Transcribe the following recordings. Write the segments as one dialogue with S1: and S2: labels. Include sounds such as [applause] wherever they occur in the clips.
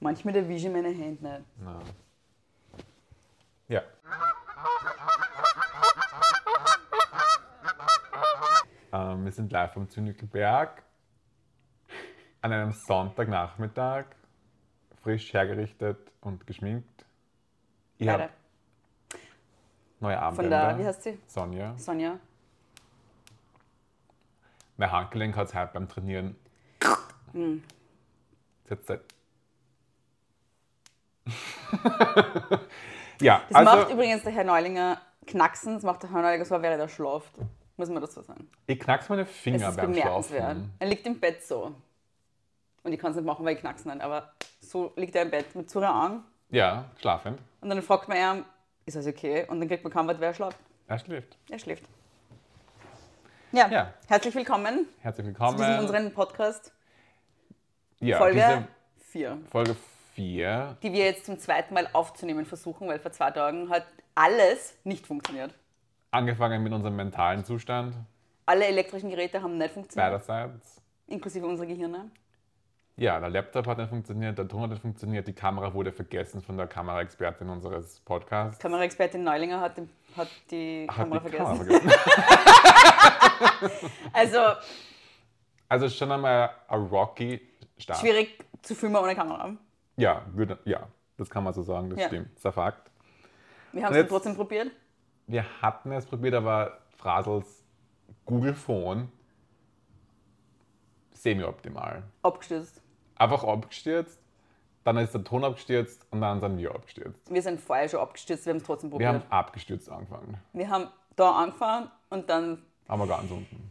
S1: Manchmal erwische ich meine Hände nicht.
S2: Na. Ja. Ähm, wir sind live am Zünikelberg an einem Sonntagnachmittag, frisch hergerichtet und geschminkt. Ich
S1: Beide.
S2: habe neue Armbänder.
S1: Von der, wie heißt sie?
S2: Sonja.
S1: Sonja.
S2: Mein Handgelenk hat es halt beim Trainieren.
S1: Hm.
S2: Jetzt seit- [laughs] ja,
S1: Das macht
S2: also
S1: übrigens der Herr Neulinger knacksen, das macht der Herr Neulinger so, während er schlaft. Muss man dazu sagen.
S2: ich knack's meine
S1: Es
S2: Finger
S1: ist
S2: beim
S1: bemerkenswert.
S2: Schlafen.
S1: Er liegt im Bett so. Und ich kann es nicht machen, weil ich knacksen kann, aber so liegt er im Bett mit Zura an
S2: Ja, schlafend.
S1: und dann fragt man ihn, ist alles okay? Und dann kriegt man kaum was, wer schläft.
S2: Er schläft.
S1: Er schläft. Ja,
S2: Ja.
S1: herzlich willkommen
S2: Herzlich
S1: zu
S2: willkommen.
S1: diesem unseren Podcast,
S2: ja,
S1: Folge
S2: Folge,
S1: 4,
S2: diese Folge 4.
S1: die wir jetzt zum zweiten Mal aufzunehmen versuchen, weil vor zwei Tagen hat alles nicht funktioniert.
S2: Angefangen mit unserem mentalen Zustand,
S1: Alle elektrischen Geräte haben nicht funktioniert,
S2: beiderseits.
S1: inklusive unsere Gehirne.
S2: Ja, der Laptop hat nicht funktioniert, der Ton hat nicht funktioniert, die Kamera wurde vergessen von der Kameraexpertin unseres Podcasts.
S1: Kameraexpertin Neulinger hat, den, hat die
S2: Hat
S1: Kamera
S2: die
S1: vergessen.
S2: Kamera vergessen. [laughs]
S1: Also
S2: Also schon einmal ein rocky Start.
S1: schwierig zu filmen ohne Kamera.
S2: Ja, würde, ja, das kann man so sagen, das
S1: Ja.
S2: stimmt. Das ist ein Fakt.
S1: Wir haben
S2: Und
S1: es
S2: jetzt-
S1: trotzdem probiert.
S2: Wir hatten es probiert, aber Frasels Google Phone semi-optimal.
S1: Abgestürzt.
S2: Einfach abgestürzt, dann ist der Ton abgestürzt und dann sind wir abgestürzt.
S1: Wir sind vorher schon abgestürzt, wir haben es trotzdem
S2: Wir
S1: probiert.
S2: haben abgestürzt angefangen,
S1: wir haben da angefangen und dann
S2: aber ganz unten.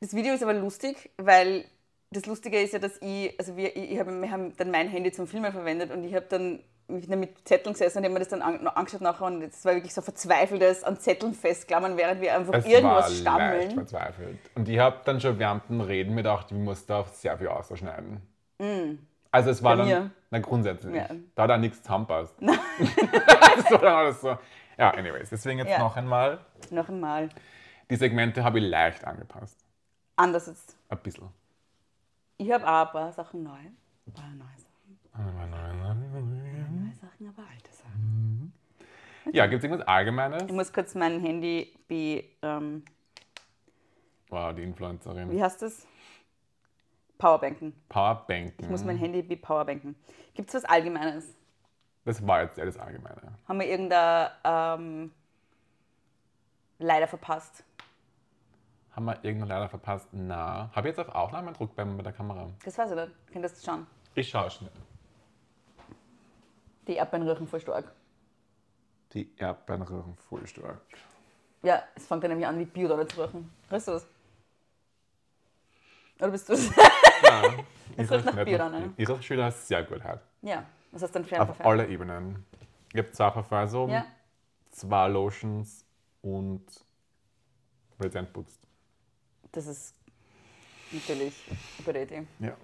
S1: Das Video ist aber lustig, weil das Lustige ist ja, dass ich, also wir, ich, ich hab, wir haben dann mein Handy zum Filmen verwendet und ich habe dann mich dann mit Zetteln gesessen und habe mir das dann an, noch angeschaut nachher und es war wirklich so verzweifeltes an Zetteln festklammern, während wir einfach
S2: Es
S1: irgendwas
S2: war leicht
S1: stammeln.
S2: verzweifelt. Und ich habe dann schon während dem Reden mir gedacht, ich muss da sehr viel ausschneiden. Also es war
S1: Mm. Bei mir.
S2: dann, na grundsätzlich,
S1: Ja.
S2: da da nichts zusammenpasst. [laughs] das war dann alles so. Ja, anyways, deswegen jetzt
S1: Ja.
S2: noch einmal.
S1: Noch einmal.
S2: Die Segmente habe ich leicht angepasst.
S1: Anders jetzt.
S2: Ein bisschen.
S1: Ich habe auch ein paar Sachen neu. Ein paar neue Sachen. Neue Sachen, aber alte Sachen.
S2: Ja, gibt es irgendwas Allgemeines?
S1: Ich muss kurz mein Handy be, ähm,
S2: Wow, die Influencerin.
S1: wie heißt das? Powerbanken. Ich
S2: Powerbanken.
S1: muss mein Handy be Powerbanken. Gibt es was Allgemeines?
S2: Das war jetzt alles Allgemeine.
S1: haben wir irgendein ähm, leider verpasst.
S2: Haben wir irgendwo leider verpasst? Na, habe ich jetzt auf Aufnahmedruck bei, bei der Kamera?
S1: Das weiß ich nicht. Könnt ihr das schauen?
S2: Ich schaue schnell.
S1: Die Erdbeeren riechen voll stark.
S2: Die Erdbeeren riechen voll stark.
S1: Ja, es fängt dann nämlich an, wie Biodonner zu riechen. Riechst du das? Oder bist du das? [laughs]
S2: Ja.
S1: Es riecht nach Bier dann, ne?
S2: Ich rieche schon wieder sehr gut halt.
S1: ja, das heißt dann
S2: Auf
S1: Fernverfahren.
S2: alle Ebenen. Ich habe zwei Verfassungen,
S1: Ja,
S2: zwei Lotions und Resident putzt.
S1: das ist natürlich eine gute Idee.
S2: Ja.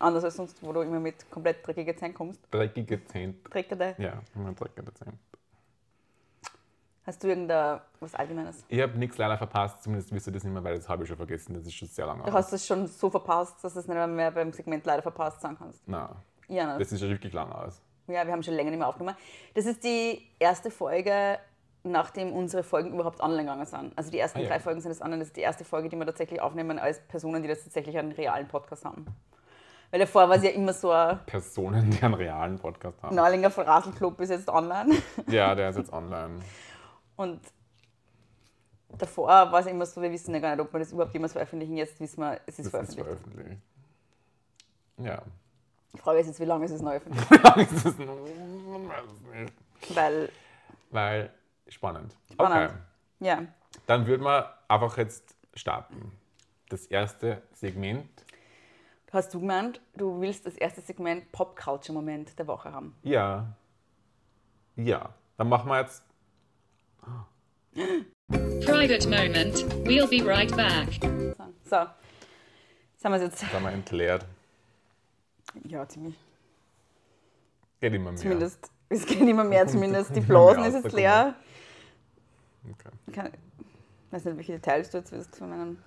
S1: Anders als sonst, wo du immer mit komplett dreckiger Zähnen kommst.
S2: Dreckige Zehnt.
S1: Trägt er da?
S2: Ja, immer dreckige Zehnt.
S1: Hast du irgendein was Allgemeines?
S2: Ich habe nichts leider verpasst, zumindest wisst ihr das nicht mehr, weil das habe ich schon vergessen. Das ist schon sehr lange.
S1: Du hast es schon so verpasst, dass du es nicht mehr beim Segment leider verpasst sagen kannst.
S2: Nein,
S1: Ja, ne?
S2: das ist schon wirklich lange aus.
S1: Ja, wir haben schon länger nicht mehr aufgenommen. Das ist die erste Folge, nachdem unsere Folgen überhaupt online gegangen sind. Also die ersten
S2: Ah, ja.
S1: drei Folgen sind das online. Das ist die erste Folge, die wir tatsächlich aufnehmen als Personen, die das tatsächlich einen realen Podcast haben. Weil davor war es ja immer so ein
S2: Personen, die einen realen Podcast haben.
S1: Neulinger Verraselclub ist jetzt online.
S2: Ja, der ist jetzt online.
S1: Und davor war es immer so, wir wissen ja gar nicht, ob wir das überhaupt jemals veröffentlichen. Jetzt wissen wir, es ist
S2: Das ist
S1: veröffentlicht.
S2: veröffentlicht. Ja. [laughs]
S1: Die Frage ist jetzt, wie lange ist es neu veröffentlicht?
S2: Das ist- ich weiß es nicht.
S1: Weil,
S2: Weil spannend.
S1: Spannend.
S2: Okay.
S1: ja,
S2: Dann würden wir einfach jetzt starten. Das erste Segment.
S1: hast du gemeint, du willst das erste Segment Pop-Culture-Moment der Woche haben.
S2: Ja. Ja. Dann machen wir jetzt.
S3: Private moment. We'll be right back.
S1: So, jetzt haben wir es jetzt.
S2: Das haben wir entleert.
S1: Ja, ziemlich.
S2: Geht immer mehr.
S1: Zumindest, es geht immer [laughs] mehr, zumindest. Die
S2: kommt
S1: Blasen
S2: mehr
S1: ist
S2: aus,
S1: jetzt
S2: da
S1: leer.
S2: Okay.
S1: Ich kann, weiß nicht, welche Details du jetzt willst von meinem.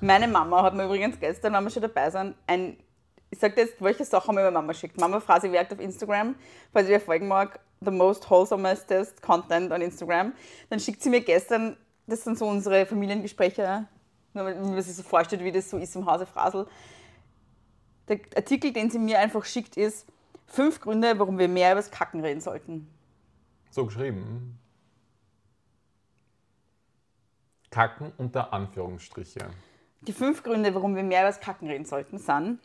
S1: Meine Mama hat mir übrigens gestern, wenn wir schon dabei sind, ein ich sag dir jetzt, welche Sachen mir meine Mama schickt. Mama Phrase werkt auf Instagram, falls ihr folgen mag, the most wholesomest content on Instagram. Dann schickt sie mir gestern, das sind so unsere Familiengespräche, nur wenn man sich so vorstellt, wie das so ist im Hause Frasel. Der Artikel, den sie mir einfach schickt, ist fünf Gründe, warum wir mehr über das Kacken reden sollten.
S2: So geschrieben. Kacken unter Anführungsstriche.
S1: Die fünf Gründe, warum wir mehr über das Kacken reden sollten, sind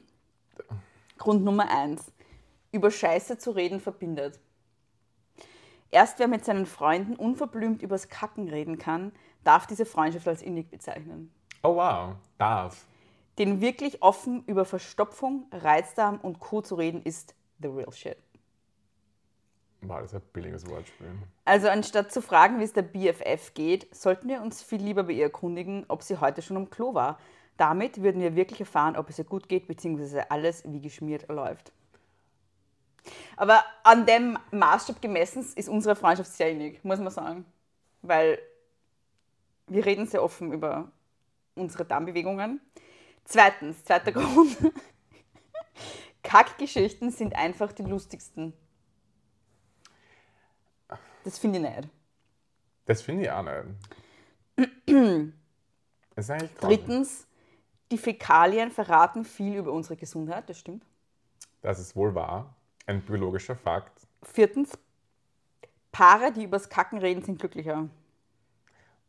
S1: Grund Nummer eins. Über Scheiße zu reden verbindet. Erst wer mit seinen Freunden unverblümt übers Kacken reden kann, darf diese Freundschaft als innig bezeichnen.
S2: Oh wow, darf.
S1: Den wirklich offen über Verstopfung, Reizdarm und Co. zu reden, ist the real shit.
S2: Wow, das ist ein billiges Wortspiel.
S1: Also anstatt zu fragen, wie es der BFF geht, sollten wir uns viel lieber bei ihr erkundigen, ob sie heute schon am Klo war. Damit würden wir wirklich erfahren, ob es ihr gut geht, beziehungsweise alles wie geschmiert läuft. Aber an dem Maßstab gemessen ist unsere Freundschaft sehr innig, muss man sagen. Weil wir reden sehr offen über unsere Darmbewegungen. Zweitens, zweiter [laughs] Grund. Kackgeschichten sind einfach die lustigsten. Das finde ich nicht.
S2: Das finde ich auch nicht. Das ist eigentlich krank.
S1: Drittens, die Fäkalien verraten viel über unsere Gesundheit, das stimmt.
S2: Das ist wohl wahr. Ein biologischer Fakt.
S1: Viertens, Paare, die übers Kacken reden, sind glücklicher.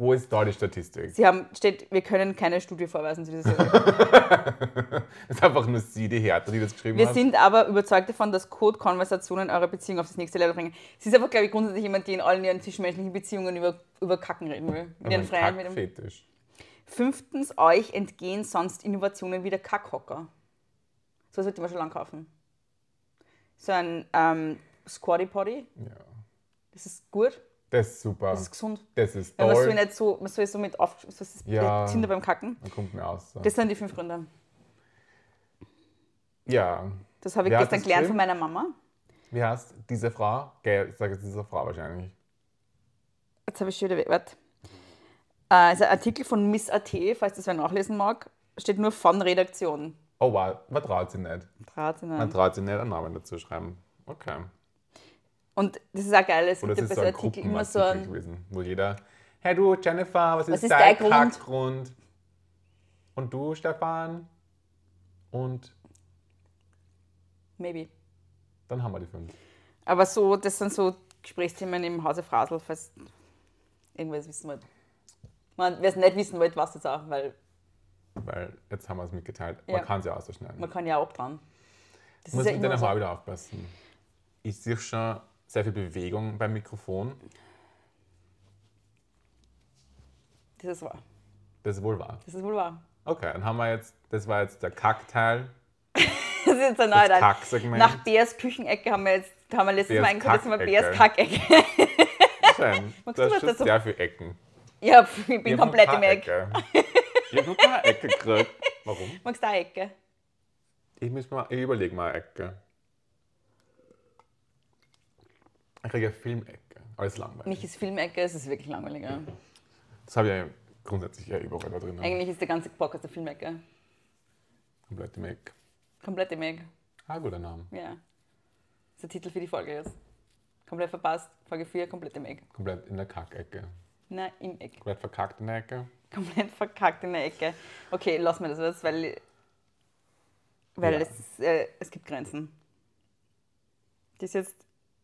S2: Wo ist da die Statistik? [laughs]
S1: Sie haben, steht, wir können keine Studie vorweisen zu dieser Serie.
S2: Das ist einfach nur sie, die Härte, die das geschrieben
S1: Wir
S2: hat.
S1: sind aber überzeugt davon, dass Code-Konversationen eure Beziehung auf das nächste Level bringen. Sie ist einfach, glaube ich, grundsätzlich jemand, die in allen ihren zwischenmenschlichen Beziehungen über, über Kacken reden will. Mit ihren Freien, mit dem.
S2: Fetisch.
S1: Fünftens, euch entgehen sonst Innovationen wie der Kackhocker. So was sollte man schon lang kaufen. So ein ähm, Squatty Potty,
S2: Ja.
S1: das ist gut,
S2: Das ist super.
S1: das ist gesund.
S2: Das ist
S1: Weil
S2: toll.
S1: man soll nicht so, man soll so mit auf, so ist
S2: Ja.
S1: Tinder beim Kacken.
S2: Dann kommt mir aus. So.
S1: Das sind die fünf Gründe.
S2: ja.
S1: Das habe ich
S2: Wer hat
S1: gestern
S2: das
S1: gelernt
S2: geschrieben?
S1: von meiner Mama.
S2: Wie heißt diese Frau? Gell, ich sage jetzt diese Frau wahrscheinlich.
S1: Jetzt habe ich schon wieder. Warte. Äh, ist ein Artikel von Miss AT, falls das wer nachlesen mag. Steht nur von Redaktion.
S2: Oh wow, man traut sich nicht.
S1: Draht in der
S2: Man
S1: Hand.
S2: traut sich nicht, einen Namen dazu schreiben. Okay.
S1: Und das ist auch geil. Es
S2: Oder
S1: gibt
S2: es
S1: ja bei
S2: ist
S1: so
S2: so ein
S1: Artikel immer so
S2: Gruppenartikel
S1: ein.
S2: gewesen, wo jeder, hey du Jennifer, was,
S1: Was
S2: ist
S1: ist dein
S2: dein
S1: Grund?"
S2: Kackgrund? Und du Stefan? Und
S1: Maybe.
S2: dann haben wir die fünf.
S1: Aber so, das sind so Gesprächsthemen im Hause Frasel, falls irgendwas wissen wollt. Man, wer es nicht wissen wollte, weiß es auch, weil
S2: Weil jetzt haben wir es mitgeteilt.
S1: Ja.
S2: Man kann sie ausschneiden.
S1: man kann ja auch dran. Das
S2: muss
S1: ist ja
S2: mit deiner
S1: immer so.
S2: Haare wieder aufpassen. Ich sehe schon sehr viel Bewegung beim Mikrofon.
S1: Das ist wahr.
S2: Das ist wohl wahr.
S1: Das ist wohl wahr.
S2: Okay, dann haben wir jetzt, das war jetzt der Kackteil.
S1: Das ist jetzt ein neuer
S2: Das
S1: Teil.
S2: Kacksegment.
S1: Nach Beers Küchenecke haben wir jetzt, haben wir letztes
S2: Beers
S1: Mal eingekauft, jetzt haben wir Beers
S2: Kackecke.
S1: Kackecke. [laughs]
S2: Schön.
S1: Magst du was
S2: das ist schon
S1: dazu?
S2: sehr viele Ecken.
S1: Ja, pf, ich bin
S2: Ich hab nur
S1: komplett
S2: keine
S1: im Eck.
S2: Ecke.
S1: [laughs]
S2: Ich habe nur keine Ecke gekriegt. Warum?
S1: Magst du auch Ecke?
S2: Ich, muss mal, ich überlege mal eine Ecke. Ich kriege eine Filmecke. Alles langweilig.
S1: Mich ist Filmecke, es ist wirklich langweilig. Ja.
S2: Das habe ich ja grundsätzlich ja überall da drin.
S1: Eigentlich ist der ganze Podcast der Filmecke.
S2: Komplett im Eck.
S1: Komplett im Eck,
S2: Ah, guter Name.
S1: ja. Das ist der Titel für die Folge jetzt. Komplett verpasst, Folge 4, komplett im Eck.
S2: Komplett in der Kackecke.
S1: Na, im Eck.
S2: Komplett verkackt in der Ecke.
S1: Komplett verkackt in der Ecke. Okay, lass mir das jetzt, weil, weil
S2: Ja.
S1: es, äh, es gibt Grenzen. Die ist jetzt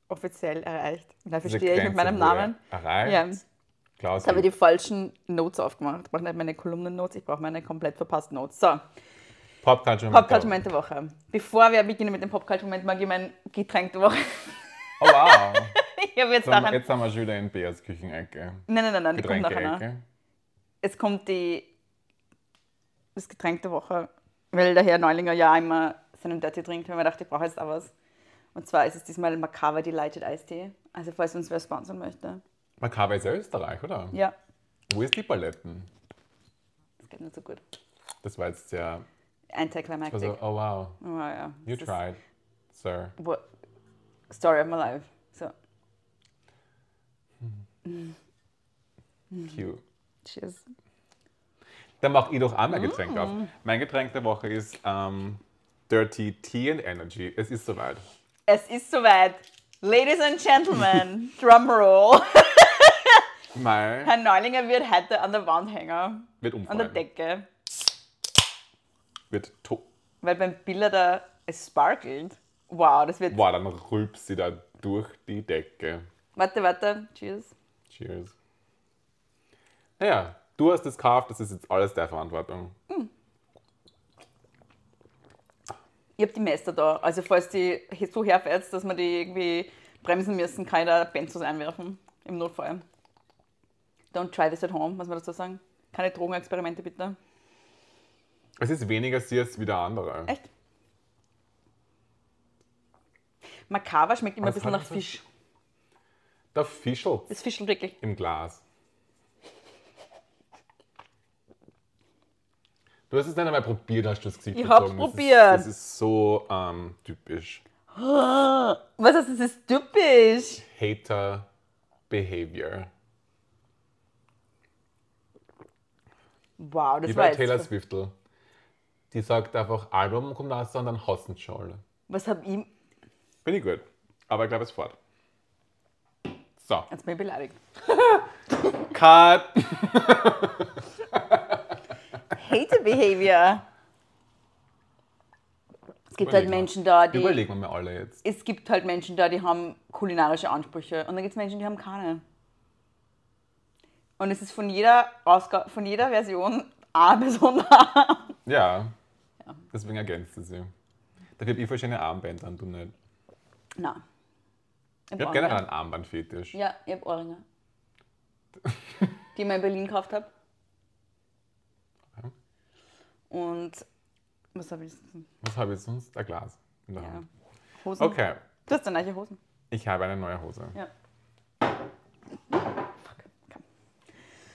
S1: offiziell erreicht. Und dafür
S2: Diese
S1: stehe ich mit
S2: Grenze
S1: meinem
S2: wurde
S1: Namen.
S2: Erreicht.
S1: Ja. Jetzt
S2: Klaus,
S1: habe ich die falschen Notes aufgemacht. Ich brauche nicht meine Kolumnen-Notes, ich brauche meine komplett verpassten Notes. So,
S2: Popculture.
S1: Popkulturmoment der Woche. Bevor wir beginnen mit dem Popkulturmoment, mag ich mein Getränk der Woche. [laughs]
S2: Oh wow.
S1: Ich habe [laughs] jetzt
S2: Jetzt haben,
S1: nachher.
S2: wir- jetzt haben wir schon wieder in Beas Küchenecke.
S1: nein, nein, nein, nein, die kommt nachher. Noch.
S2: Getränke-Ecke.
S1: Jetzt kommt die, das Getränk der Woche, weil der Herr Neulinger ja immer seinen Dirty trinkt, wenn man dachte, ich brauche jetzt auch was. Und zwar ist es diesmal Macava Delighted Eistee. Also, falls uns wer sponsern möchte.
S2: Makabe ist ja Österreich, oder?
S1: Ja,
S2: Wo ist die Paletten?
S1: das geht nicht so gut.
S2: Das war jetzt sehr.
S1: Ein Anticlimactic.
S2: Also, oh wow.
S1: oh, ja.
S2: You
S1: Das ist-
S2: tried, sir.
S1: Wo- Story of my life. So,
S2: Cute.
S1: cheers. Mm.
S2: Dann mach ich doch auch mein Getränk auf. Mein Getränk der Woche ist ähm, Dirty Tea and Energy. Es ist soweit.
S1: Es ist soweit. Ladies and Gentlemen,
S2: [laughs]
S1: Drumroll.
S2: Mai
S1: Herr Neulinger wird heute an der Wand hängen.
S2: wird
S1: An der
S2: umfallen.
S1: Decke.
S2: Wird to
S1: Weil beim Biller da es sparkelt. Wow, das wird.
S2: Boah, dann rülpst sie da durch die Decke.
S1: Warte, warte. Cheers.
S2: Cheers. Naja, du hast es gekauft, das ist jetzt alles deine Verantwortung.
S1: Ich hab die Meister da. Also, falls die so herfährt, dass wir die irgendwie bremsen müssen, kann ich da Benzos einwerfen. Im Notfall. Don't try this at home, muss man dazu sagen. Keine Drogenexperimente bitte.
S2: Es ist weniger Sears wie der andere.
S1: Echt? Makava schmeckt immer
S2: Aber
S1: ein bisschen
S2: es hat
S1: nach
S2: so-
S1: Fisch.
S2: Der Fischl
S1: Das Fischl wirklich.
S2: im Glas. Du hast es nicht einmal probiert, hast du das Gesicht
S1: Ich hab's
S2: gezogen. Das ist-
S1: probiert.
S2: Das ist so ähm, typisch.
S1: Was ist das? Das ist typisch.
S2: Hater Behavior.
S1: Wow, das
S2: Wie
S1: war
S2: bei
S1: jetzt-
S2: Taylor Swiftl. Die sagt einfach, Album kommt raus und dann hassen sie schon.
S1: Was hab ich.
S2: Bin ich gut. Aber ich glaube, es fort. So.
S1: Jetzt bin ich beleidigt.
S2: Cut!
S1: Hater Behavior. Es gibt halt
S2: Überleg mal.
S1: Menschen da, die.
S2: [laughs] Überlegen wir mal alle jetzt.
S1: Es gibt halt Menschen da, die haben kulinarische Ansprüche. Und dann gibt es Menschen, die haben keine. Und es ist von jeder, Ausga von jeder Version eine Person da.
S2: Ja. Deswegen ergänzt sie sie. Dafür habe ich verschiedene Armbänder und du nicht.
S1: Nein.
S2: Ich habe generell einen Armbandfetisch.
S1: Ja, ich habe Ohrringe. die ich mir in Berlin gekauft habe. Und was habe ich denn?
S2: Was habe ich sonst? Ein Glas. in der
S1: Ja.
S2: Hand.
S1: Hosen.
S2: Okay,
S1: Du hast dann neue Hosen.
S2: ich habe eine neue Hose.
S1: Ja.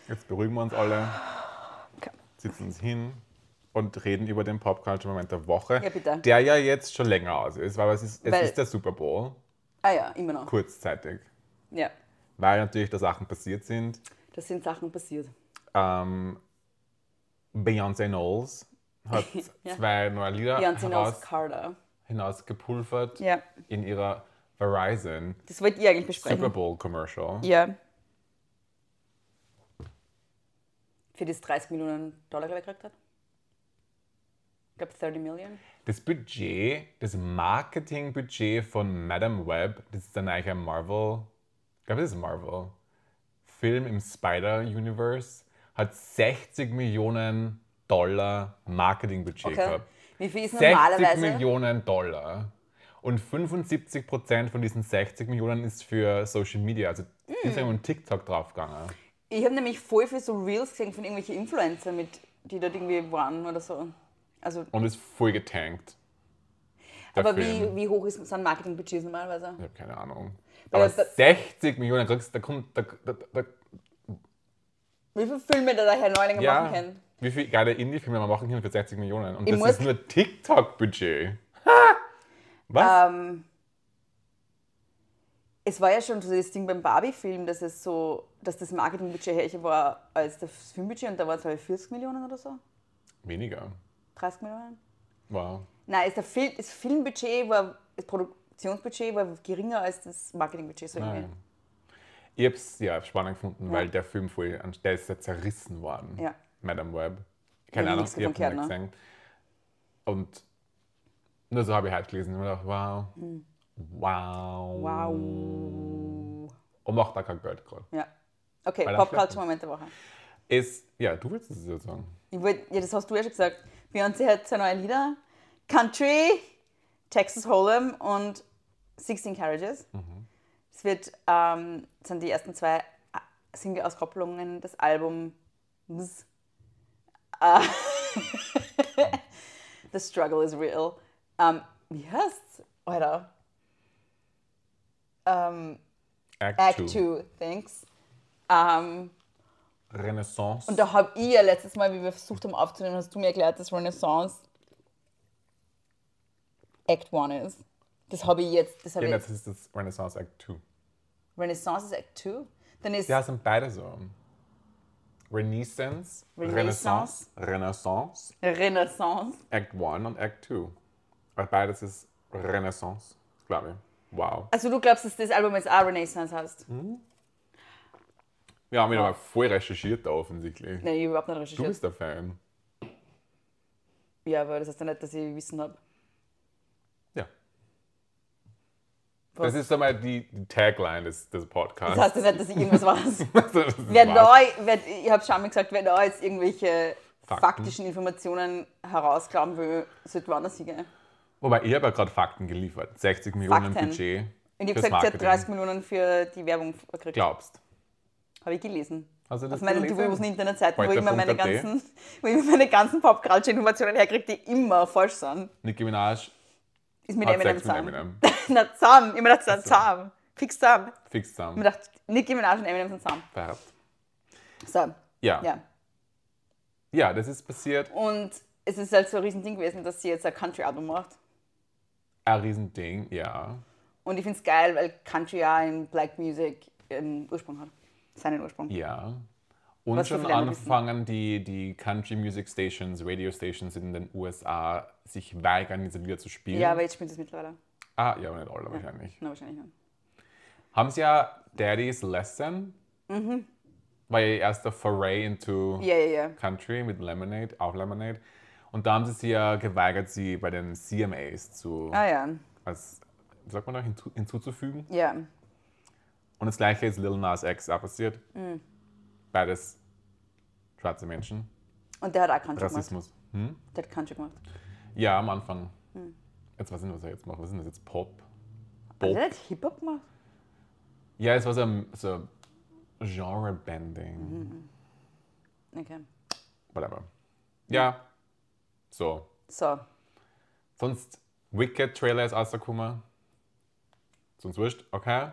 S2: Jetzt beruhigen wir uns alle,
S1: Okay.
S2: sitzen uns hin und reden über den Popculture-Moment der Woche,
S1: Ja, bitte.
S2: der ja jetzt schon länger aus ist, weil es ist, es
S1: Weil-
S2: ist der Super Bowl,
S1: Ah ja, immer noch.
S2: kurzzeitig,
S1: Ja.
S2: weil natürlich da Sachen passiert sind.
S1: Das sind Sachen passiert.
S2: Ähm, Beyoncé Knowles hat
S1: [laughs] Ja.
S2: zwei neue Lieder
S1: Beyoncé knows
S2: heraus,
S1: Carter.
S2: hinausgepulvert
S1: Ja.
S2: in ihrer Verizon
S1: Das wollt ihr eigentlich besprechen.
S2: Super Bowl Commercial.
S1: Ja. Für das 30 Millionen Dollar, glaube ich, gekriegt hat. Ich glaube 30 Millionen.
S2: Das Budget, das Marketingbudget von Madame Web, das ist dann eigentlich ein Marvel, ich glaube, das ist Marvel, Film im Spider-Universe, hat 60 Millionen Dollar Marketingbudget
S1: Okay.
S2: gehabt.
S1: Wie viel ist
S2: 60
S1: normalerweise?
S2: Millionen Dollar. Und 75% von diesen 60 Millionen ist für Social Media, also
S1: Mm.
S2: Instagram und TikTok draufgegangen.
S1: Ich habe nämlich voll viel so Reels gesehen von irgendwelchen Influencer, mit, die dort irgendwie waren oder so. Also,
S2: Und ist voll getankt. Der
S1: aber
S2: Film.
S1: wie, wie hoch ist, sind Marketingbudgets normalerweise?
S2: Ich habe keine Ahnung.
S1: Ja,
S2: Aber
S1: Äh, da-
S2: 60 Millionen kriegst da kommt, da, da, da,
S1: Wie viele Filme da der Herr Neulinger machen
S2: ja,
S1: kann?
S2: wie viele geile Indie-Filme man machen kann für 60 Millionen. Und
S1: Ich
S2: das
S1: muss-
S2: ist nur TikTok-Budget. Ha! Was?
S1: Ähm, es war ja schon so das Ding beim Barbie-Film, dass es so, dass das Marketingbudget härcher war als das Filmbudget und da waren es, glaube ich, 40 Millionen oder so.
S2: Weniger.
S1: 30 Millionen?
S2: Wow.
S1: Nein, ist der Fil das Filmbudget war, das Produktionsbudget war geringer als das Marketingbudget. So irgendwie.
S2: Nein. Ich habe es ja, spannend gefunden, weil der Film voll, an- der ist ja zerrissen worden.
S1: Ja.
S2: Madame Web. Keine
S1: Ja,
S2: Ahnung,
S1: nichts
S2: ich habe
S1: davon
S2: nicht
S1: gehört,
S2: gesehen. Und nur so habe ich halt gelesen und mir gedacht, wow.
S1: Hm.
S2: Wow.
S1: Wow.
S2: Und macht da kein Geld gerade.
S1: Ja. Okay,
S2: Weil das
S1: Popculture-Moment der Woche.
S2: Ist, ja, du willst es ja sagen.
S1: Ich wollt, ja, das hast du ja schon gesagt. Beyoncé hat zwei neue Lieder. Country, Texas Hold'em und 16 Carriages. Es wird, ähm, das sind die ersten zwei äh, Single-Auskopplungen des Albums äh, [laughs] The Struggle is Real. Ähm, wie heißt's? Alter. Ähm, Act 2, thanks. Ähm,
S2: Renaissance.
S1: und da habe ich ja letztes Mal, wie wir versucht haben aufzunehmen, hast du mir erklärt, dass Renaissance Act 1 ist. Das habe ich jetzt. Das habe
S2: ja,
S1: ich
S2: das
S1: jetzt.
S2: ist das Renaissance Act 2.
S1: Renaissance ist Act 2? Dann ist
S2: Ja, es sind beide so. Renaissance,
S1: Renaissance.
S2: Renaissance, Renaissance,
S1: Renaissance.
S2: Act 1 und Act 2. Weil beides ist Renaissance, glaube ich. Wow.
S1: Also du glaubst, dass das Album jetzt auch Renaissance heißt?
S2: Hm. Wir haben ihn aber voll recherchiert da offensichtlich.
S1: Nein, ich hab überhaupt nicht
S2: Du
S1: recherchiert.
S2: bist der Fan.
S1: Ja, aber das heißt ja nicht, dass ich Wissen habe.
S2: Ja.
S1: Was?
S2: Das ist einmal die, die Tagline des, des Podcasts.
S1: Das heißt ja nicht, dass ich irgendwas weiß.
S2: [laughs] Das ist
S1: Wer
S2: wahr.
S1: neu, wer, ich habe schon mal gesagt, wer da jetzt irgendwelche
S2: Fakten.
S1: faktischen Informationen herausklauen will, sollte woanders hingehen.
S2: Wobei, ich habe ja gerade Fakten geliefert. 60 Millionen
S1: Fakten.
S2: Budget.
S1: Und ich habe gesagt,
S2: fürs
S1: sie hat
S2: Marketing.
S1: 30 Millionen für die Werbung gekriegt.
S2: Glaubst.
S1: Habe ich gelesen.
S2: Also das
S1: Auf meinen
S2: gelesen?
S1: dubiosen Internetseiten, wo
S2: Heute
S1: ich immer meine
S2: Punkt.at.
S1: ganzen, [laughs] wo ich immer meine ganzen Pop-Culture-Informationen herkriege, die immer falsch sind.
S2: Nicki Minaj
S1: Ist mit
S2: hat
S1: Eminem
S2: Sex mit
S1: zusammen.
S2: Eminem.
S1: [laughs] Na, zusammen. Immer dachte, sind zusammen. Fix zusammen.
S2: Fix
S1: Ich
S2: zusammen.
S1: dachte, Nicki Minaj und Eminem sind zusammen.
S2: Verheiratet.
S1: So,
S2: Ja. ja.
S1: ja.
S2: Ja, das ist passiert.
S1: Und es ist halt so ein Riesending gewesen, dass sie jetzt ein Country-Album macht.
S2: Ein Riesending, ja.
S1: Und ich finde es geil, weil Country ja in Black Music einen Ursprung hat. Seinen Ursprung.
S2: Ja. Und
S1: Was so
S2: schon
S1: viele andere wissen.
S2: anfangen die, die Country Music Stations, Radio Stations in den USA sich weigern, diese Lieder zu spielen.
S1: Ja, aber jetzt spielt es mittlerweile.
S2: ah, ja, aber nicht alle wahrscheinlich.
S1: Na, wahrscheinlich nicht.
S2: Haben sie ja Daddy's Lesson? Mhm. War ihr erster Foray into
S1: Ja, ja, ja.
S2: Country mit Lemonade, auch Lemonade. Und da haben sie sich ja geweigert, sie bei den CMAs zu,
S1: Ah ja,
S2: als, wie sagt man da, hinzu, hinzuzufügen.
S1: ja.
S2: Und das gleiche ist Lil Nas X auch passiert. Beides schwarze Menschen,
S1: Und der hat auch Country gemacht.
S2: Rassismus. Hm?
S1: Der hat Country gemacht.
S2: Ja, am Anfang. Jetzt, was sind was er jetzt macht? Was ist denn das jetzt? Pop?
S1: Hat
S2: Pop?
S1: der nicht Hip-Hop gemacht?
S2: Ja, es war so, ein- so Genre-Bending.
S1: Okay.
S2: Whatever. Ja. So.
S1: So, [laughs]
S2: Sonst Wicked Trailer ist rausgekommen. Sonst wurscht, okay.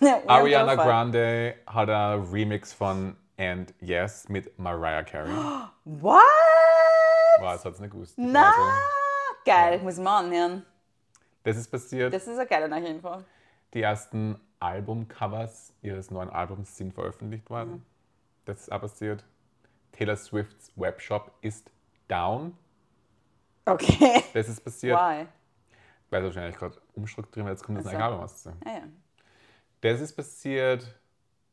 S1: Ja,
S2: Ariana
S1: Fall.
S2: Grande hat ein Remix von And Yes mit Mariah Carey.
S1: What?
S2: Wow, das hat's nicht gewusst.
S1: Na,
S2: Also,
S1: geil, muss man anhören.
S2: Das ist passiert.
S1: Das ist eine geile Nachinfo.
S2: Die ersten Albumcovers ihres neuen Albums sind veröffentlicht worden.
S1: Mhm.
S2: Das ist auch passiert. Taylor Swifts Webshop ist down.
S1: Okay.
S2: Das ist passiert.
S1: Why?
S2: Weil sie wahrscheinlich gerade umstrukturieren, weil jetzt kommt das
S1: Ach so.
S2: neue Album raus.
S1: Ah Ja, ja.
S2: Das ist passiert.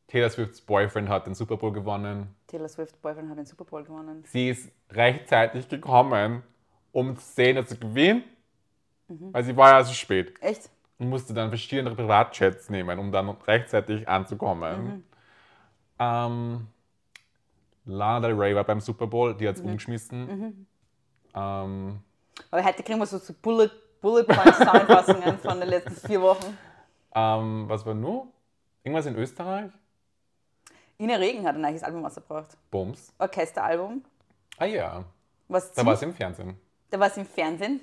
S2: Taylor Swifts Boyfriend hat den Super Bowl gewonnen.
S1: Taylor Swift Boyfriend hat den Super Bowl gewonnen.
S2: Sie ist rechtzeitig gekommen, um zu sehen, dass sie gewinnt.
S1: Mhm.
S2: Weil sie war ja so spät
S1: Echt?
S2: und musste dann verschiedene Privatchats nehmen, um dann rechtzeitig anzukommen.
S1: Mhm.
S2: Ähm, Lana Del Rey war beim Super Bowl, die hat
S1: Mhm.
S2: es umgeschmissen. Ähm,
S1: Aber heute kriegen wir so, so Bullet, Bullet Point Zusammenfassungen von den letzten vier Wochen.
S2: ähm, was war nur? Irgendwas in Österreich?
S1: Ina Regen hat ein neues Album rausgebracht.
S2: Bums.
S1: Orchesteralbum.
S2: Ah ja,
S1: Was
S2: da war es im Fernsehen.
S1: da war es im Fernsehen.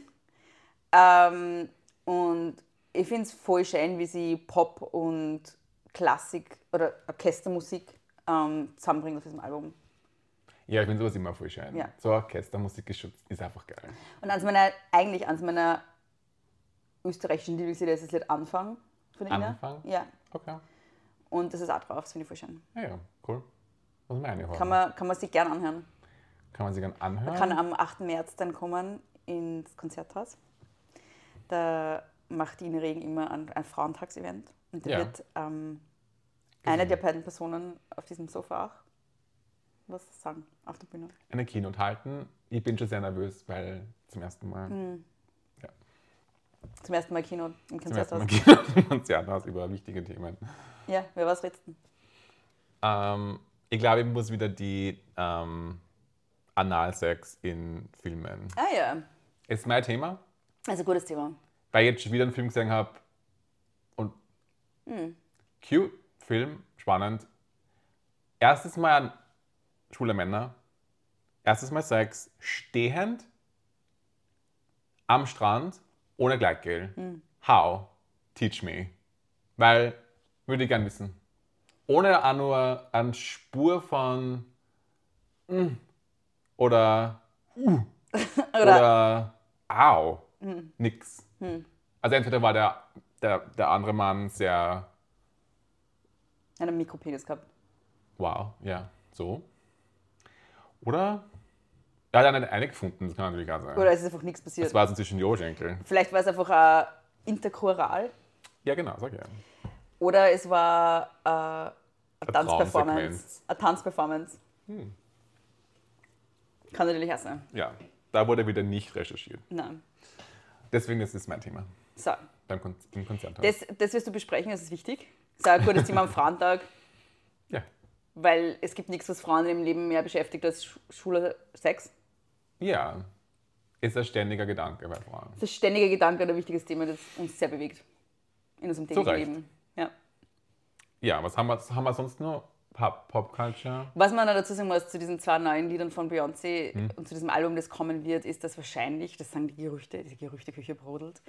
S1: Ähm, und ich finde es voll schön, wie sie Pop und Klassik oder Orchestermusik ähm, zusammenbringt auf diesem Album.
S2: Ja, ich bin sowas immer voll schön.
S1: Ja.
S2: So Orchestermusik ist schon- ist einfach geil.
S1: Und eins meiner, eigentlich eines meiner österreichischen Lieblingslieder ist das Lied Anfang von Ina.
S2: Anfang?
S1: Ja.
S2: Okay. Ah
S1: Und das ist auch drauf, das finde ich voll schön.
S2: Ja, ja, cool. Was meine ich?
S1: Kann man, kann man sich gerne anhören.
S2: Kann man sich dann anhören?
S1: Kann am 8. März dann kommen ins Konzerthaus. Da macht Ina Regen immer ein, ein Frauentagsevent. Und da
S2: Ja.
S1: wird ähm, eine der beiden Personen auf diesem Sofa auch was sagen auf der Bühne.
S2: eine Keynote halten. Ich bin schon sehr nervös, weil zum ersten Mal.
S1: Hm, Zum ersten Mal Kino im
S2: Zum
S1: Konzerthaus.
S2: ersten Mal Keynote [laughs] im Konzert aus über wichtige Themen.
S1: Ja, wer was redst denn?
S2: Ähm, ich glaube, ich muss wieder die ähm, Analsex in Filmen.
S1: Ah ja,
S2: Ist mein Thema,
S1: also gutes Thema.
S2: weil ich jetzt schon wieder einen Film gesehen habe und cute Film, spannend. Erstes Mal an schwule Männer, erstes Mal Sex stehend am Strand ohne Gleitgel. How? Teach me. Weil, würde ich gern wissen. Ohne auch nur eine Spur von mm, oder uh, oder au. Nix. Also entweder war der, der, der andere Mann sehr
S1: Er hat einen Mikropenis gehabt.
S2: wow, ja, so. Oder Da hat er nicht eine gefunden, das kann natürlich auch sein.
S1: Oder es ist einfach nichts passiert.
S2: das war so zwischen die Ohrschenkel.
S1: Vielleicht war es einfach äh, interchoral
S2: Ja, genau, sag ich ja.
S1: oder es war äh, eine Tanzperformance.
S2: Traumsequenz.
S1: Eine Tanzperformance. Kann natürlich auch sein.
S2: Ja, da wurde wieder nicht recherchiert.
S1: Nein.
S2: Deswegen ist es mein Thema
S1: So,
S2: beim Kon im Konzerthaus.
S1: das, das wirst du besprechen, das ist wichtig. Das ist auch ein gutes Thema am Frauentag,
S2: ja.
S1: weil es gibt nichts, was Frauen im Leben mehr beschäftigt als Sch Schule Sex.
S2: ja, ist ein ständiger Gedanke bei Frauen.
S1: Das ist ständige Gedanke ein wichtiges Thema, das uns sehr bewegt in unserem täglichen
S2: Recht.
S1: Leben. Ja.
S2: Ja, was haben wir, haben wir sonst noch? Pop, Pop Culture?
S1: Was man noch dazu sagen muss zu diesen zwei neuen Liedern von Beyoncé
S2: Hm.
S1: und zu diesem Album, das kommen wird, ist, dass wahrscheinlich, das sagen die Gerüchte, die Gerüchteküche brodelt,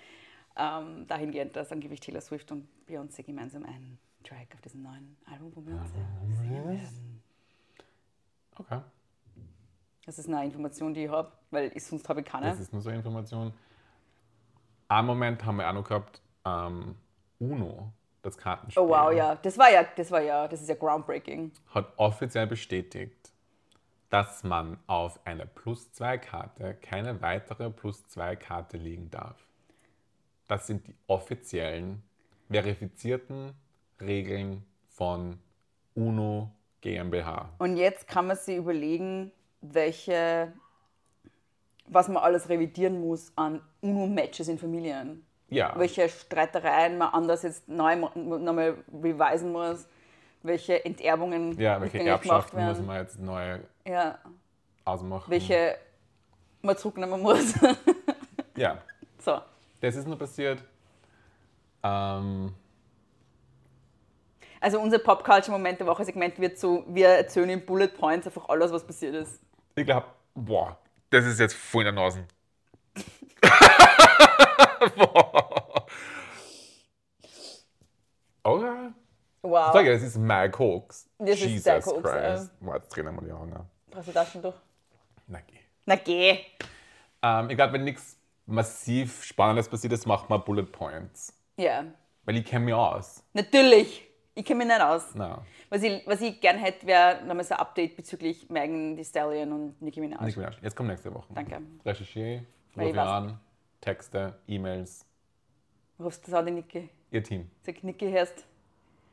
S1: ähm, dahingehend, dass angeblich Taylor Swift und Beyoncé gemeinsam einen Track auf diesem neuen Album von
S2: Ah,
S1: Beyoncé singen werden.
S2: Okay.
S1: Das ist eine Information, die ich habe, weil ich sonst habe ich keine.
S2: Das ist nur so eine Information. Einen Moment haben wir auch noch gehabt, ähm, Uno, das Kartenspiel,
S1: Oh wow, ja. Das war ja, das war ja, das ist ja groundbreaking.
S2: hat offiziell bestätigt, dass man auf einer Plus-2-Karte keine weitere Plus-2-Karte liegen darf. Das sind die offiziellen, verifizierten Regeln von Uno GmbH.
S1: Und jetzt kann man sich überlegen, welche, was man alles revidieren muss an UNO-Matches in Familien.
S2: Ja,
S1: welche Streitereien man anders jetzt neu mo- nochmal revisen muss, welche Enterbungen
S2: ja welche
S1: rückgängig gemacht
S2: Erbschaften muss man Mhm. jetzt neu
S1: ja,
S2: ausmachen?
S1: welche man zurücknehmen muss. [laughs]
S2: Ja,
S1: so.
S2: das ist nur passiert. Ähm,
S1: Also unser Pop-Culture-Moment der Woche-Segment wird so, wir erzählen in Bullet Points einfach alles, was passiert ist.
S2: Ich glaube, boah, das ist jetzt voll in der Nase. [laughs] boah. Okay.
S1: Wow.
S2: Sag ich, das ist mein Koks.
S1: Das ist
S2: Jesus
S1: dein Koks,
S2: Christ. Boah, jetzt drehen wir mal die Augen an.
S1: Brauchst du das schon durch?
S2: Na geh.
S1: Na geh!
S2: Ähm, ich glaube, wenn nichts massiv Spannendes passiert ist, macht man Bullet Points.
S1: Ja,
S2: Weil ich kenne mich aus.
S1: natürlich! Ich kenne mich nicht aus.
S2: Na,
S1: Was ich, was ich gern hätte, wäre nochmal so ein Update bezüglich Megan Thee Stallion und Nicki Minaj.
S2: Nicki Minaj. Jetzt kommt nächste Woche.
S1: Danke.
S2: Recherchiere,
S1: Weil
S2: rufe
S1: ich
S2: ich
S1: weiß
S2: an, Texte, E-Mails,
S1: Rufst du das an, die Nicki?
S2: ihr Team.
S1: Sag, Nicki, hörst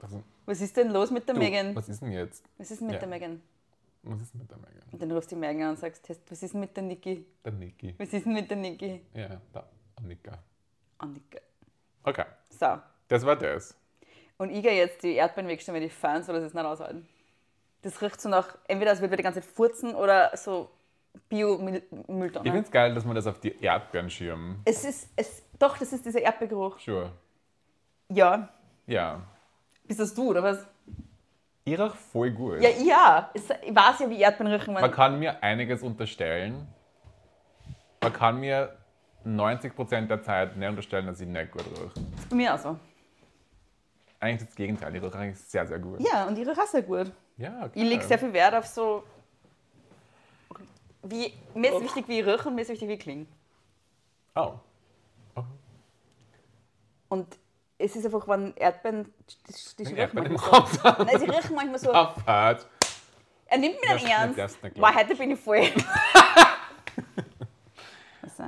S2: Das ist-
S1: Was ist denn los mit der
S2: Du,
S1: Megan?
S2: Was ist denn jetzt?
S1: Was ist denn mit
S2: Ja.
S1: der Megan?
S2: Was ist denn mit der Megan?
S1: Und dann rufst du die Megan an und sagst, "Test, was ist denn mit der Niki?
S2: Der Niki.
S1: Was ist denn mit der Niki?
S2: Ja, da, Annika.
S1: Annika.
S2: Okay,
S1: So.
S2: das war das.
S1: Und ich gehe jetzt die Erdbeeren wegstellen, weil die Fans soll das jetzt nicht aushalten. Das riecht so nach, entweder es wird wieder die ganze Zeit furzen oder so
S2: Ich
S1: Bio-Mülltonne.
S2: find's geil, dass man das auf die Erdbeeren schirmen.
S1: Es ist, es, doch, das ist dieser Erdbeergeruch.
S2: Sure.
S1: Ja.
S2: Ja.
S1: Bist das du, oder was?
S2: Ich rieche voll gut.
S1: Ja, ja. Es, ich weiß ja, wie Erdbeeren riechen.
S2: Man
S1: Man,
S2: kann mir einiges unterstellen. Man kann mir 90% der Zeit nicht unterstellen, dass ich nicht gut rieche.
S1: ist bei mir auch so.
S2: Eigentlich das Gegenteil. Ich rieche eigentlich sehr, sehr gut.
S1: Ja, und ihre Rasse gut.
S2: Ja,
S1: Ich lege sehr viel Wert auf so. Wie, mir ist wichtig, wie ich rieche und mir ist wichtig, wie ich klinge.
S2: Oh.
S1: Und es ist einfach, wenn Erdbeeren. Die, die, die
S2: Wenn
S1: riechen
S2: Erdbeeren im
S1: manchmal so.
S2: Raum sind.
S1: Nein, sie riechen manchmal
S2: [laughs]
S1: so.
S2: Aufhört.
S1: Er nimmt mich
S2: Das
S1: nicht
S2: ist nicht-
S1: ernst.
S2: das ist nicht
S1: Boah,
S2: glaub
S1: heute bin ich voll.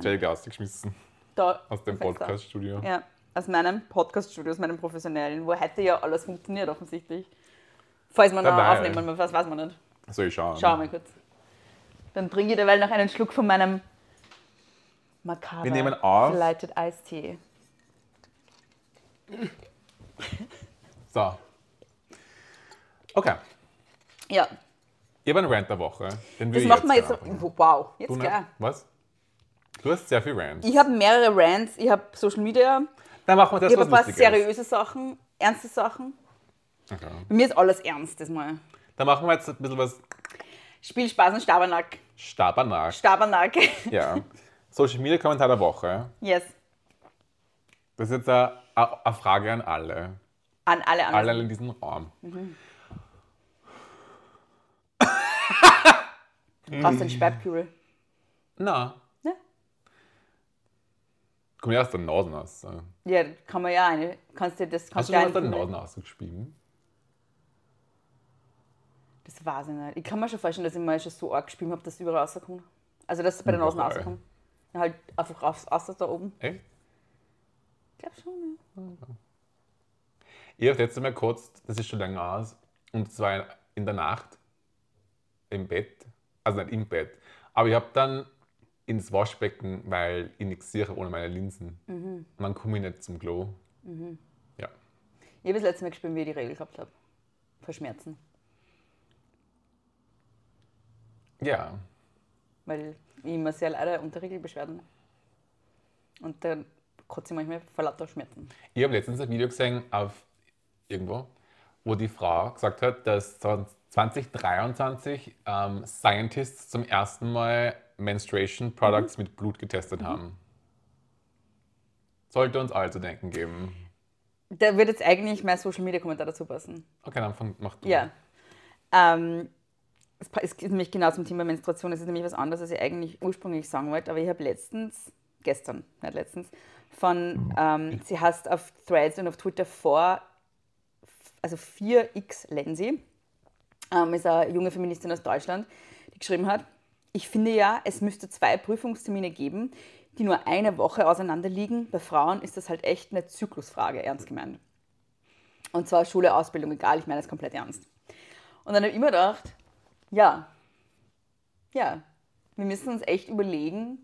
S2: Jake ausgeschmissen
S1: Da,
S2: aus dem
S1: Fenster.
S2: Podcast-Studio.
S1: Ja, aus meinem Podcast-Studio, aus meinem professionellen, wo heute ja alles funktioniert, offensichtlich. Falls man noch
S2: Dabei.
S1: aufnehmen muss, was weiß man nicht.
S2: So, ich schaue.
S1: Schauen wir mal kurz. Dann trinke ich derweil noch einen Schluck von meinem Makaber.
S2: Wir nehmen auf.
S1: Geleitet Eistee.
S2: So. Okay.
S1: Ja,
S2: Ich habe einen Rant der Woche. Den
S1: das
S2: will
S1: machen wir
S2: ich
S1: jetzt.
S2: jetzt anfangen.
S1: Wow,
S2: Du
S1: jetzt
S2: ne-
S1: klar.
S2: Was? Du hast sehr viel Rant.
S1: Ich habe mehrere Rants, ich habe Social Media,
S2: Dann machen wir das,
S1: ich habe
S2: was
S1: ein paar
S2: lustig ist.
S1: seriöse Sachen, ernste Sachen.
S2: Okay.
S1: Bei mir ist alles ernst das Mal.
S2: Dann machen wir jetzt ein bisschen was
S1: Spiel Spaß und Stabernack.
S2: Stabernack.
S1: Stabernack.
S2: Ja. Social Media Kommentar der Woche.
S1: [laughs] Yes.
S2: Das ist jetzt eine, eine eine Frage an alle.
S1: An alle anderen.
S2: Alle in diesem Raum.
S1: Brauchst du einen Speibkübel?
S2: Na,
S1: Ne?
S2: komm ja aus der Nase raus.
S1: Ja, kann man ja eine. Kannst du das
S2: Hast
S1: kannst
S2: du
S1: du
S2: schon aus der
S1: einen-
S2: Nase ausgespielt?
S1: Das weiß ich nicht. Ich kann mir schon vorstellen, dass ich mal schon so arg gespielt habe, dass es überall rauskommt. Also, dass es bei den Außen
S2: Überall.
S1: rauskommt. Ja, Halt einfach raus, raus da oben.
S2: Echt?
S1: Ich glaube schon,
S2: Ich habe letztes Mal gekotzt, das ist schon lange aus. Und zwar in der Nacht im Bett. Also nicht im Bett. Aber ich habe dann ins Waschbecken, weil ich nichts sehe ohne meine Linsen. Und dann komme ich nicht zum Klo. Ja.
S1: ja. Ich habe das letzte Mal gespielt, wie ich die Regel gehabt habe. Vor Schmerzen.
S2: Ja.
S1: Weil ich immer sehr leider unter Regelbeschwerden. Und dann kotze ich manchmal vor lauter Schmerzen.
S2: Ich habe letztens ein Video gesehen auf irgendwo, wo die Frau gesagt hat, dass 2023 ähm, Scientists zum ersten Mal Menstruation Products mit Blut getestet haben. Sollte uns alle zu denken geben.
S1: Da wird jetzt eigentlich mein Social Media Kommentar dazu passen.
S2: Okay, dann fang, mach du.
S1: Ja. Ähm, es pa- es geht nämlich genau zum Thema Menstruation. Es ist nämlich was anderes, als ich eigentlich ursprünglich sagen wollte. Aber ich habe letztens, gestern, nicht letztens, von, ähm, sie heißt auf Threads und auf Twitter vor, also 4x Lenzi, ähm, ist eine junge Feministin aus Deutschland, die geschrieben hat, ich finde ja, es müsste zwei Prüfungstermine geben, die nur eine Woche auseinander liegen. Bei Frauen ist das halt echt eine Zyklusfrage, ernst gemeint. Und zwar Schule, Ausbildung, egal, ich meine das komplett ernst. Und dann habe ich immer gedacht, ja, ja, wir müssen uns echt überlegen,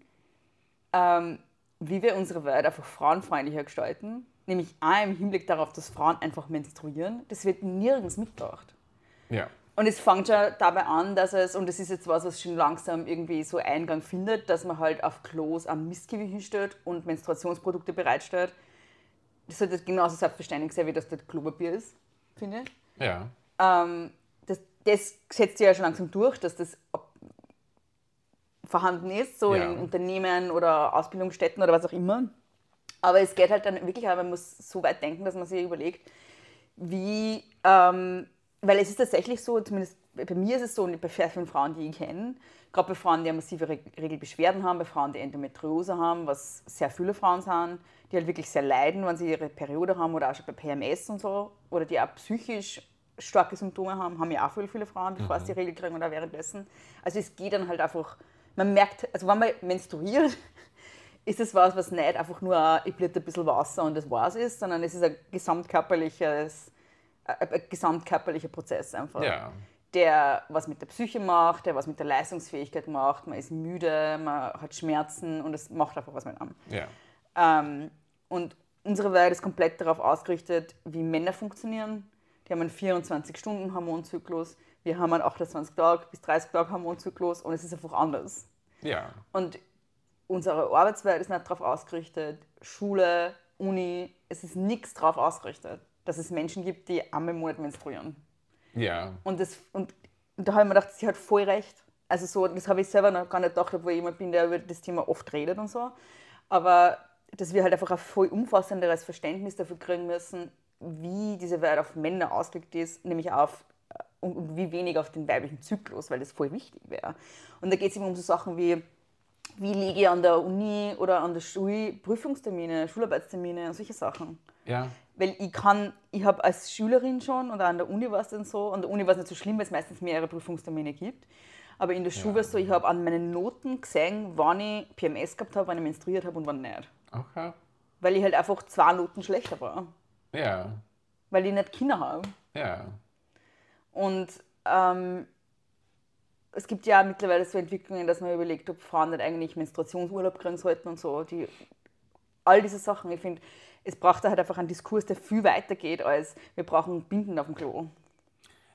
S1: ähm, wie wir unsere Welt einfach frauenfreundlicher gestalten. Nämlich A, im Hinblick darauf, dass Frauen einfach menstruieren. Das wird nirgends mitgebracht.
S2: Ja.
S1: Und es fängt schon dabei an, dass es, und das ist jetzt was, was schon langsam irgendwie so Eingang findet, dass man halt auf Klos am Mistgewicht hinstellt und Menstruationsprodukte bereitstellt. Das sollte genauso selbstverständlich sein, wie das das Klopapier ist, finde ich
S2: Ja.
S1: ähm, das, das setzt sich ja schon langsam durch, dass das ab- vorhanden ist, so
S2: Ja.
S1: in Unternehmen oder Ausbildungsstätten oder was auch immer. Aber es geht halt dann wirklich, auch, man muss so weit denken, dass man sich überlegt, wie, ähm, weil es ist tatsächlich so, zumindest bei mir ist es so, und bei sehr vielen Frauen, die ich kenne, gerade bei Frauen, die ja massive Re Regelbeschwerden haben, bei Frauen, die Endometriose haben, was sehr viele Frauen sind, die halt wirklich sehr leiden, wenn sie ihre Periode haben oder auch schon bei PMS und so, oder die auch psychisch starke Symptome haben, haben ja auch viele, viele Frauen, bevor sie die Regel kriegen oder währenddessen. Also es geht dann halt einfach, man merkt, also wenn man menstruiert, ist es was, was nicht einfach nur, äh, ich blüte ein bisschen Wasser und das war's ist, sondern es ist ein gesamtkörperliches, äh, ein, ein gesamtkörperlicher Prozess einfach.
S2: Ja.
S1: Der was mit der Psyche macht, der was mit der Leistungsfähigkeit macht, man ist müde, man hat Schmerzen und es macht einfach was mit einem.
S2: Ja.
S1: Ähm, und unsere Welt ist komplett darauf ausgerichtet, wie Männer funktionieren. Die haben einen 24-Stunden-Hormonzyklus, wir haben einen 28-Tag- bis 30-Tag-Hormonzyklus und es ist einfach anders.
S2: Ja.
S1: Und unsere Arbeitswelt ist nicht darauf ausgerichtet, Schule, Uni, es ist nichts darauf ausgerichtet, dass es Menschen gibt, die einmal im Monat menstruieren.
S2: Ja.
S1: Und, das, und, und da habe ich mir gedacht, sie hat voll recht. Also so, das habe ich selber noch gar nicht gedacht, obwohl ich jemand bin, der über das Thema oft redet und so. Aber dass wir halt einfach ein voll umfassenderes Verständnis dafür kriegen müssen, wie diese Welt auf Männer ausgelegt ist, nämlich auf äh, und, und wie wenig auf den weiblichen Zyklus, weil das voll wichtig wäre. Und da geht es eben um so Sachen wie, wie lege ich an der Uni oder an der Schule Prüfungstermine, Schularbeitstermine und solche Sachen
S2: Ja.
S1: weil ich kann, ich habe als Schülerin schon und auch an der Uni war es dann so, an der Uni war es nicht so schlimm, weil es meistens mehrere Prüfungstermine gibt, aber in der Schule war es so, ich habe an meinen Noten gesehen, wann ich PMS gehabt habe, wann ich menstruiert habe und wann nicht.
S2: Okay.
S1: Weil ich halt einfach zwei Noten schlechter war,
S2: Ja.
S1: weil ich nicht Kinder habe.
S2: Ja.
S1: Und ähm, es gibt ja mittlerweile so Entwicklungen, dass man überlegt, ob Frauen nicht eigentlich Menstruationsurlaub kriegen sollten und so. Die, all diese Sachen. Ich finde, es braucht da halt einfach einen Diskurs, der viel weiter geht, als wir brauchen Binden auf dem Klo.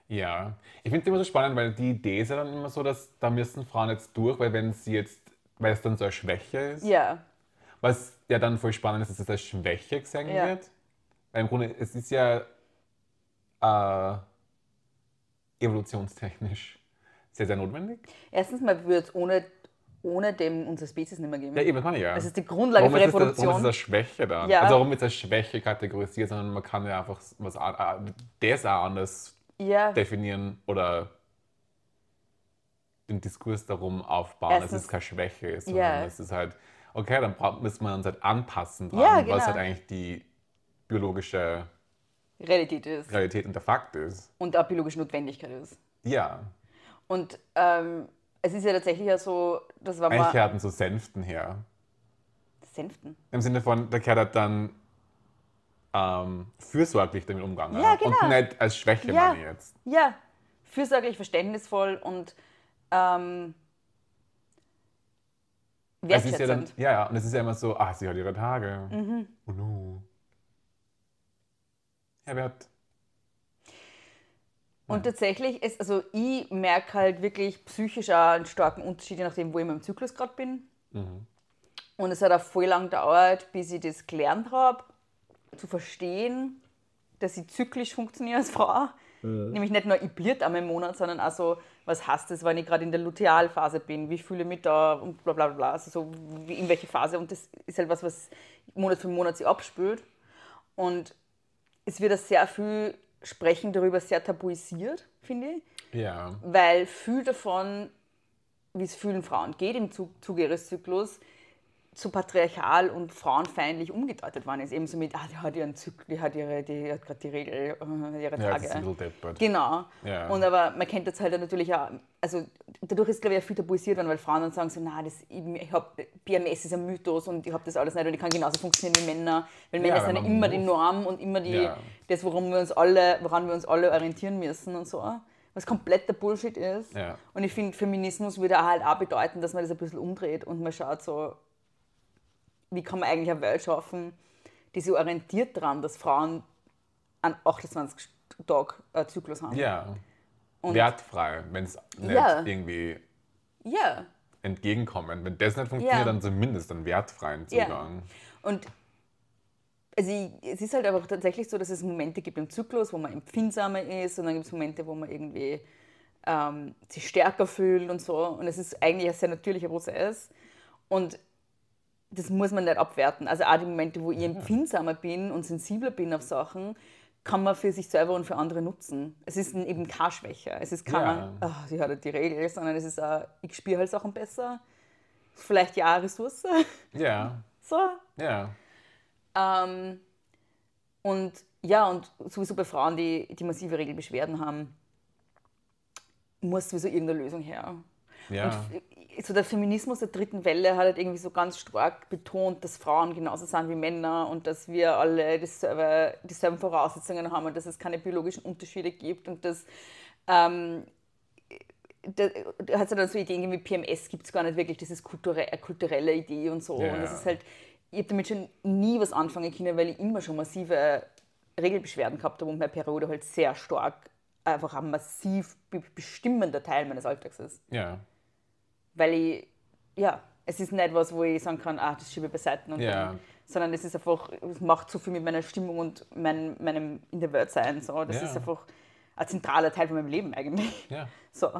S2: Ja, ich finde es immer so spannend, weil die Idee ist ja dann immer so, dass da müssen Frauen jetzt durch, weil wenn sie jetzt, weil es dann so eine Schwäche ist,
S1: Ja,
S2: was ja dann voll spannend ist, dass es als Schwäche gesehen
S1: Ja.
S2: wird. Weil im Grunde, es ist ja äh, evolutionstechnisch sehr, sehr notwendig.
S1: erstens mal würde es ohne, ohne dem unsere Spezies nicht mehr geben.
S2: Ja, eben, das meine ich ja.
S1: Das ist die Grundlage
S2: warum
S1: für
S2: ist es-
S1: Reproduktion.
S2: Warum ist es eine Schwäche dann?
S1: Ja.
S2: Also warum wird es als Schwäche kategorisiert, sondern man kann ja einfach was, an- äh, das auch anders
S1: ja,
S2: definieren oder den Diskurs darum aufbauen, dass
S1: Erstens-
S2: es keine Schwäche ist, sondern
S1: Ja.
S2: es ist halt, okay, dann braucht, müssen wir uns halt anpassen dran,
S1: Ja, genau.
S2: was halt eigentlich die biologische
S1: Realität ist.
S2: Realität und der Fakt ist.
S1: Und auch biologische Notwendigkeit ist.
S2: Ja,
S1: Und ähm, es ist ja tatsächlich ja so, das war mal
S2: Eichhärten so Sänften her.
S1: Sänften.
S2: Im Sinne von, der Kerl hat dann ähm, fürsorglich damit umgegangen.
S1: Ja, genau.
S2: Und nicht als Schwäche,
S1: Ja.
S2: meine ich jetzt.
S1: Ja, fürsorglich, verständnisvoll und ähm,
S2: Es ist ja, dann,
S1: wertschätzend. Mhm.
S2: ja, ja, und es ist ja immer so, ah, sie hat ihre Tage. Oh no. Herbert.
S1: Und tatsächlich ist, also ich merke halt wirklich psychisch auch einen starken Unterschied, je nachdem, wo ich in meinem Zyklus gerade bin. Und es hat auch voll lang gedauert, bis ich das gelernt habe, zu verstehen, dass ich zyklisch funktioniere als Frau. Nämlich nicht nur ich bliert einmal im Monat, sondern auch so, was heißt das, wenn ich gerade in der Lutealphase bin, wie fühle ich mich da und bla bla bla, also so, wie, in welche Phase. Und das ist halt was, was Monat für Monat sich abspült. Und es wird auch sehr viel Sprechen darüber sehr tabuisiert, finde ich
S2: Ja.
S1: weil viel davon, wie es vielen Frauen geht im Zu- Zuge ihres Zyklus, zu patriarchal und frauenfeindlich umgedeutet worden ist. Ebenso mit, ah, die hat ihren Zyklus, die hat, ihre, die hat gerade die Regel, äh, ihre
S2: Ja, das ist
S1: Tage.
S2: Little Deadbird.
S1: Genau.
S2: Ja.
S1: Und aber man kennt das halt dann natürlich auch, also dadurch ist, glaube ich, auch viel tabuisiert worden, weil Frauen dann sagen so, na, das, ich, ich hab, BMS ist ein Mythos und ich habe das alles nicht und ich kann genauso funktionieren wie Männer, weil Männer
S2: weil
S1: sind
S2: man
S1: immer die
S2: muss.
S1: Norm und immer die,
S2: Ja.
S1: das, worum wir uns alle, woran wir uns alle orientieren müssen und so, was kompletter Bullshit ist.
S2: Ja.
S1: Und ich finde, Feminismus würde auch halt auch bedeuten, dass man das ein bisschen umdreht und man schaut so, wie kann man eigentlich eine Welt schaffen, die sich orientiert daran, dass Frauen einen 28-Tag-Zyklus haben.
S2: Ja. Wertfrei, wenn es nicht
S1: Ja.
S2: irgendwie
S1: Ja.
S2: entgegenkommen. Wenn das nicht funktioniert,
S1: Ja.
S2: dann zumindest einen wertfreien
S1: Ja.
S2: Zugang.
S1: Und also ich, es ist halt aber auch tatsächlich so, dass es Momente gibt im Zyklus, wo man empfindsamer ist und dann gibt es Momente, wo man irgendwie ähm, sich stärker fühlt und so. Und es ist eigentlich ein sehr natürlicher Prozess. Und das muss man nicht abwerten. Also auch die Momente, wo ich empfindsamer bin und sensibler bin auf Sachen, kann man für sich selber und für andere nutzen. Es ist n- eben keine Schwäche. Es ist keine,
S2: Ja.
S1: ah, die hat halt die Regel, sondern es ist auch, ich spüre halt Sachen besser. Vielleicht ja auch eine Ressource. [laughs]
S2: Ja.
S1: So,
S2: Ja.
S1: ähm, und ja, und sowieso bei Frauen, die, die massive Regelbeschwerden haben, muss sowieso irgendeine Lösung her.
S2: Ja.
S1: Und so der Feminismus der dritten Welle hat halt irgendwie so ganz stark betont, dass Frauen genauso sind wie Männer und dass wir alle dieselbe, dieselben Voraussetzungen haben und dass es keine biologischen Unterschiede gibt und dass ähm, da, da hat es dann so Ideen gegeben, wie PMS gibt es gar nicht wirklich, das ist kulturelle, kulturelle Idee und so.
S2: Ja.
S1: Und das ist halt, ich habe damit schon nie was anfangen können, weil ich immer schon massive Regelbeschwerden gehabt habe und meine Periode halt sehr stark einfach ein massiv be- bestimmender Teil meines Alltags ist.
S2: Ja.
S1: Weil ich, ja, es ist nicht was, wo ich sagen kann, ah, das schiebe ich beiseite. Und
S2: Ja.
S1: dann, sondern es ist einfach, es macht so viel mit meiner Stimmung und mein, meinem in der Welt sein. So. Das
S2: Ja.
S1: ist einfach ein zentraler Teil von meinem Leben eigentlich. [laughs]
S2: Ja.
S1: So.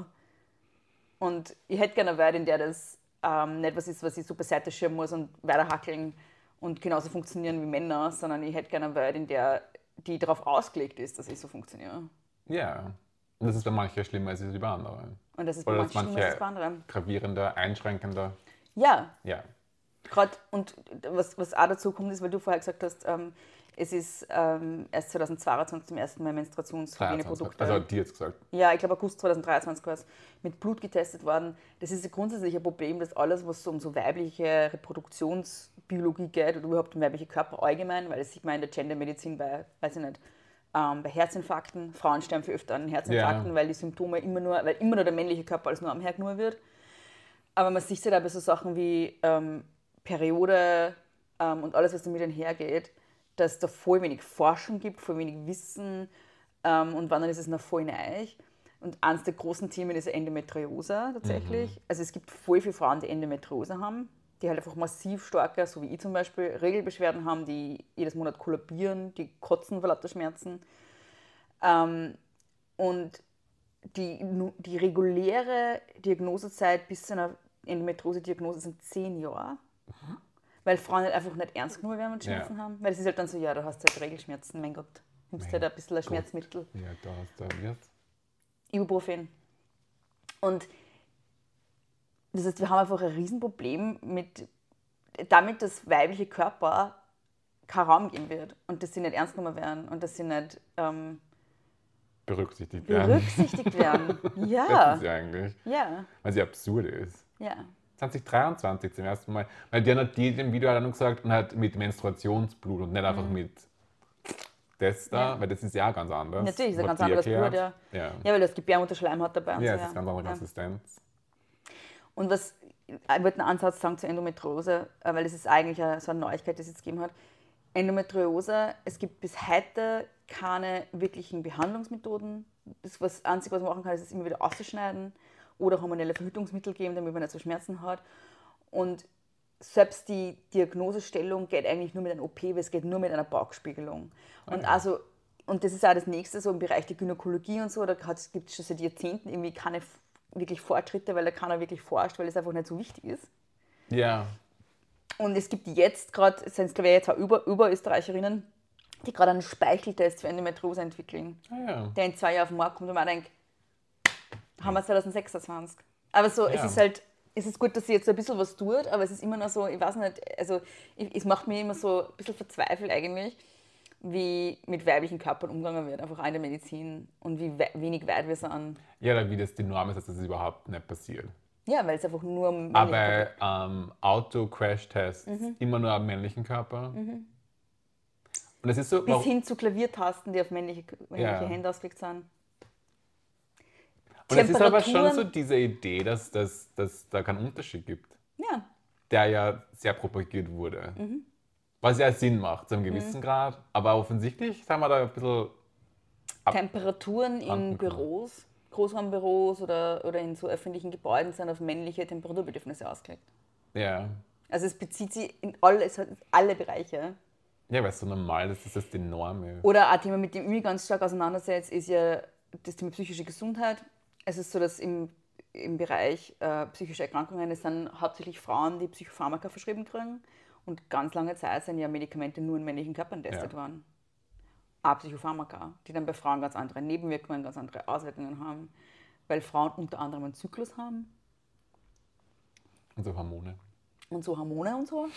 S1: Und ich hätte gerne eine Welt, in der das ähm, nicht was ist, was ich so beiseite schirmen muss und weiterhackeln und genauso funktionieren wie Männer, sondern ich hätte gerne eine Welt, in der die darauf ausgelegt ist, dass ich so funktioniere.
S2: Ja. Und das ist bei manchen schlimmer als es ist bei anderen.
S1: Und das ist bei
S2: Oder dass
S1: manchen schlimmer als
S2: manche
S1: bei anderen.
S2: gravierender, einschränkender.
S1: Ja,
S2: Ja.
S1: gerade und was, was auch dazu kommt, ist, weil du vorher gesagt hast, ähm, es ist ähm, erst 2022 zum ersten Mal Menstruationshygieneprodukte.
S2: Also hat die jetzt gesagt.
S1: Ja, ich glaube August 2023 war es, mit Blut getestet worden. Das ist ja grundsätzlich ein Problem, dass alles, was so um so weibliche Reproduktionsbiologie geht oder überhaupt um weibliche Körper allgemein, weil das sieht man in der Gendermedizin bei, weiß ich nicht, ähm, bei Herzinfarkten. Frauen sterben viel öfter an Herzinfarkten,
S2: Ja.
S1: weil die Symptome immer nur, weil immer nur der männliche Körper als Norm hergenommen wird. Aber man sieht es halt auch bei so Sachen wie ähm, Periode ähm, und alles, was damit einhergeht, dass da voll wenig Forschung gibt, voll wenig Wissen ähm, und wann dann ist es noch voll neu. Und eines der großen Themen ist Endometriose tatsächlich. Also es gibt voll viele Frauen, die Endometriose haben, die halt einfach massiv starke, so wie ich zum Beispiel, Regelbeschwerden haben, die jedes Monat kollabieren, die kotzen vor lauter Schmerzen. Ähm, und die, nu- die reguläre Diagnosezeit bis zu einer Endometriose-Diagnose sind zehn Jahre. Weil Frauen halt einfach nicht ernst genommen werden, wenn sie
S2: Ja.
S1: Schmerzen haben. Weil es ist halt dann so, ja, du hast halt Regelschmerzen, mein Gott. Nimmst halt ein bisschen ein Schmerzmittel.
S2: Ja, da hast du jetzt.
S1: Ibuprofen. Und das heißt, wir haben einfach ein Riesenproblem mit, damit, dass weibliche Körper kein Raum geben wird und dass sie nicht ernst genommen werden und dass sie nicht ähm,
S2: berücksichtigt werden. [laughs]
S1: berücksichtigt werden.
S2: Das
S1: Ja,
S2: ist ja eigentlich,
S1: ja,
S2: weil sie absurd ist.
S1: ja.
S2: 2023 zum ersten Mal. Weil die hat die im Video hat auch noch gesagt und hat mit Menstruationsblut und nicht einfach mit das da, weil das ist Mhm. ja auch ganz anders.
S1: Natürlich ist ein
S2: Hat
S1: ganz
S2: die
S1: anderes
S2: erklärt.
S1: Blut, ja.
S2: Ja,
S1: Ja, weil das Gebärmutterschleim hat dabei. und
S2: ja
S1: so,
S2: es ist ganz andere Konsistenz.
S1: Und was, ich wollte einen Ansatz sagen zur Endometriose, äh, weil es ist eigentlich eine, so eine Neuigkeit, die es jetzt gegeben hat. Endometriose, es gibt bis heute keine wirklichen Behandlungsmethoden. Das was, Einzige, was man machen kann, ist es immer wieder auszuschneiden oder hormonelle Verhütungsmittel geben, damit man nicht so Schmerzen hat. Und selbst die Diagnosestellung geht eigentlich nur mit einem OP, weil es geht nur mit einer Bauchspiegelung. Und also und das ist auch das nächste, so im Bereich der Gynäkologie und so, da gibt es schon seit Jahrzehnten irgendwie keine f- wirklich Fortschritte, weil da keiner wirklich forscht, weil es einfach nicht so wichtig ist.
S2: Ja,
S1: Und es gibt jetzt gerade, es sind glaube ich jetzt auch über, über Österreicherinnen, die gerade einen Speicheltest für Endometriose entwickeln,
S2: Ah, ja.
S1: der in zwei Jahren auf den Markt kommt und man denkt, haben wir 2026. Aber so, es
S2: Ja.
S1: ist halt, es ist gut, dass sie jetzt ein bisschen was tut, aber es ist immer noch so, ich weiß nicht, also ich, es macht mich immer so ein bisschen verzweifelt eigentlich, wie mit weiblichen Körpern umgegangen wird, einfach auch in der Medizin und wie we wenig weit wir sind.
S2: Ja, oder wie das die Norm ist, dass das überhaupt nicht passiert.
S1: Ja, weil es einfach nur um
S2: Aber ähm, Auto-Crash-Tests
S1: Mhm.
S2: immer nur am männlichen Körper. Und es ist so,
S1: bis
S2: warum-
S1: hin zu Klaviertasten, die auf männliche, männliche
S2: Ja.
S1: Hände ausgelegt sind.
S2: und es ist aber schon
S1: Temperaturen-
S2: so diese Idee, dass, dass, dass da keinen Unterschied gibt.
S1: Ja,
S2: der ja sehr propagiert wurde.
S1: Mhm.
S2: Was ja Sinn macht, zu einem gewissen Grad. Aber offensichtlich haben wir da ein bisschen.
S1: Temperaturen in
S2: Angekommen.
S1: Büros, Großraumbüros oder, oder in so öffentlichen Gebäuden sind auf männliche Temperaturbedürfnisse ausgelegt.
S2: Ja.
S1: Also es bezieht sich in alle, es hat alle Bereiche.
S2: Ja, weil es so normal ist, dass das die Norm ist.
S1: Oder ein Thema, mit dem ich mich ganz stark auseinandersetze, ist ja das Thema psychische Gesundheit. Es ist so, dass im, im Bereich äh, psychischer Erkrankungen es sind hauptsächlich Frauen, die Psychopharmaka verschrieben kriegen. Und ganz lange Zeit sind ja Medikamente nur in männlichen Körpern getestet
S2: Ja.
S1: worden. Auch Psychopharmaka, die dann bei Frauen ganz andere Nebenwirkungen, ganz andere Auswirkungen haben, weil Frauen unter anderem einen Zyklus haben
S2: Und so Hormone.
S1: und so Hormone und so,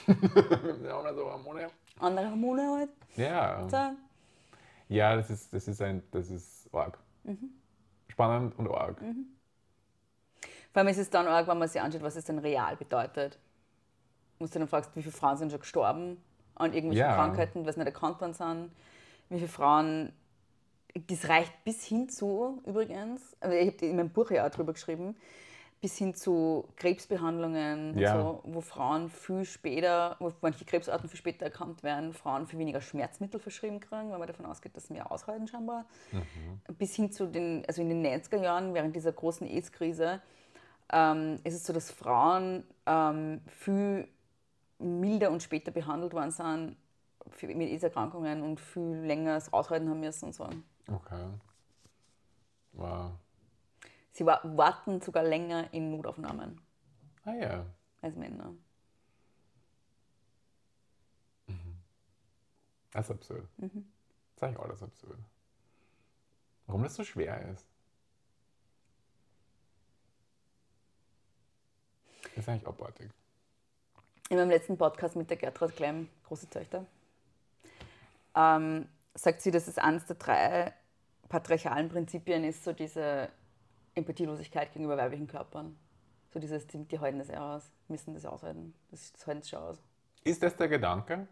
S2: Ja, oder so Hormone.
S1: andere Hormone halt.
S2: Ja.
S1: So.
S2: Ja, das ist, das ist ein. Das ist arg.
S1: Mhm.
S2: Spannend und arg.
S1: Vor allem ist es dann arg, wenn man sich anschaut, was es denn real bedeutet. Wenn du dann fragst, wie viele Frauen sind schon gestorben an irgendwelchen
S2: Ja.
S1: Krankheiten, was nicht erkannt worden sind, wie viele Frauen. Das reicht bis hin zu, übrigens, also ich habe in meinem Buch ja auch drüber geschrieben, bis hin zu Krebsbehandlungen,
S2: Ja.
S1: und so, wo Frauen viel später, wo manche Krebsarten viel später erkannt werden, Frauen viel weniger Schmerzmittel verschrieben kriegen, weil man davon ausgeht, dass sie mehr aushalten scheinbar. Bis hin zu den, also in den 90er Jahren, während dieser großen AIDS-Krise, ähm, ist es so, dass Frauen ähm, viel milder und später behandelt worden sind für, mit AIDS-Erkrankungen und viel länger es aushalten haben müssen und so.
S2: Okay. Wow.
S1: Sie wa warten sogar länger in Notaufnahmen
S2: Ah ja.
S1: als Männer.
S2: Das ist absurd.
S1: Mhm.
S2: Das sag ich auch, das ist absurd. Warum das so schwer ist. Das ist eigentlich abartig.
S1: in meinem letzten Podcast mit der Gertrud Klemm, große Töchter, ähm, sagt sie, dass es eines der drei patriarchalen Prinzipien ist, so diese Empathielosigkeit gegenüber weiblichen Körpern. So dieses, die, die halten das eh aus, müssen das aushalten, das, das halten sie schon aus.
S2: Ist das der Gedanke?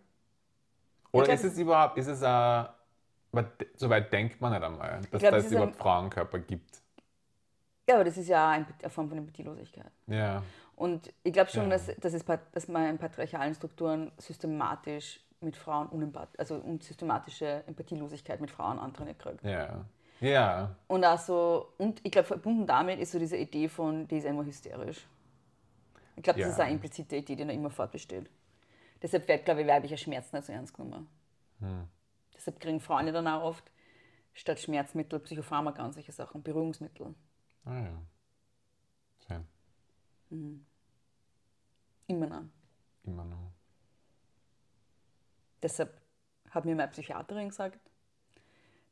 S2: Oder
S1: glaub,
S2: ist es überhaupt, ist es äh, aber d- so weit denkt man nicht einmal, dass
S1: glaub,
S2: das
S1: es
S2: es
S1: ist ein-
S2: überhaupt Frauenkörper gibt.
S1: Ja, aber das ist ja eine eine Form von Empathielosigkeit.
S2: Ja.
S1: Und ich glaube schon,
S2: Ja.
S1: dass, dass, es, pat- dass man in patriarchalen Strukturen systematisch mit Frauen unempath also und systematische Empathielosigkeit mit Frauen antrainiert kriegt.
S2: Ja. Ja.
S1: Und auch so, und ich glaube, verbunden damit ist so diese Idee von, die ist einfach hysterisch. Ich glaube, das
S2: Ja.
S1: ist eine implizite Idee, die noch immer fortbesteht. Deshalb wird, glaube ich, weiblicher Schmerz nicht so ernst genommen.
S2: Hm.
S1: Deshalb kriegen Frauen ja dann auch oft statt Schmerzmittel Psychopharmaka und solche Sachen, Berührungsmittel.
S2: Ah, ja. Schön.
S1: Immer noch.
S2: Immer noch.
S1: Deshalb hat mir meine Psychiaterin gesagt,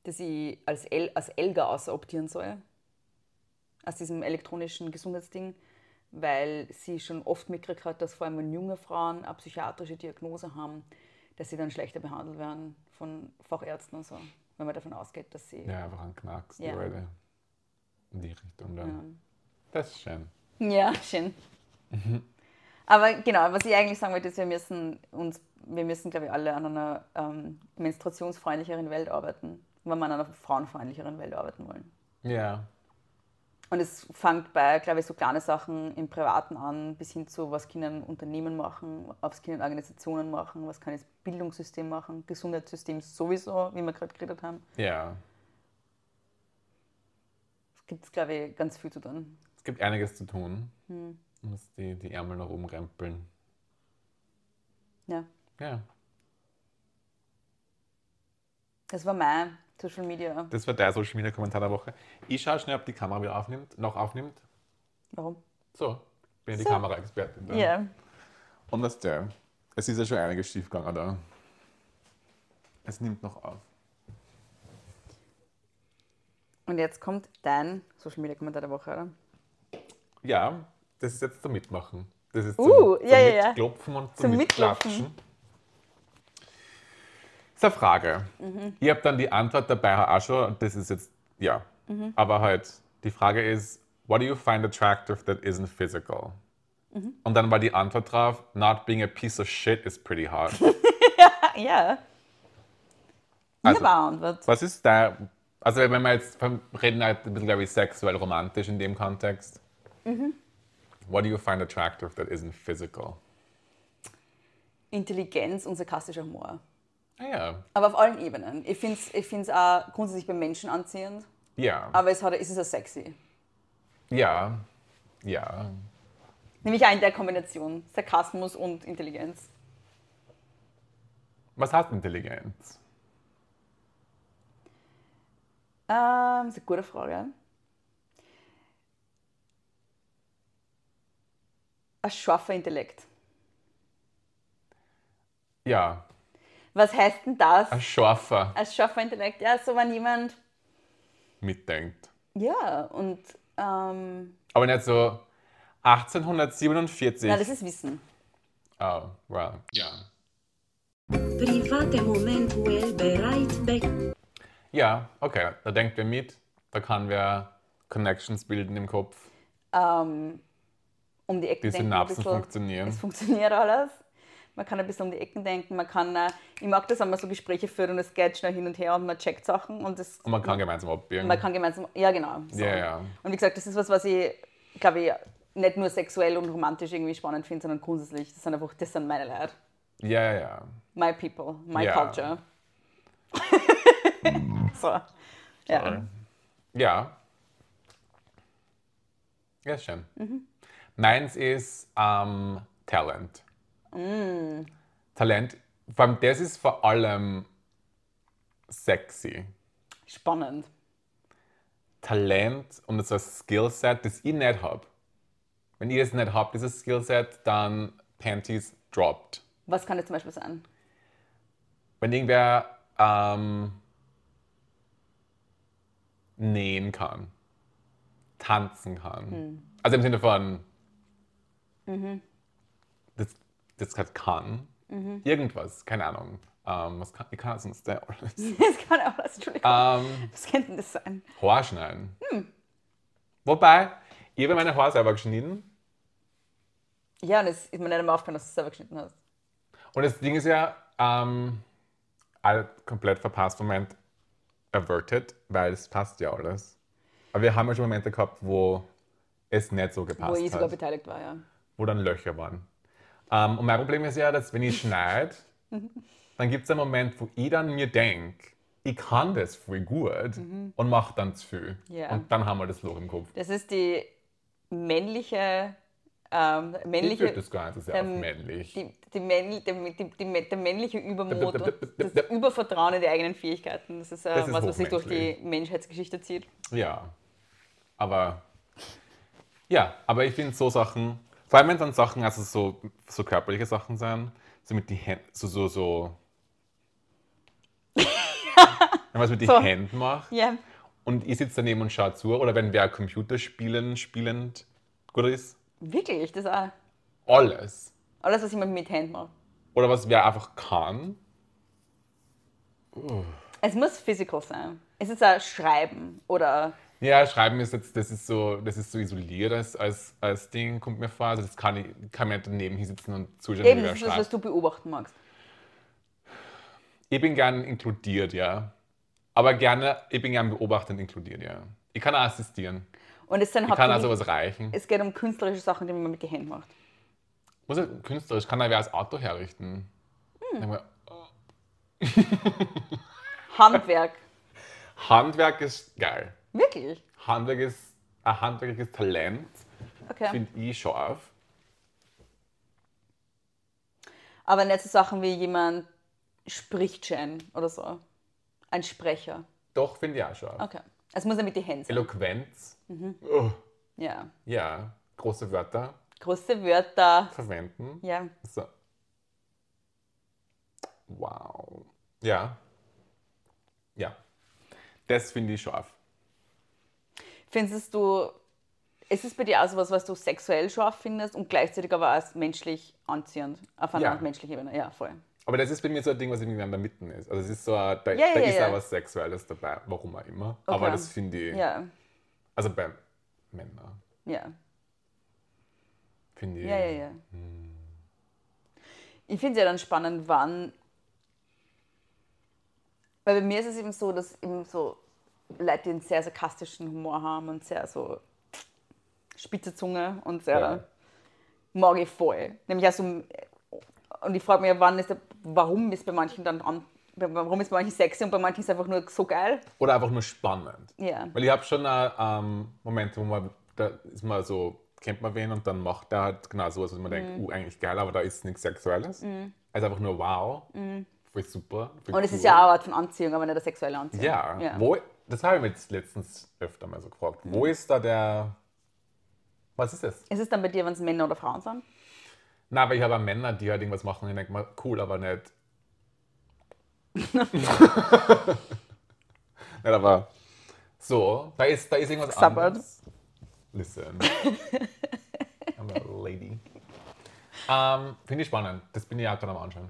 S1: dass ich als, El als Elga ausoptieren soll, aus diesem elektronischen Gesundheitsding, weil sie schon oft mitgekriegt hat, dass vor allem wenn junge Frauen eine psychiatrische Diagnose haben, dass sie dann schlechter behandelt werden von Fachärzten und so. wenn man davon ausgeht, dass sie.
S2: Ja, einfach einen Knacks, die
S1: Ja.
S2: Leute. In die Richtung dann. Das ist schön.
S1: Ja, schön. Aber genau, was ich eigentlich sagen wollte, ist, wir müssen uns, wir müssen, glaube ich, alle an einer ähm, menstruationsfreundlicheren Welt arbeiten, wenn wir an einer frauenfreundlicheren Welt arbeiten wollen.
S2: Ja.
S1: Und es fängt bei, glaube ich, so kleine Sachen im Privaten an, bis hin zu, was können Unternehmen machen, was können Organisationen machen, was kann das Bildungssystem machen, Gesundheitssystem sowieso, wie wir gerade geredet haben.
S2: Ja.
S1: Es gibt, glaube ich, ganz viel zu tun.
S2: Es gibt einiges zu tun.
S1: Hm.
S2: Muss die, die Ärmel nach oben rempeln.
S1: Ja.
S2: Ja.
S1: Das war mein Social Media.
S2: Das war der Social Media Kommentar der Woche. Ich schaue schnell, ob die Kamera wieder aufnimmt, noch aufnimmt.
S1: Warum?
S2: So, bin ja die
S1: So.
S2: Kameraexpertin. dann.
S1: Ja.
S2: Und was der? Es ist ja schon einiges schiefgegangen da. Es nimmt noch auf.
S1: Und jetzt kommt dein Social Media Kommentar der Woche, oder?
S2: Ja, das ist jetzt zum Mitmachen. Das ist
S1: Uh,
S2: zum,
S1: ja,
S2: zum
S1: ja, ja.
S2: Mitklopfen und zum,
S1: Zum
S2: Mitklatschen. Das ist eine Frage.
S1: Mhm.
S2: Ihr habt dann die Antwort dabei auch schon. und Das ist jetzt, ja.
S1: Mhm.
S2: Aber halt, die Frage ist, what do you find attractive that isn't physical?
S1: Mhm.
S2: Und dann war die Antwort drauf, not being a piece of shit is pretty hard.
S1: [laughs] Ah, ja.
S2: Also-
S1: Wunderbar Antwort.
S2: Was ist da, also wenn wir jetzt vom- reden, halt ein bisschen, glaube ich, sexuell romantisch in dem Kontext.
S1: Mhm.
S2: What do you find attractive that isn't physical?
S1: Intelligenz und sarkastischer Humor.
S2: Ah ja,
S1: Aber auf allen Ebenen. Ich finde es ich find's auch grundsätzlich bei Menschen anziehend,
S2: ja,
S1: aber es, hat, es ist auch sexy.
S2: ja, ja.
S1: Nämlich auch in der Kombination Sarkasmus und Intelligenz.
S2: Was heißt Intelligenz?
S1: Ähm, das ist eine gute Frage. Ein scharfer Intellekt.
S2: Ja,
S1: Was heißt denn das?
S2: ein scharfer
S1: Ein scharfer Intellekt, ja, so wenn jemand.
S2: mitdenkt.
S1: Ja, und. Ähm,
S2: Aber nicht so 1847.
S1: na, das ist Wissen.
S2: oh, wow. Ja.
S4: Private moment will be right back.
S2: Ja, okay, da denkt wer mit, da kann wer Connections bilden im Kopf,
S1: Ähm, um die Ecken
S2: die
S1: denken. ein
S2: Synapsen
S1: bisschen.
S2: funktionieren.
S1: Es funktioniert alles. Man kann ein bisschen um die Ecken denken. Man kann, äh, ich mag das, wenn man so Gespräche führt und es geht schnell hin und her und man checkt Sachen und das
S2: Und man kann gemeinsam abbiegen.
S1: Man kann gemeinsam, ja genau. So.
S2: Ja, ja.
S1: Und wie gesagt, das ist was, was ich, glaube ich, nicht nur sexuell und romantisch irgendwie spannend finde, sondern grundsätzlich. Das sind einfach, das sind meine Leute.
S2: Ja, ja.
S1: My people, my
S2: Ja.
S1: culture. [laughs] so. Ja.
S2: Ja. Ja, schön. Meins ist ähm, Talent. Talent, vor allem das ist vor allem sexy.
S1: Spannend.
S2: Talent und so ein Skillset, das ich nicht habe. Wenn ihr das nicht habt, dieses Skillset, dann Panties dropped.
S1: Was kann das zum Beispiel sein? [laughs]
S2: Wenn irgendwer ähm, nähen kann, tanzen kann. Also im Sinne von, das, das gerade kann. Irgendwas, keine Ahnung. Ähm, was kann, ich kann sonst der
S1: [laughs]
S2: alles.
S1: Das kann auch alles, Entschuldigung.
S2: ähm,
S1: Was könnte denn das sein?
S2: Haar schneiden. Wobei, ich habe meine Haare selber geschnitten.
S1: Ja, und es ist mir nicht einmal aufgefallen, dass du es selber geschnitten hast.
S2: Und das Ding ist ja, ähm, all- komplett verpasst Moment averted, weil es passt ja alles. Aber wir haben ja schon Momente gehabt, wo es nicht so
S1: Wo
S2: gepasst
S1: ich sogar
S2: hat,
S1: beteiligt war, ja.
S2: wo dann Löcher waren. Ähm, und mein Problem ist ja, dass wenn
S1: [laughs]
S2: ich schneide, dann gibt es einen Moment, wo ich dann mir denke, ich kann das voll gut und mache dann zu viel.
S1: Mhm. Ja.
S2: Und dann haben wir das Loch im Kopf.
S1: Das ist die männliche, ähm,
S2: Ich
S1: männliche
S2: würde das gar nicht so sehr
S1: ähm,
S2: auf männlich.
S1: die, die Männl, der, die, die, der männliche Übermut
S2: Dip, dip, dip, dip,
S1: und das
S2: dip.
S1: Übervertrauen in die eigenen Fähigkeiten. Das ist, äh,
S2: Das ist
S1: was, was sich durch die
S2: hochmenschlich.
S1: Menschheitsgeschichte zieht.
S2: Ja, aber ja, aber ich finde so Sachen, vor allem wenn dann Sachen, also so, so körperliche Sachen sind, so mit den Händen, so, so, so. wenn man es mit den
S1: So.
S2: Händen macht
S1: Ja,
S2: und ich sitze daneben und schaue zu, oder wenn wer Computerspielen spielend gut ist,
S1: wirklich, das auch.
S2: alles.
S1: Alles, was jemand mit Hand macht.
S2: Oder was wer einfach kann,
S1: Es muss physical sein. Es ist ein Schreiben oder
S2: Ja, Schreiben ist jetzt, das ist so, das ist so isoliert als, als, als Ding, kommt mir vor. Also das kann ich, kann man nicht daneben hinsitzen und zuschauen,
S1: eben
S2: wie
S1: das
S2: wer
S1: ist das, was
S2: schreibt.
S1: du beobachten magst.
S2: Ich bin gern inkludiert, ja. Aber gerne, ich bin gern beobachtend inkludiert, ja. Ich kann auch assistieren.
S1: Und es sind
S2: Ich kann also
S1: hauptsächlich-
S2: was reichen.
S1: es geht um künstlerische Sachen, die man mit den Händen macht.
S2: Muss halt künstlerisch, kann er wer als Auto herrichten. Sag mal,
S1: Handwerk.
S2: Handwerk ist geil.
S1: Wirklich?
S2: Handwerk ist ein handwerkliches Talent,
S1: Okay.
S2: finde ich scharf.
S1: Aber nicht so Sachen wie jemand spricht schön oder so. Ein Sprecher.
S2: Doch, finde ich auch scharf.
S1: Okay. Es muss ja mit den Händen sein.
S2: Eloquenz. Oh,
S1: Ja.
S2: ja, große Wörter
S1: Große Wörter.
S2: verwenden.
S1: Ja.
S2: So. Wow. Ja. Ja. Das finde ich scharf.
S1: Findest du, ist es bei dir auch sowas, was du sexuell scharf findest und gleichzeitig aber auch als menschlich anziehend? Auf einer
S2: Ja.
S1: menschlichen Ebene. Ja, voll.
S2: Aber das ist bei mir so ein Ding, was irgendwie an der Mitte ist. Also es ist so, ein, da,
S1: Ja,
S2: da
S1: ja,
S2: ist
S1: ja.
S2: auch was Sexuelles dabei, warum auch immer. Aber
S1: Okay.
S2: das finde ich,
S1: Ja.
S2: also bei Männern,
S1: Ja.
S2: finde ich.
S1: Ja, ja, ja. Ich finde es ja dann spannend, wann. Weil bei mir ist es eben so, dass eben so Leute, die einen sehr sarkastischen Humor haben und sehr so spitze Zunge und sehr.
S2: Ja.
S1: mag ich voll. Nämlich auch so. Und ich frage mich, wann ist der, warum ist bei manchen dann an, warum ist bei manchen sexy und bei manchen ist es einfach nur so geil.
S2: Oder einfach nur spannend.
S1: Ja.
S2: Weil ich habe schon äh, ähm, Momente, wo man, da ist man so, kennt man wen und dann macht er halt genau sowas,
S1: Mhm.
S2: wo man denkt, uh, eigentlich geil, aber da ist nichts Sexuelles. Also einfach nur wow, voll super. Voll
S1: Mhm. Und es ist
S2: cool.
S1: ja auch eine Art von Anziehung, aber nicht eine sexuelle Anziehung.
S2: Ja,
S1: ja. Mhm.
S2: Wo, das habe ich mich jetzt letztens öfter mal so gefragt. Wo ist da der. Was ist das?
S1: Ist es dann bei dir, wenn es Männer oder Frauen sind?
S2: Na, weil ich habe auch Männer, die halt irgendwas machen und ich denke mal, cool, aber nicht. nicht aber. So, da ist, da ist irgendwas
S1: Sabbat.
S2: anderes. Listen. I'm a lady. Ähm, Finde ich spannend. Das bin ich auch gerade am Anschauen.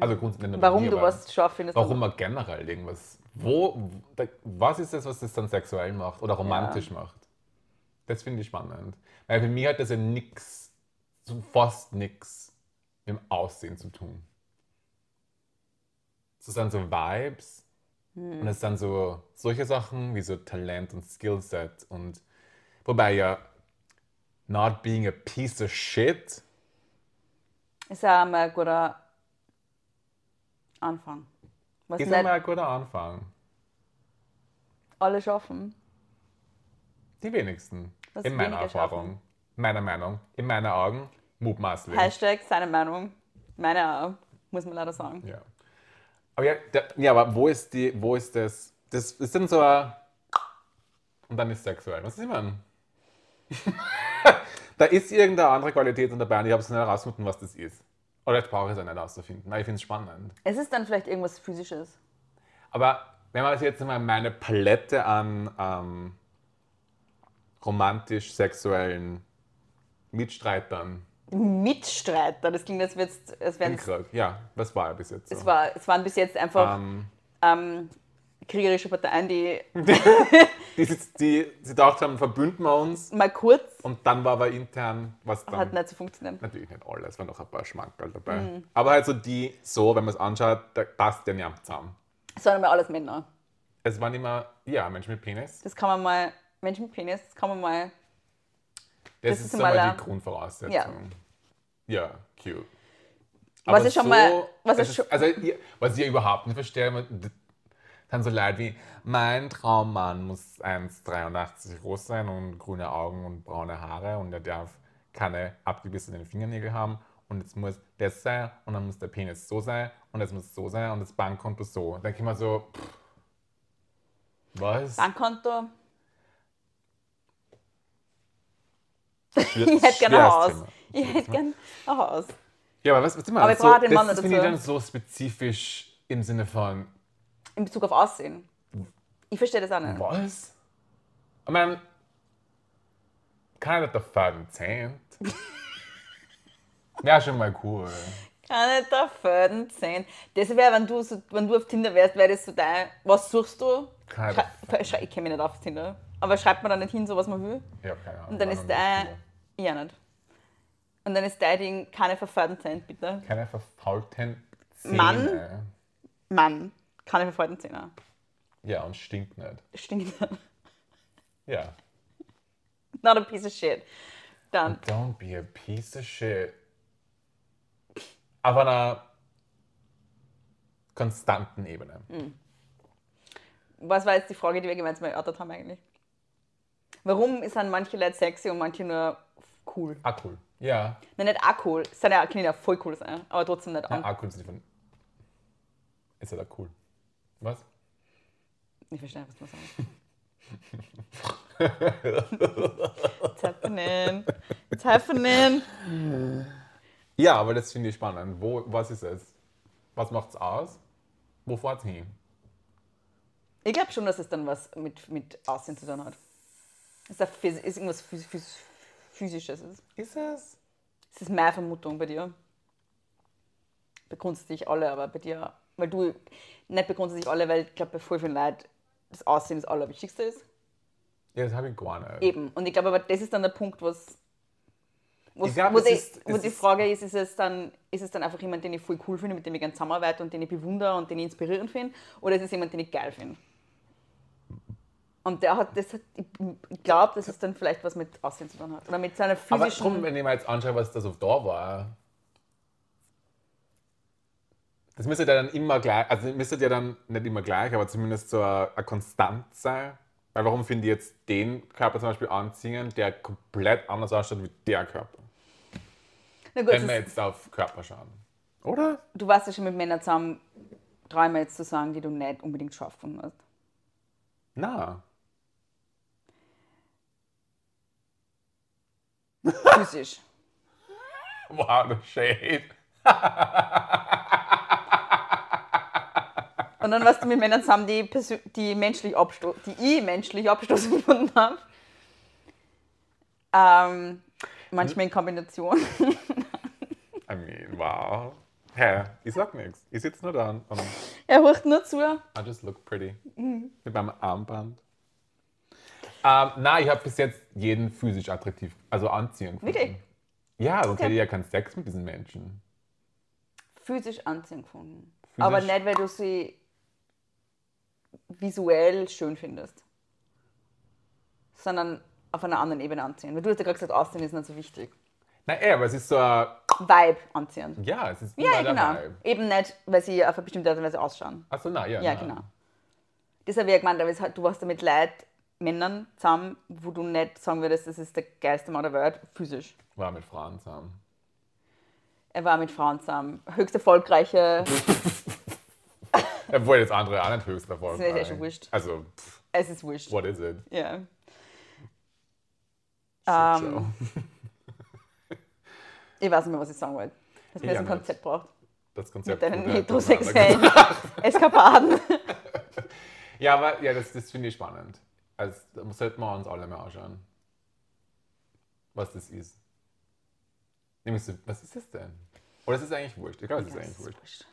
S2: Also grundsätzlich nicht nur bei
S1: Warum
S2: mir,
S1: du
S2: aber-
S1: was scharf findest?
S2: Warum man generell irgendwas. Wo, da, was ist das, was das dann sexuell macht oder romantisch macht? Das finde ich spannend. Weil für mich hat das ja nichts, so fast nichts mit dem Aussehen zu tun. Das sind so Vibes und es sind so solche Sachen wie so Talent und Skillset und wobei ja not being a piece of shit
S1: Ist ja mal ein guter Anfang. Was
S2: ist
S1: nicht
S2: einmal ein guter Anfang.
S1: alle schaffen.
S2: Die wenigsten.
S1: Was
S2: in meiner
S1: weniger schaffen.
S2: Erfahrung. Meiner Meinung. In meinen Augen. Mutmaßlich.
S1: Hashtag seine Meinung. Meine auch, muss man leider sagen.
S2: ja. Aber ja, da, ja, aber wo ist die, wo ist das? Das ist dann so ein. Und dann ist sexuell. Was ist immer? [laughs] da ist irgendeine andere Qualität dabei und ich habe es nicht herausgefunden, was das ist. Oder ich brauche es auch nicht herauszufinden, weil ich finde es spannend.
S1: Es ist dann vielleicht irgendwas Physisches.
S2: Aber wenn man sich jetzt mal meine Palette an ähm, romantisch-sexuellen Mitstreitern
S1: Mitstreiter, das klingt, als, würdest- als wären es.
S2: Hinkrieg. Ja, das war ja bis jetzt so.
S1: Es, war, es waren bis jetzt einfach
S2: ähm,
S1: ähm, kriegerische Parteien, die
S2: die, sitzt- die, sie gedacht haben, verbünden wir uns.
S1: mal kurz
S2: Und dann war aber intern, was dann.
S1: hat nicht Mhm. zu funktionieren.
S2: Natürlich nicht alle, es waren noch ein paar Schmankerl dabei. Aber halt so die, so, wenn man es anschaut, da passt ja nicht zusammen.
S1: Sondern mal alles Männer.
S2: Es waren immer, ja, Menschen mit Penis.
S1: Das kann man mal, Menschen mit Penis, das kann man mal.
S2: Das,
S1: das
S2: ist
S1: ist mal
S2: einmal
S1: ein-
S2: die Grundvoraussetzung. Ja, cute.
S1: Was ich schon mal- was
S2: es
S1: ich
S2: ist,
S1: schon-
S2: also, ich- was ich überhaupt nicht verstehe, man- d- sind so Leute wie, mein Traummann muss 1,83 groß sein und grüne Augen und braune Haare und er darf keine abgebissenen Fingernägel haben und jetzt muss das sein und dann muss der Penis so sein und das muss so sein und das Bankkonto so. Da kann man so, pff, was?
S1: Bankkonto, [laughs] [laughs]
S2: Schwer-
S1: ich hätte gerne ein
S2: schweres
S1: Haus.
S2: Thema.
S1: Ich hätte gerne ein Haus.
S2: Ja, aber was, was immer,
S1: Aber ich
S2: so,
S1: brauche den Mann
S2: das
S1: dazu.
S2: finde ich dann so spezifisch im Sinne von,
S1: in Bezug auf Aussehen. Ich verstehe das auch nicht.
S2: was? Ich meine,
S1: [laughs]
S2: keiner hat der fucking zähnt. Wäre schon mal cool.
S1: Kann ich da Faden sehen? Das wäre, wenn du, so, wenn du auf Tinder wärst, wäre das so dein. Was suchst du?
S2: Keine
S1: Schrei- schrei- ich kenne mich nicht auf Tinder. Aber schreibt man da nicht hin, so was man will?
S2: Ich habe keine Ahnung.
S1: Und dann
S2: war
S1: ist äh,
S2: noch nie
S1: dein.
S2: auf
S1: Ja, nicht. Und dann ist dein Ding, keine verfaden sein, bitte.
S2: Tinder. Keine verfaulten Zähne.
S1: Mann? Mann, keine verfaden Zähne.
S2: Ja, und stinkt nicht.
S1: Stinkt.
S2: Ja.
S1: [laughs] Not a piece of shit. Dann.
S2: Don't be a piece of shit. Auf einer konstanten Ebene.
S1: Mhm. Was war jetzt die Frage, die wir gemeinsam erörtert haben eigentlich? Warum sind manche Leute sexy und manche nur cool?
S2: Ah, cool. Ja.
S1: Nein, nicht auch cool. Es sind ja können ja voll cool sein, aber trotzdem nicht an.
S2: Nein, ah, cool ist nicht von. Ist ja da cool. Was?
S1: Ich verstehe, was man sagt. It's happening. It's happening.
S2: Ja, aber das finde ich spannend. Wo, was ist es? Was macht's aus? Wo fahrt's hin?
S1: Ich glaube schon, dass es dann was mit, mit Aussehen zu tun hat. Ist, da phys ist irgendwas phys phys Physisches. Ist.
S2: Ist es?
S1: Das ist meine Vermutung bei dir. Begrunst dich alle, aber bei dir, weil du nicht begrunst dich alle, weil ich glaube, bei voll vielen Leuten das Aussehen das Allerwichtigste ist.
S2: Ja, das habe ich gar nicht.
S1: Eben. Und ich glaube, aber das ist dann der Punkt, was. was
S2: Ich glaub,
S1: wo,
S2: es
S1: die,
S2: ist-
S1: wo
S2: es
S1: die
S2: ist-
S1: Frage ist, ist es, dann, ist es dann einfach jemand, den ich voll cool finde, mit dem ich gerne zusammenarbeite und den ich bewundere und den ich inspirierend finde? Oder ist es jemand, den ich geil finde? Und der hat, das hat, ich glaube, dass es dann vielleicht was mit Aussehen zu tun hat. Oder mit seiner
S2: Aber
S1: physischen.
S2: drum, wenn ich mir jetzt anschaue, was das auf da war. Das müsste ja dann immer gleich, also müsste ja dann nicht immer gleich, aber zumindest so eine, eine Konstant sein. Weil warum finde ich jetzt den Körper zum Beispiel anziehen, der komplett anders ausschaut wie der Körper?
S1: Na gut,
S2: Wenn
S1: es
S2: wir
S1: ist-
S2: jetzt auf Körper schauen. Oder?
S1: du warst ja schon mit Männern zusammen, träume jetzt zu sagen, die du nicht unbedingt scharf gefunden hast.
S2: [laughs] Na.
S1: Physisch.
S2: Wow, the shade.
S1: Und dann warst du mit Männern zusammen, die, persö- die, menschlich absto die ich menschlich Abstoß gefunden habe. Ähm, manchmal in Kombination. [laughs]
S2: I mean, wow. Hä? Ich sag nichts. Ich sitze nur da und
S1: er hört nur zu.
S2: I just look pretty.
S1: Mhm.
S2: Mit meinem Armband. Ähm, nein, ich habe bis jetzt jeden physisch attraktiv, also anziehend gefunden.
S1: Wirklich?
S2: Ja, sonst
S1: Okay.
S2: hätte ich ja keinen Sex mit diesen Menschen.
S1: Physisch anziehend gefunden.
S2: Physisch?
S1: Aber nicht, weil du sie visuell schön findest. Sondern auf einer anderen Ebene anziehen. Weil du hast ja gerade gesagt, Aussehen ist nicht so wichtig.
S2: Nein, ey, eh, aber es ist so, ein-
S1: Vibe anziehend.
S2: ja, es ist
S1: Ja,
S2: immer
S1: genau.
S2: dabei.
S1: Eben nicht, weil sie auf eine bestimmte Art und Weise ausschauen.
S2: Achso, nein, ja.
S1: Ja,
S2: nein.
S1: genau. Das habe ich ja gemeint, aber es hat- du warst damit Leid, Männern zusammen, wo du nicht sagen würdest, das ist der geilste Mann der Welt, physisch.
S2: War mit Frauen zusammen.
S1: Er war mit Frauen zusammen. Höchst
S2: [laughs]
S1: erfolgreiche,
S2: Obwohl das andere auch nicht höchst erfolgreich.
S1: Das ist eh schon wurscht.
S2: Also, pff,
S1: es ist wurscht.
S2: what is it?
S1: Ja.
S2: Shit
S1: Ähm,
S2: show.
S1: ich weiß nicht mehr, was ich sagen wollte. Dass man das
S2: Ich
S1: ein
S2: auch nicht.
S1: Konzept braucht.
S2: Das Konzept.
S1: Deinen
S2: wurde
S1: heterosexuellen [laughs] Eskapaden.
S2: Ja, aber ja, das, das finde ich spannend. Also, da sollten wir uns alle mal anschauen, was das ist. Nämlich so, was ist das denn? Oder es ist eigentlich wurscht. Ich glaube, es ist
S1: Ja,
S2: eigentlich
S1: es ist
S2: wurscht.
S1: wurscht.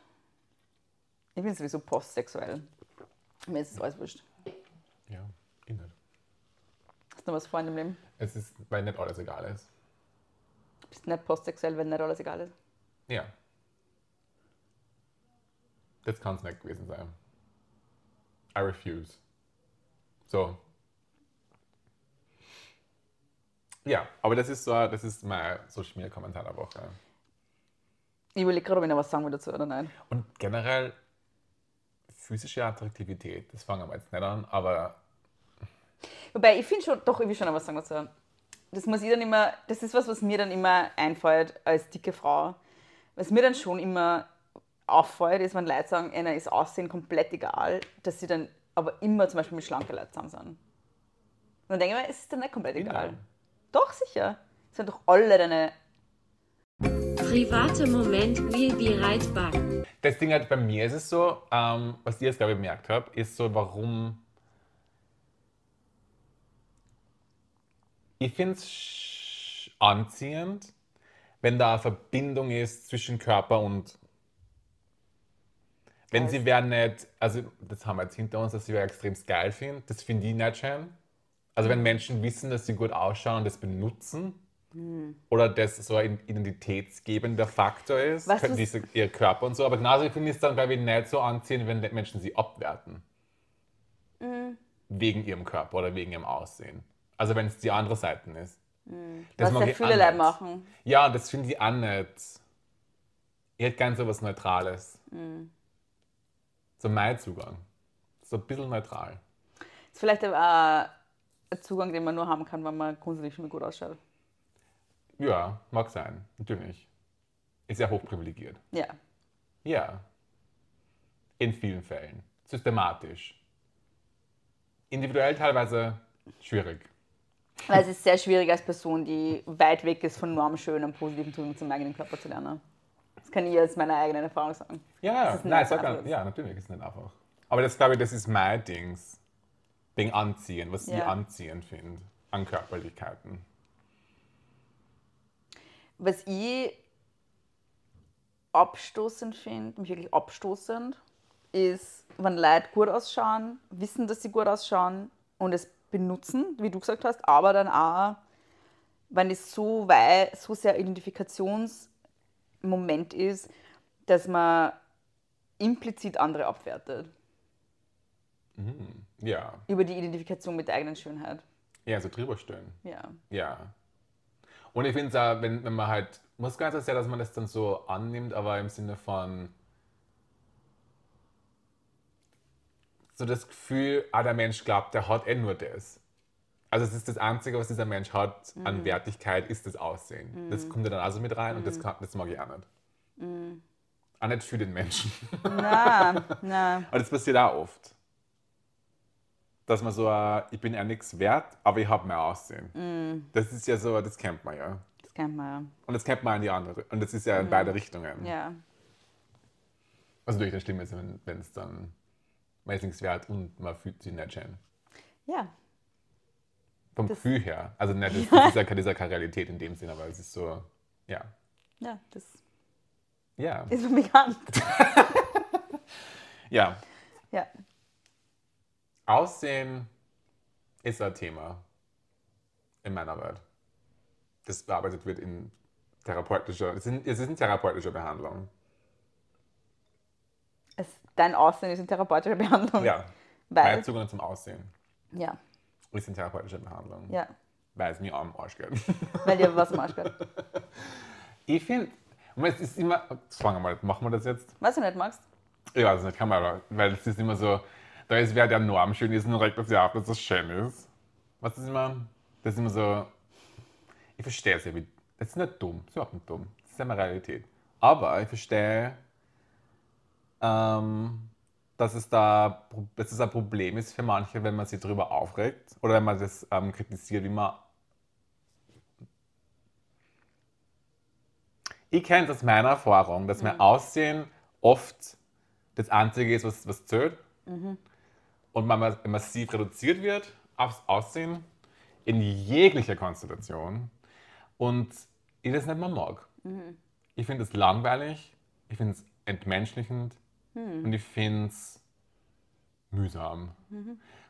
S1: Ich bin sowieso postsexuell. Mir ist es alles wurscht.
S2: Ja, ich nicht.
S1: Hast du noch was vor in deinem Leben?
S2: Es ist, weil nicht alles egal ist.
S1: Du bist nicht postsexuell, wenn nicht alles egal ist.
S2: Ja. Das kann es nicht gewesen sein. I refuse. So. Ja, aber das ist so, das ist mein Social Media Kommentar der Woche.
S1: Ich überlege gerade, ob ich noch was sagen will dazu oder nein.
S2: Und generell physische Attraktivität, das fangen wir jetzt nicht an, aber
S1: Wobei, ich finde schon, doch, ich will schon noch was sagen dazu. Das muss ich dann immer, das ist was, was mir dann immer einfällt als dicke Frau. Was mir dann schon immer auffällt, ist, wenn Leute sagen, einer ist Aussehen komplett egal, dass sie dann aber immer zum Beispiel mit schlanken Leuten zusammen sind. Und dann denke ich mir, es ist dann nicht komplett egal. Doch, sicher. Es sind doch alle deine.
S4: Private Moment will be right back.
S2: das Ding halt bei mir ist es so, ähm, was ihr jetzt glaube ich bemerkt habt, ist so, warum ich finde es anziehend, wenn da eine Verbindung ist zwischen Körper und. Wenn sie wer nicht, also das haben wir jetzt hinter uns, dass sie wer extrem geil finden, das finde ich nicht schön. Also wenn Menschen wissen, dass sie gut ausschauen und das benutzen oder das so ein identitätsgebender Faktor ist,
S1: Weißt
S2: könnten
S1: du-
S2: diese, ihr Körper und so, aber genauso finde ich es dann, glaube ich, nicht so anziehend, wenn Menschen sie abwerten. Wegen ihrem Körper oder wegen ihrem Aussehen. Also wenn es die andere Seite ist. Das
S1: Was
S2: mag
S1: ja
S2: ich
S1: viele
S2: auch
S1: Leute
S2: nicht.
S1: machen.
S2: Ja, und das finde ich auch nicht. Ich hätte gern so was Neutrales. So mein Zugang. So ein bisschen neutral.
S1: ist vielleicht aber auch ein Zugang, den man nur haben kann, wenn man grundsätzlich schon mal gut ausschaut.
S2: Ja, mag sein. Natürlich. Ist ja hochprivilegiert.
S1: Ja.
S2: Ja. In vielen Fällen. Systematisch. Individuell teilweise schwierig.
S1: Weil es ist sehr schwierig als Person, die weit weg ist von normschön und positiven Zugang zum eigenen Körper zu lernen. Das kann ich aus meiner eigenen Erfahrung sagen.
S2: Ja,
S1: ist nicht
S2: nein, sag
S1: einfach.
S2: gar, ja, natürlich ist es nicht einfach. Aber das glaube ich, das ist mein Dings. Wegen Anziehen, was ich
S1: Ja.
S2: anziehend finde. An Körperlichkeiten.
S1: Was ich abstoßend finde, mich wirklich abstoßend, ist, wenn Leute gut ausschauen, wissen, dass sie gut ausschauen und es benutzen, wie du gesagt hast, aber dann auch, wenn es so, wei- so sehr Identifikationsmoment ist, dass man implizit andere abwertet
S2: Ja.
S1: über die Identifikation mit der eigenen Schönheit.
S2: Ja, so drüber stehen.
S1: Ja.
S2: Ja. Und ich finde es auch, wenn, wenn man halt, muss gar nicht so sehr, dass man das dann so annimmt, aber im Sinne von so das Gefühl, ah, der Mensch glaubt, der hat eh nur das. Also es ist das Einzige, was dieser Mensch hat
S1: Mhm.
S2: an Wertigkeit, ist das Aussehen. Das kommt ja dann also mit rein und das, kann, das mag ich auch nicht. Auch nicht für den Menschen.
S1: Mhm.
S2: [laughs]
S1: Na, na.
S2: Aber das passiert auch oft. Dass man so, äh, ich bin ja nichts wert, aber ich habe mein Aussehen. Das ist ja so, das kennt man ja.
S1: Das kennt man
S2: Und das kennt man in die andere. Und das ist ja in beide Richtungen.
S1: Mhm. ja. Ja.
S2: Also durch das Schlimme ist, wenn es dann, man ist nichts wert und man fühlt sich nicht schön.
S1: Ja.
S2: Vom Gefühl her. Also nicht,
S1: [laughs]
S2: das, das ist ja keine, das ist ja keine Realität in dem Sinn, aber es ist so, ja.
S1: Ja, das
S2: Ja.
S1: ist mir bekannt.
S2: Ja.
S1: Ja.
S2: Aussehen ist ein Thema in meiner Welt. Das bearbeitet wird in therapeutischer, es ist, es ist eine therapeutische Behandlung.
S1: Es, dein Aussehen ist in therapeutischer Behandlung.
S2: Ja, mein
S1: Weil,
S2: Zugang zum Aussehen
S1: ja,
S2: ist in therapeutischer Behandlung,
S1: ja.
S2: weil es mir am Arsch geht.
S1: Weil dir was am Arsch geht.
S2: Ich finde, es ist immer, fangen wir mal, machen wir das jetzt?
S1: Was du nicht magst?
S2: Ich weiß nicht, kann man aber, also weil es ist immer so, da ist wer der Norm schön ist und regt das ja auf, dass das schön ist. Was ist immer? Das ist immer so, ich verstehe es ja, wie- das ist nicht dumm, das ist überhaupt nicht dumm, das ist ja eine Realität. Aber ich verstehe, ähm, dass, es da, Pro- dass es ein Problem ist für manche, wenn man sich darüber aufregt oder wenn man das ähm, kritisiert, wie man. Ich kenne es aus meiner Erfahrung, dass mein Aussehen oft das Einzige ist, was, was zählt. Und man mas- massiv reduziert wird aufs Aussehen in jeglicher Konstellation. Und ich das nicht mehr mag. Ich finde es langweilig, ich finde es entmenschlichend
S1: Hm.
S2: und ich finde es mühsam.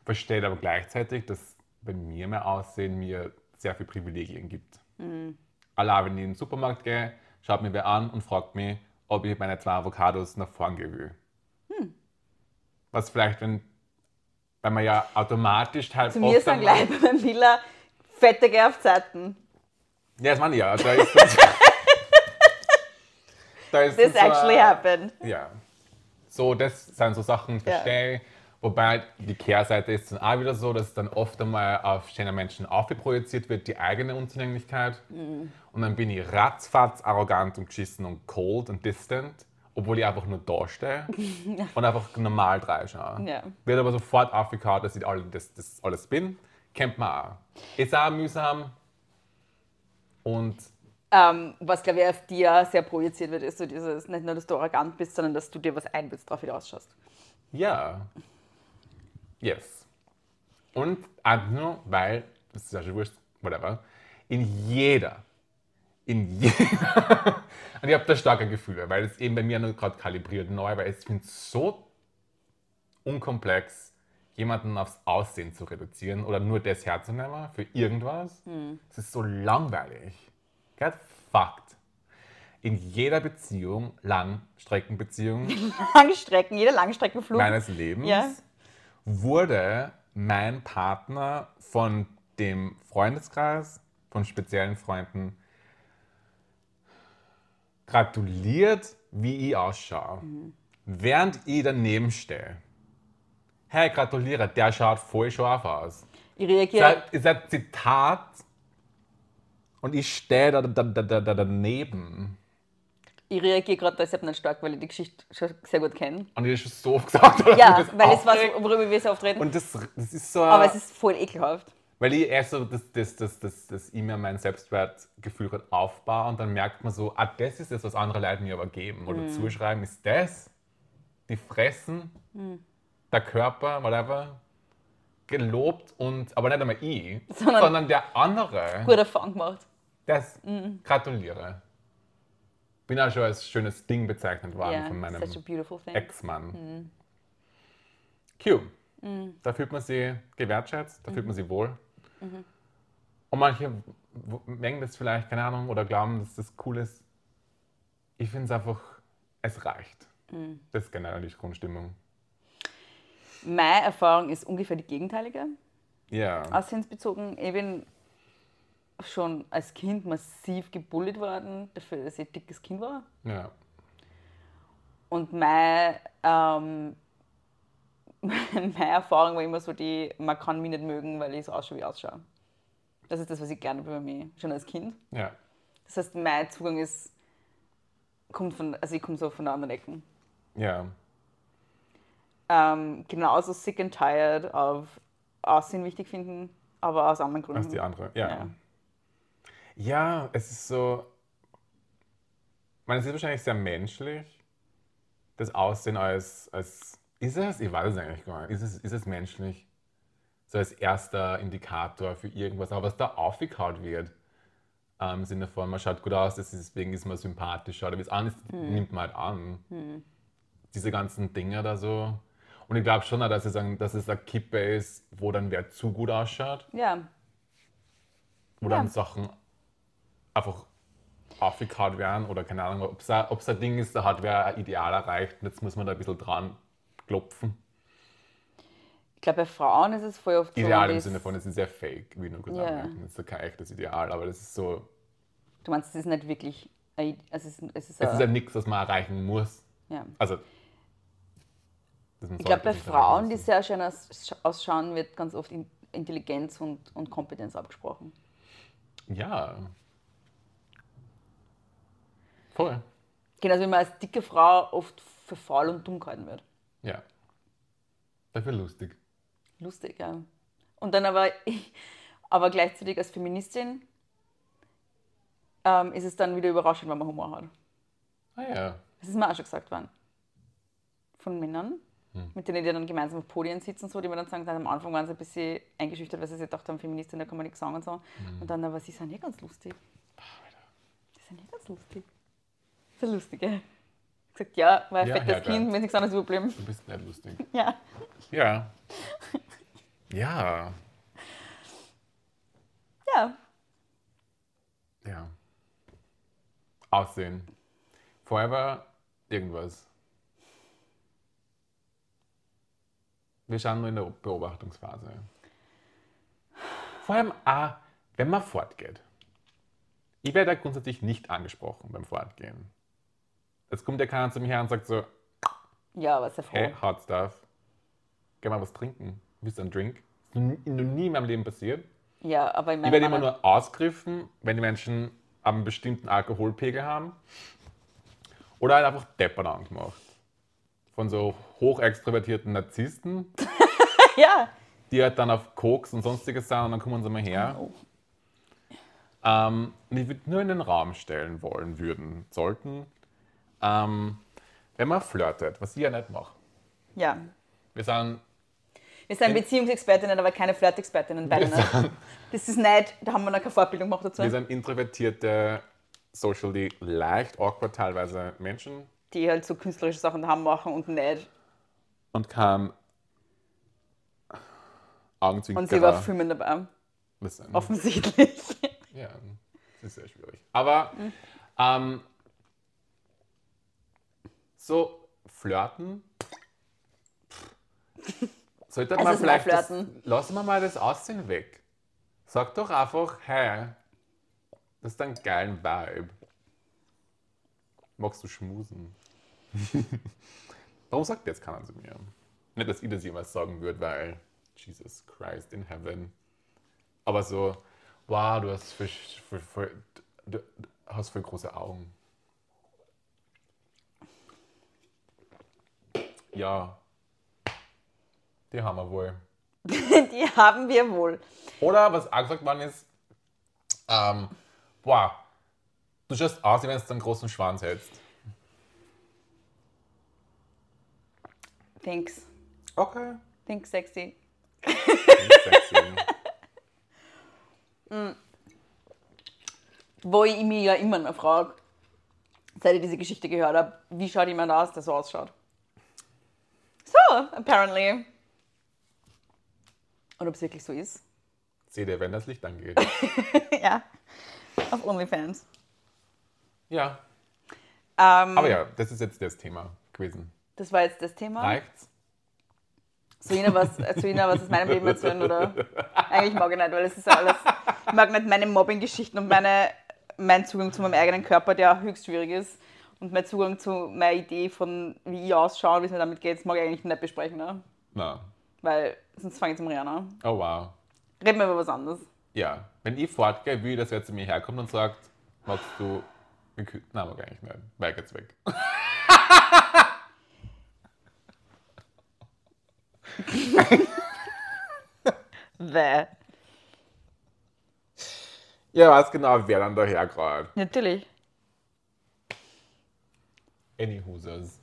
S2: Verstehe aber gleichzeitig, dass bei mir mein Aussehen mir sehr viel Privilegien gibt.
S1: Hm.
S2: Allein wenn ich in den Supermarkt gehe, schaut mir wer an und fragt mich, ob ich meine zwei Avocados nach vorn gehen will.
S1: Hm.
S2: Was vielleicht, wenn, wenn man ja automatisch halt
S1: Zu mir sagen gleich bei meinem [laughs] Villa fette Gerfzeiten.
S2: Ja, das meine ich ja.
S1: [laughs]
S2: Da ist das, da ist
S1: This
S2: das so,
S1: actually
S2: äh,
S1: happened.
S2: Ja. So, das sind so Sachen, die ich
S1: Ja.
S2: verstehe. Wobei die Kehrseite ist dann auch wieder so, dass dann oft einmal auf schöne Menschen aufgeprojiziert wird, die eigene Unzulänglichkeit.
S1: Mhm.
S2: Und dann bin ich ratzfatz, arrogant und geschissen und cold und distant, obwohl ich einfach nur
S1: [laughs]
S2: da stehe und einfach normal dreischaue.
S1: Ja.
S2: Wird aber sofort aufgekaut, dass ich all, das, das alles bin. Kennt man auch. Ist auch mühsam. Und
S1: Ähm, was, glaube ich, auf dir sehr projiziert wird, ist so dieses, nicht nur, dass du arrogant bist, sondern dass du dir was einbildest, drauf wieder ausschaust.
S2: Ja. Yes. Und auch nur, weil, das ist ja schon wurscht, whatever, in jeder, in jeder. [laughs] Und ich habe da starke Gefühle, weil es eben bei mir nur gerade kalibriert neu, weil ich finde es so unkomplex, jemanden aufs Aussehen zu reduzieren oder nur das herzunehmen für irgendwas. Es ist so langweilig. Get fucked. In jeder Beziehung, Langstreckenbeziehung
S1: Langstrecken, jeder Langstreckenflug.
S2: meines Lebens,
S1: Oh. Ja.
S2: wurde mein Partner von dem Freundeskreis, von speziellen Freunden gratuliert, wie ich ausschaue.
S1: Mhm.
S2: Während ich daneben stehe. Hey, gratuliere, der schaut voll scharf aus.
S1: Ich
S2: Das
S1: reagiere.
S2: ist ein Zitat und ich stehe da, da, da, da, da daneben.
S1: Ich reagiere gerade deshalb nicht stark, weil ich die Geschichte schon sehr gut kenne.
S2: Und ich schon so oft gesagt [laughs] habe.
S1: Ja, weil es war so, worüber wir so oft reden.
S2: Und äh, das, das ist so.
S1: aber es ist voll ekelhaft.
S2: Weil ich erst so das, das, das, das, das immer mein Selbstwertgefühl gerade aufbaue und dann merkt man so, ah, das ist das, was andere Leute mir aber geben oder
S1: Mhm.
S2: zuschreiben, ist das, die Fressen,
S1: Mhm.
S2: der Körper, whatever, gelobt und, aber nicht einmal ich, sondern,
S1: [laughs] Sondern-
S2: der andere,
S1: Guter Fang gemacht.
S2: das
S1: Mhm.
S2: gratuliere. Bin auch schon als schönes Ding bezeichnet worden
S1: Ja,
S2: von meinem
S1: such a beautiful thing.
S2: Ex-Mann. Q. Da fühlt man sie gewertschätzt, da fühlt man sie wohl. Und manche w- mengen das vielleicht, keine Ahnung, oder glauben, dass das cool ist. Ich finde es einfach, es reicht. Das ist generell die Grundstimmung.
S1: Meine Erfahrung ist ungefähr die gegenteilige.
S2: Ja.
S1: Aussehensbezogen, ich bin schon als Kind massiv gebullied worden, dafür, dass ich ein dickes Kind war.
S2: ja.
S1: Und meine, ähm, [laughs] meine Erfahrung war immer so die, man kann mich nicht mögen, weil ich so ausschaue, wie ich ausschaue. Das ist das, was ich gerne über mich, schon als Kind.
S2: Ja.
S1: Das heißt, mein Zugang ist, kommt von, also ich komme so von der anderen Ecken.
S2: Ja.
S1: Ähm, genauso sick and tired auf Aussehen wichtig finden, aber aus anderen Gründen.
S2: Als die andere. Ja. ja.
S1: Mhm. Ja.
S2: es ist so. Ich meine, es ist wahrscheinlich sehr menschlich, das Aussehen als. als ist es? Ich weiß es eigentlich gar nicht. Ist es, ist es menschlich? So als erster Indikator für irgendwas, aber was da aufgekaut wird. Ähm, Im Sinne von, man schaut gut aus, das ist, deswegen ist man sympathischer oder wie es an ist, nimmt man halt an. Diese ganzen Dinge da so. Und ich glaube schon, auch, dass es, ein, dass es eine Kippe ist, wo dann wer zu gut ausschaut
S1: Ja,
S2: wo dann Sachen einfach aufgekaut werden oder keine Ahnung, ob es ein, ob's ein Ding ist, da hat wer ein Ideal erreicht und jetzt muss man da ein bisschen dran klopfen.
S1: ich glaube, bei Frauen ist es voll oft so.
S2: Ideal im
S1: das-
S2: Sinne von, es ist sehr fake, wie nur kurz
S1: Ja.
S2: anmerken. Es ist kein echtes Ideal, aber das ist so,
S1: Du meinst, es ist nicht wirklich. ein- Also es ist, es ist,
S2: es
S1: ein-
S2: ist ja nichts, was man erreichen muss.
S1: ja.
S2: Also, das
S1: Ich glaube, bei Frauen, die sehr schön aus- ausschauen, wird ganz oft In- Intelligenz und, und Kompetenz abgesprochen.
S2: Ja. Voll.
S1: Genauso wie Genau, also man als dicke Frau oft für faul und dumm gehalten wird.
S2: Ja. Dafür lustig.
S1: Lustig, ja. Und dann aber, [laughs] aber gleichzeitig als Feministin ähm, ist es dann wieder überraschend, wenn man Humor hat.
S2: Ah ja.
S1: Das ist mir auch schon gesagt worden. Von Männern,
S2: Hm.
S1: mit denen die dann gemeinsam auf Podien sitzen, und so, die mir dann sagen, dass am Anfang waren sie ein bisschen eingeschüchtert, weil sie sich gedacht haben, Feministin, da kann man nichts sagen und so.
S2: Hm.
S1: Und dann, aber sie sind ja ganz lustig.
S2: Ah,
S1: Die sind ja ganz lustig. So lustig, gell? Ich gesagt, ja, weil
S2: Ja,
S1: ja, fett das
S2: Herr
S1: Kind, wenn nichts anderes überbleiben. [laughs]
S2: Du bist nicht lustig.
S1: Ja.
S2: Ja. Ja.
S1: Ja.
S2: Ja. Aussehen. Forever irgendwas. Wir schauen nur in der Beobachtungsphase. Vor allem auch, wenn man fortgeht. Ich werde da grundsätzlich nicht angesprochen beim Fortgehen. Jetzt kommt der keiner zu mir her und sagt so,
S1: Ja, aber sehr froh.
S2: hey, hot stuff. Geh mal was trinken. Willst du einen Drink? Ist noch nie- noch nie in meinem Leben passiert.
S1: Ja, aber ich
S2: Ich
S1: meine,
S2: werde immer nur ausgegriffen, wenn die Menschen einen bestimmten Alkoholpegel haben. Oder halt einfach deppern angemacht. Von so hochextrovertierten Narzissten,
S1: ja.
S2: die halt dann auf Koks und sonstiges sind und dann kommen sie mal her. Ähm, und ich würde nur in den Raum stellen wollen würden, sollten, ähm, wenn man flirtet, was ich ja nicht mache.
S1: Ja.
S2: Wir sind,
S1: Wir sind Beziehungsexpertinnen, aber keine Flirtexpertinnen, beide
S2: wir
S1: nicht.
S2: sind,
S1: Das ist nicht, da haben wir noch keine Vorbildung gemacht dazu.
S2: wir sind introvertierte socially leicht awkward teilweise Menschen
S1: die halt so künstlerische Sachen haben machen und nicht.
S2: und kam Augenzwinker.
S1: Und sie
S2: Genau.
S1: war filmen dabei,
S2: Listen.
S1: offensichtlich. [laughs]
S2: Ja, das ist sehr schwierig. Aber ähm, so flirten. Sollte man
S1: es ist mal
S2: vielleicht. Das,
S1: flirten.
S2: lassen wir mal das Aussehen weg. Sag doch einfach, hey, das ist ein geilen Vibe. Magst du schmusen? Warum sagt jetzt keiner zu mir? Nicht, dass ich das jemals sagen würde, weil Jesus Christ in heaven. Aber so, wow, du hast voll, voll, voll, du, du hast voll große Augen. Ja, die haben wir wohl.
S1: die haben wir wohl.
S2: Oder was auch gesagt worden ist, ähm, boah, du schaust aus, wie wenn du einen großen Schwanz hältst.
S1: Thanks.
S2: Okay.
S1: Thanks, sexy.
S2: Sexy. [laughs]
S1: Wo ich mich ja immer noch frage, seit ich diese Geschichte gehört habe, wie schaut jemand aus, der so ausschaut? So, apparently. Und ob es wirklich so ist?
S2: Seht ihr, wenn das Licht angeht.
S1: [laughs] ja. Auf OnlyFans.
S2: Ja.
S1: Ähm,
S2: Aber ja, das ist jetzt das Thema gewesen.
S1: Das war jetzt das Thema.
S2: Reicht's?
S1: Zu jener, was, äh, zu jener, was ist meinem Leben erzählen, oder? Eigentlich mag ich nicht, weil es ist ja alles. Ich mag nicht meine Mobbing-Geschichten und meine, meinen Zugang zu meinem eigenen Körper, der höchst schwierig ist. Und mein Zugang zu meiner Idee von, wie ich ausschaue und wie es mir damit geht, das mag ich eigentlich nicht besprechen, ne?
S2: Na.
S1: Weil sonst fange ich zum Rihanna. an. ne?
S2: Oh wow.
S1: Reden wir über was anderes.
S2: Ja. Wenn ich fortgehe, will ich, dass wer zu mir herkommt und sagt, magst du. wir kü- Nein, mag ich eigentlich nicht. Weil geht's weg.
S1: Bäh.
S2: Ja, weiß genau, wer dann daher gerade.
S1: Natürlich.
S2: Any Husers.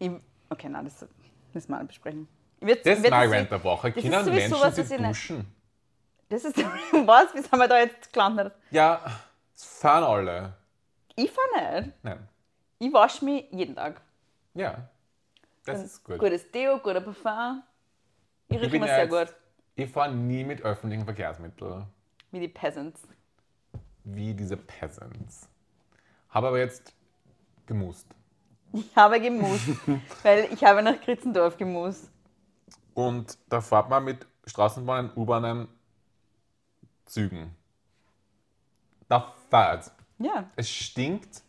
S1: Ich, okay, nein, das müssen wir nicht besprechen. Ich werd-
S2: Das
S1: ich
S2: ist
S1: werd
S2: mein
S1: das-
S2: Rant der Woche.
S1: ist
S2: Können
S1: sowieso
S2: Menschen
S1: was, was
S2: sich
S1: ich nicht-
S2: duschen?
S1: Das ist [laughs] was? Wie sind wir da jetzt gelandet?
S2: Ja, das fahren alle.
S1: Ich fahr nicht.
S2: Nein.
S1: Ich wasche mich jeden Tag.
S2: Ja. Das ist gut.
S1: Gutes Deo, guter Parfum. Ich rieche
S2: bin
S1: mir
S2: ja
S1: sehr
S2: jetzt-
S1: gut.
S2: Ich fahre nie mit öffentlichen Verkehrsmitteln.
S1: Wie die Peasants.
S2: Wie diese Peasants. Habe aber jetzt gemusst.
S1: Ich habe
S2: [laughs]
S1: gemusst, weil ich habe nach Kritzendorf gemusst.
S2: Und da fährt man mit Straßenbahnen, U-Bahnen, Zügen. Da fährt. also,
S1: Ja,
S2: Es stinkt,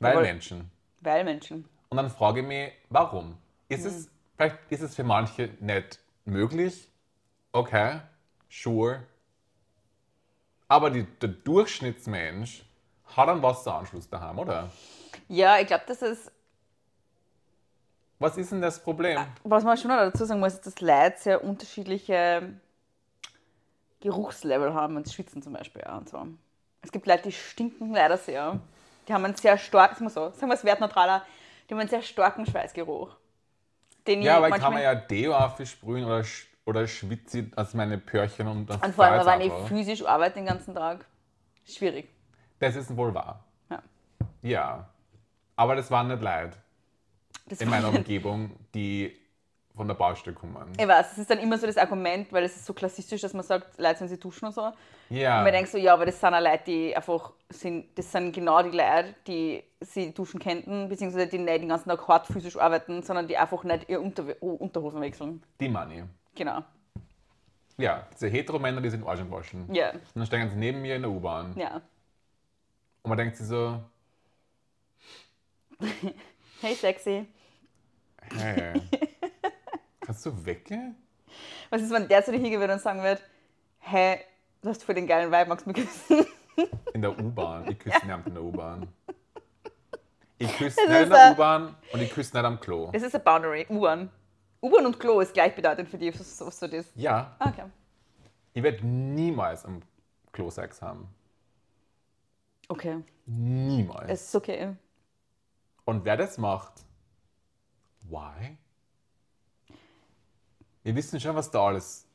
S2: weil
S1: Jawohl.
S2: Menschen.
S1: weil Menschen.
S2: Und dann frage ich mich, warum? Ist es, vielleicht ist es für manche nicht möglich. Okay, sure. Aber die, der Durchschnittsmensch hat einen Wasseranschluss daheim, oder?
S1: Ja, ich glaube, das ist,
S2: Was ist denn das Problem?
S1: was man schon noch dazu sagen muss, ist, dass Leute sehr unterschiedliche Geruchslevel haben und schwitzen zum Beispiel auch. Und so. Es gibt Leute, die stinken leider sehr. Die haben einen sehr starken, sagen wir es wertneutraler, die haben einen sehr starken Schweißgeruch. Den ich
S2: Ja, aber
S1: manchmal-
S2: kann man ja Deo auf viel sprühen oder, sch- oder schwitze also meine Pörchen und dann
S1: Und vor allem,
S2: fällt's
S1: wenn ich
S2: einfach.
S1: physisch arbeite den ganzen Tag. Schwierig.
S2: Das ist wohl wahr.
S1: Ja.
S2: Ja. Aber das waren nicht Leute
S1: Das [laughs]
S2: in meiner Umgebung, die von der Baustelle kommen.
S1: ich weiß, es ist dann immer so das Argument, weil es ist so klassistisch, dass man sagt, Leute, wenn sie duschen und so.
S2: Ja.
S1: Und man denkt so, ja, aber das sind auch Leute, die einfach sind, das sind genau die Leute, die sie duschen könnten, beziehungsweise die nicht den ganzen Tag hart physisch arbeiten, sondern die einfach nicht ihre Unter Unterhosen wechseln.
S2: Die Money.
S1: Genau.
S2: Ja, diese Hetero-Männer, die sind Arschen waschen.
S1: Ja.
S2: Und dann steigen sie neben mir in der U-Bahn.
S1: Ja.
S2: Und man denkt sich so,
S1: Hey, sexy. [laughs]
S2: hey, kannst du weggehen?
S1: Was ist, wenn der zu dir hingehen würde und sagen wird, hey, du hast voll den geilen Vibe, magst du mich küssen? [laughs]
S2: In der U-Bahn. Ich küsse niemand in der U-Bahn.
S1: [laughs]
S2: Ich küsse nicht in
S1: ist
S2: der
S1: ein-
S2: U-Bahn und ich küsse nicht am Klo.
S1: Das ist eine Boundary. U-Bahn. U-Bahn und Klo ist gleichbedeutend für dich, was, was so das.
S2: Ja,
S1: Ah, Okay.
S2: ich werde niemals am Klo Sex haben.
S1: Okay.
S2: Niemals.
S1: Es ist okay.
S2: Und wer das macht, why? Wir wissen schon, was da alles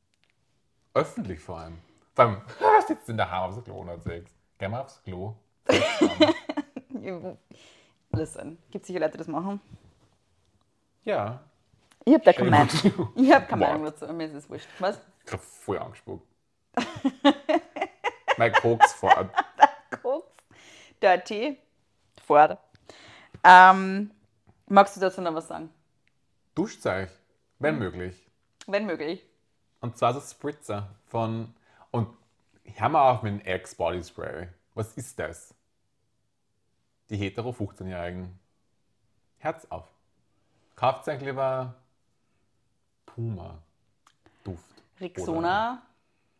S2: [laughs] öffentlich vor allem. Vor allem, sitzt in der Hammer, so Klon hat Sex. Geh mal aufs Klo.
S1: Listen, gibt sicher Leute, die das machen.
S2: Ja. [laughs]
S1: Ich habe da keine Meinung.
S2: Ich
S1: Ich habe keine
S2: Boah.
S1: Meinung dazu, mir ist es wurscht. Was?
S2: hab voll angespuckt. mein Koks fort.
S1: Koks, der Tee, fort. Ähm, magst du dazu noch was sagen?
S2: Duscht euch, wenn möglich.
S1: Wenn möglich.
S2: Und zwar so Spritzer von. Und hör mal auf mit dem Ex-Body Spray. Was ist das? Die hetero 15-Jährigen. Herz auf. Kauft euch lieber Puma-Duft.
S1: Rixona,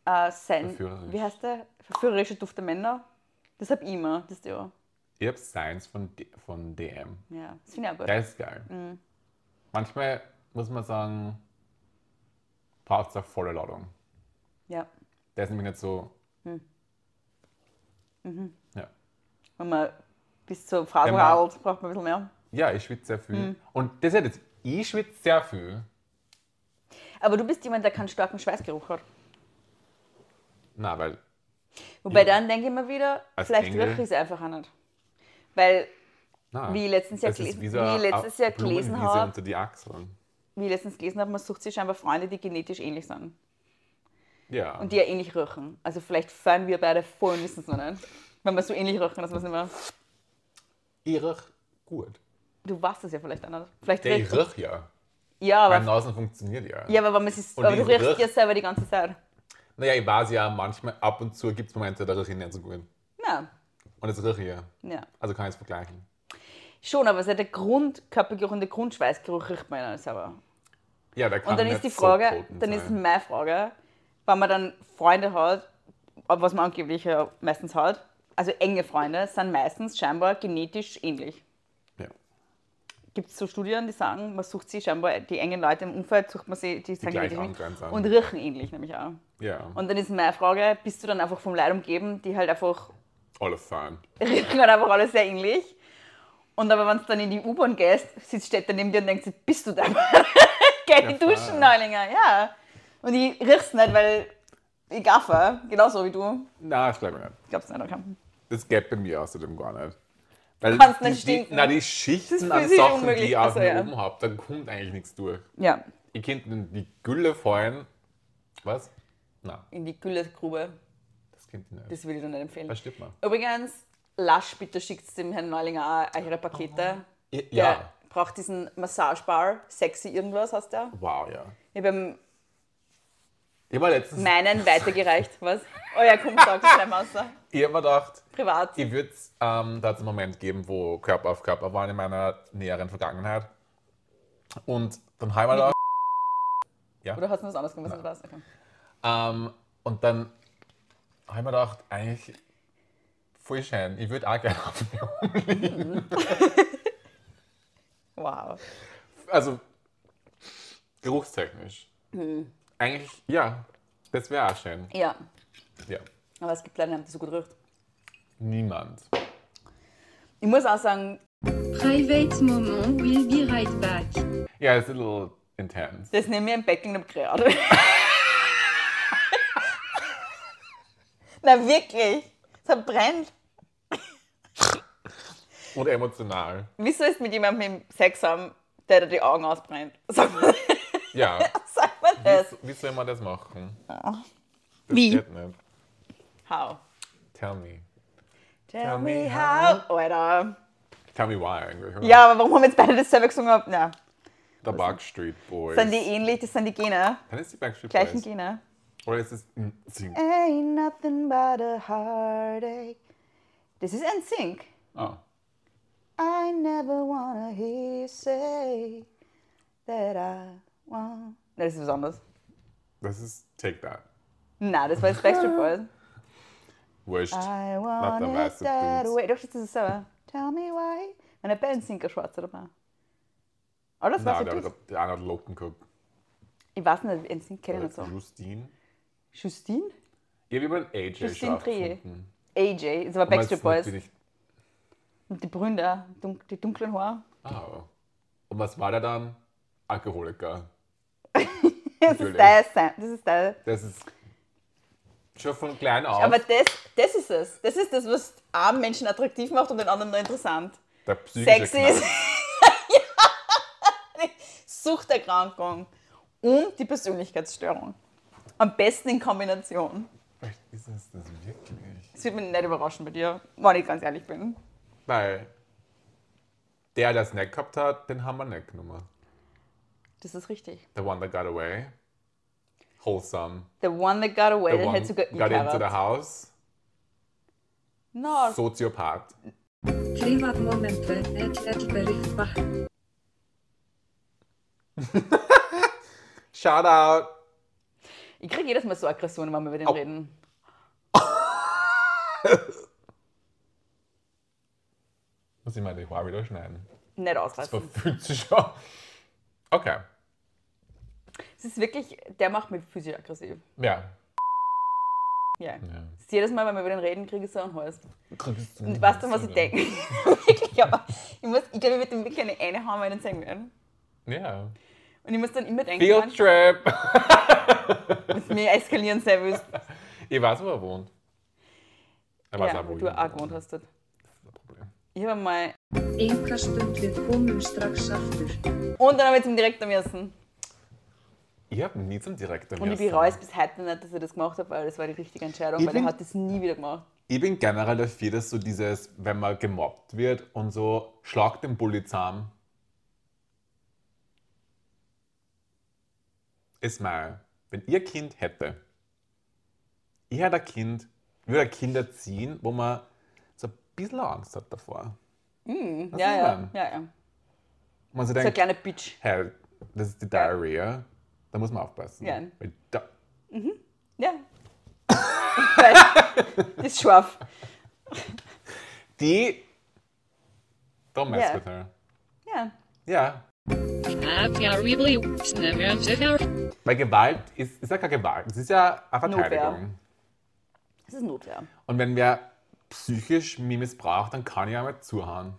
S1: äh, sein,
S2: Verführerisch.
S1: wie heißt der? Verführerische Duft der Männer. Das hab ich immer, das ja.
S2: Ich hab Science von, D von DM.
S1: Ja, das finde ich auch gut.
S2: Der ist geil. Manchmal muss man sagen, braucht es auch volle Ladung.
S1: Ja,
S2: Der ist nämlich nicht so. Ja.
S1: wenn man bis zur
S2: Wenn
S1: Phrase
S2: man-
S1: radelt, braucht man ein bisschen mehr.
S2: ja, ich schwitze sehr viel.
S1: Mhm.
S2: Und das ist jetzt, ich schwitze sehr viel.
S1: Aber du bist jemand, der keinen starken Schweißgeruch hat.
S2: Na, weil
S1: Wobei
S2: Ja.
S1: dann denke ich mir wieder,
S2: Als
S1: vielleicht
S2: Engel-
S1: wirklich ich es einfach auch nicht. Weil,
S2: na,
S1: Wie ich letztens Jahr
S2: es ist
S1: gelesen-
S2: wie
S1: wie
S2: eine
S1: ich letztes Jahr gelesen
S2: Blumenwiese
S1: habe.
S2: unter die Achseln.
S1: wie ich letztens gelesen habe, man sucht sich scheinbar Freunde, die genetisch ähnlich sind.
S2: Ja.
S1: Und die ja ähnlich röchen. Also vielleicht fahren wir beide voll und wissen es noch nicht. Wenn wir so ähnlich röchen, dass wir es nicht mehr.
S2: ich riech gut.
S1: Du warst es ja vielleicht anders. Vielleicht
S2: Der
S1: riechst
S2: ich
S1: du-
S2: riech ja.
S1: Ja,
S2: Meine
S1: aber,
S2: Nase funktioniert ja.
S1: ja, aber wenn man sich,
S2: Und
S1: aber
S2: ich
S1: du riechst
S2: riech-
S1: ja selber die ganze Zeit.
S2: Naja, ich weiß ja, manchmal ab und zu gibt es Momente, da riech ich nicht so gut.
S1: Ja,
S2: Und das riech ich ja.
S1: ja.
S2: Also kann ich es vergleichen.
S1: Schon, aber es ist ja der Grundkörpergeruch und der Grundschweißgeruch riecht man ja nicht selber.
S2: Ja, der kann
S1: Und dann
S2: nicht
S1: ist die
S2: so
S1: Frage,
S2: potent
S1: dann ist
S2: sein.
S1: meine Frage, wenn man dann Freunde hat, was man angeblich ja meistens hat, also enge Freunde, sind meistens scheinbar genetisch ähnlich.
S2: Ja.
S1: Gibt es so Studien, die sagen, man sucht sich scheinbar die engen Leute im Umfeld, sucht man sie, die, sind
S2: gleich
S1: genetisch ähnlich
S2: anscheinend sind.
S1: und riechen ähnlich, nämlich auch.
S2: Ja,
S1: Und dann ist meine Frage, bist du dann einfach vom Leid umgeben, die halt einfach
S2: alle fahren.
S1: riechen halt einfach alle sehr ähnlich. Und aber wenn du dann in die U-Bahn gehst, sitzt steht neben dir und denkt sich, bist du da? [laughs] Geh in die
S2: voll.
S1: Duschen, Neulinger, ja. Und ich riech's nicht, weil ich gaffe, genauso wie du.
S2: Nein, ich glaube nicht.
S1: Ich glaub's nicht, okay.
S2: Das geht bei mir außerdem gar nicht. Weil
S1: Kannst
S2: die,
S1: nicht
S2: Die,
S1: stinken. ne?
S2: nein, die
S1: Das
S2: Schichten
S1: ist
S2: an
S1: physisch
S2: Sachen, die
S1: unmöglich.
S2: ich auf
S1: Also,
S2: mir
S1: ja.
S2: oben habe, da kommt eigentlich nichts durch.
S1: Ja,
S2: Ich könnte in die Gülle fallen. Was? Nein,
S1: in die Güllegrube.
S2: das könnte ich nicht.
S1: Das würde ich dir nicht empfehlen.
S2: da stirbt man.
S1: Übrigens, Lasch, bitte schickt dem Herrn Neulinger auch eure Pakete.
S2: Ja.
S1: Der braucht diesen Massagebar, sexy irgendwas heißt der.
S2: Wow, ja.
S1: Ich habe ihm
S2: Ich habe mir letztens
S1: meinen weitergereicht, was? Oh ja, komm, sag das gleich raus.
S2: ich hab mir gedacht,
S1: Privat.
S2: ich würde es, ähm, da hat es einen Moment geben, wo Körper auf Körper waren in meiner näheren Vergangenheit. Und dann habe ich mir gedacht,
S1: Oder hast du was anderes gemacht? Was? Okay.
S2: Ähm, und dann habe ich mir gedacht, eigentlich voll schön, ich würde auch gerne auf mir umliegen.
S1: Wow.
S2: Also, geruchstechnisch.
S1: Hm.
S2: Eigentlich, ja, das wäre auch schön.
S1: Ja,
S2: Ja.
S1: aber es gibt Leute, die haben das so gut riecht.
S2: Niemand.
S1: Ich muss auch sagen,
S3: Private moment, we'll be right back.
S2: Ja, it's a little intense.
S1: das nehme ich im Becken im Kreat. [laughs] Na wirklich, es verbrennt.
S2: Und emotional.
S1: Wie sollst du mit jemandem im Sex haben, der dir die Augen ausbrennt? [laughs] Sag mal, [laughs]
S2: Ja.
S1: sag mal das.
S2: Wie, wie soll man das machen? Das
S1: Wie?
S2: Geht nicht.
S1: How?
S2: Tell me.
S1: Tell
S2: me
S1: how. Alter.
S2: Tell me why eigentlich. oder?
S1: Ja, aber warum haben jetzt beide dasselbe gesungen? Na,
S2: The Backstreet Boys.
S1: sind die ähnlich? Das sind die Gene,
S2: Dann ist die Backstreet
S1: gleichen Äh.
S2: Boys.
S1: Gene.
S2: Oder ist es ein Sing?
S1: Ain't nothing but a heartache. Das ist ein Sync.
S2: Ah.
S1: I never wanna hear you say that I want. Nein, das ist was anderes.
S2: Das ist Take That.
S1: Nein, das war jetzt
S2: [laughs]
S1: Backstreet Boys.
S2: Wurscht.
S1: I want
S2: der
S1: it
S2: weiße
S1: that
S2: Dudes.
S1: way. Doch, das ist selber. Tell me why. Meine Band singt ein schwarzer dabei. Oh, das war
S2: Nein, der
S1: so
S2: hat der eine hat Locken gehabt.
S1: Ich weiß nicht, ein Sync kenne ich nicht Genau so.
S2: äh, Justine.
S1: Justine?
S2: Ich habe über den AJ
S1: Justine
S2: schon
S1: Trier.
S2: gefunden.
S1: AJ, das war
S2: Aber jetzt
S1: Backstreet Boys.
S2: natürlich-
S1: Und die Brüder, dunk äh, die dunklen Haare.
S2: Ah. Und was war der dann? Alkoholiker.
S1: [laughs] Das ist
S2: Natürlich.
S1: dein Sam. Das ist dein
S2: Das ist schon von klein auf.
S1: Aber das, das ist es. Das ist das, was armen Menschen attraktiv macht und den anderen nur interessant.
S2: der psychische
S1: Sexy
S2: Knall.
S1: ist. Suchterkrankung und die Persönlichkeitsstörung. Am besten in Kombination.
S2: Vielleicht ist es das wirklich.
S1: Das wird mich nicht überraschen bei dir, wenn ich ganz ehrlich bin.
S2: Weil der, der es nicht gehabt hat, den haben wir nicht genommen.
S1: Das ist richtig.
S2: The one that got away. Wholesome.
S1: The one that got away,
S2: The
S1: den
S2: one
S1: hätte sogar ich
S2: got into the
S1: geheiratet.
S2: house.
S1: No,
S2: Soziopath.
S4: Privatmomente at at Berifbach.
S2: Shout out.
S1: ich kriege jedes Mal so Aggressionen, wenn wir über den
S2: Au.
S1: reden.
S2: Muss ich mal die Haare wieder schneiden.
S1: Nicht
S2: Das
S1: ausreißen.
S2: verfühlt sich schon. Okay.
S1: Es ist wirklich, der macht mich physisch aggressiv.
S2: Ja.
S1: Ja.
S2: ja.
S1: Das ist Jedes Mal, wenn wir über den reden, kriege ich so einen Hals. Und
S2: Kriegst
S1: weißt du, was ich denke?
S2: genau.
S1: [laughs] wirklich, aber ich, muss- ich glaube, ich werde dem wirklich eine einhauen, wenn ich ihn sehen werde.
S2: Ja.
S1: Und ich muss dann immer denken,
S2: Field Trip.
S1: wenn du mir eskalieren sein willst.
S2: Ich weiß, wo er wohnt. Er weiß
S1: Ja,
S2: auch, wo
S1: wo
S2: ich
S1: du auch gewohnt hast. dort.
S2: Das ist ein Problem.
S1: Ich habe mal.
S4: Einkastund við komum strax aftur.
S1: Und dann habe ich zum Direktor müssen.
S2: Ich habe nie zum Direktor
S1: Und ich
S2: müssen.
S1: bereue es bis heute nicht, dass ich das gemacht habe, weil das war die richtige Entscheidung,
S2: Ich
S1: weil
S2: bin-
S1: er hat das nie wieder gemacht.
S2: Ich bin generell dafür, dass so dieses, wenn man gemobbt wird und so, schlag den Bulli zahm. Ist mal, wenn ihr Kind hätte, ich hätte ein Kind, ich würde ein Kind erziehen, wo man so ein bisschen Angst hat davor.
S1: Ja,
S2: Was
S1: Hm, ja,
S2: soll
S1: ja,
S2: man?
S1: ja, ja.
S2: Und man so
S1: So ein
S2: denkt,
S1: kleiner Bitch.
S2: hey, das ist die Diarrhea, da muss man aufpassen.
S1: Ja.
S2: Weil da,
S1: Ja. [laughs] Ich weiß. Das ist scharf.
S2: die, don't mess
S1: Ja.
S2: with her.
S1: Ja.
S2: Ja, Weil Gewalt ist, ist ja keine Gewalt, es ist ja eine
S1: Notwehr.
S2: Verteidigung.
S1: Das ist Notwehr.
S2: Und wenn wer psychisch mich missbraucht, dann kann ich einmal zuhauen.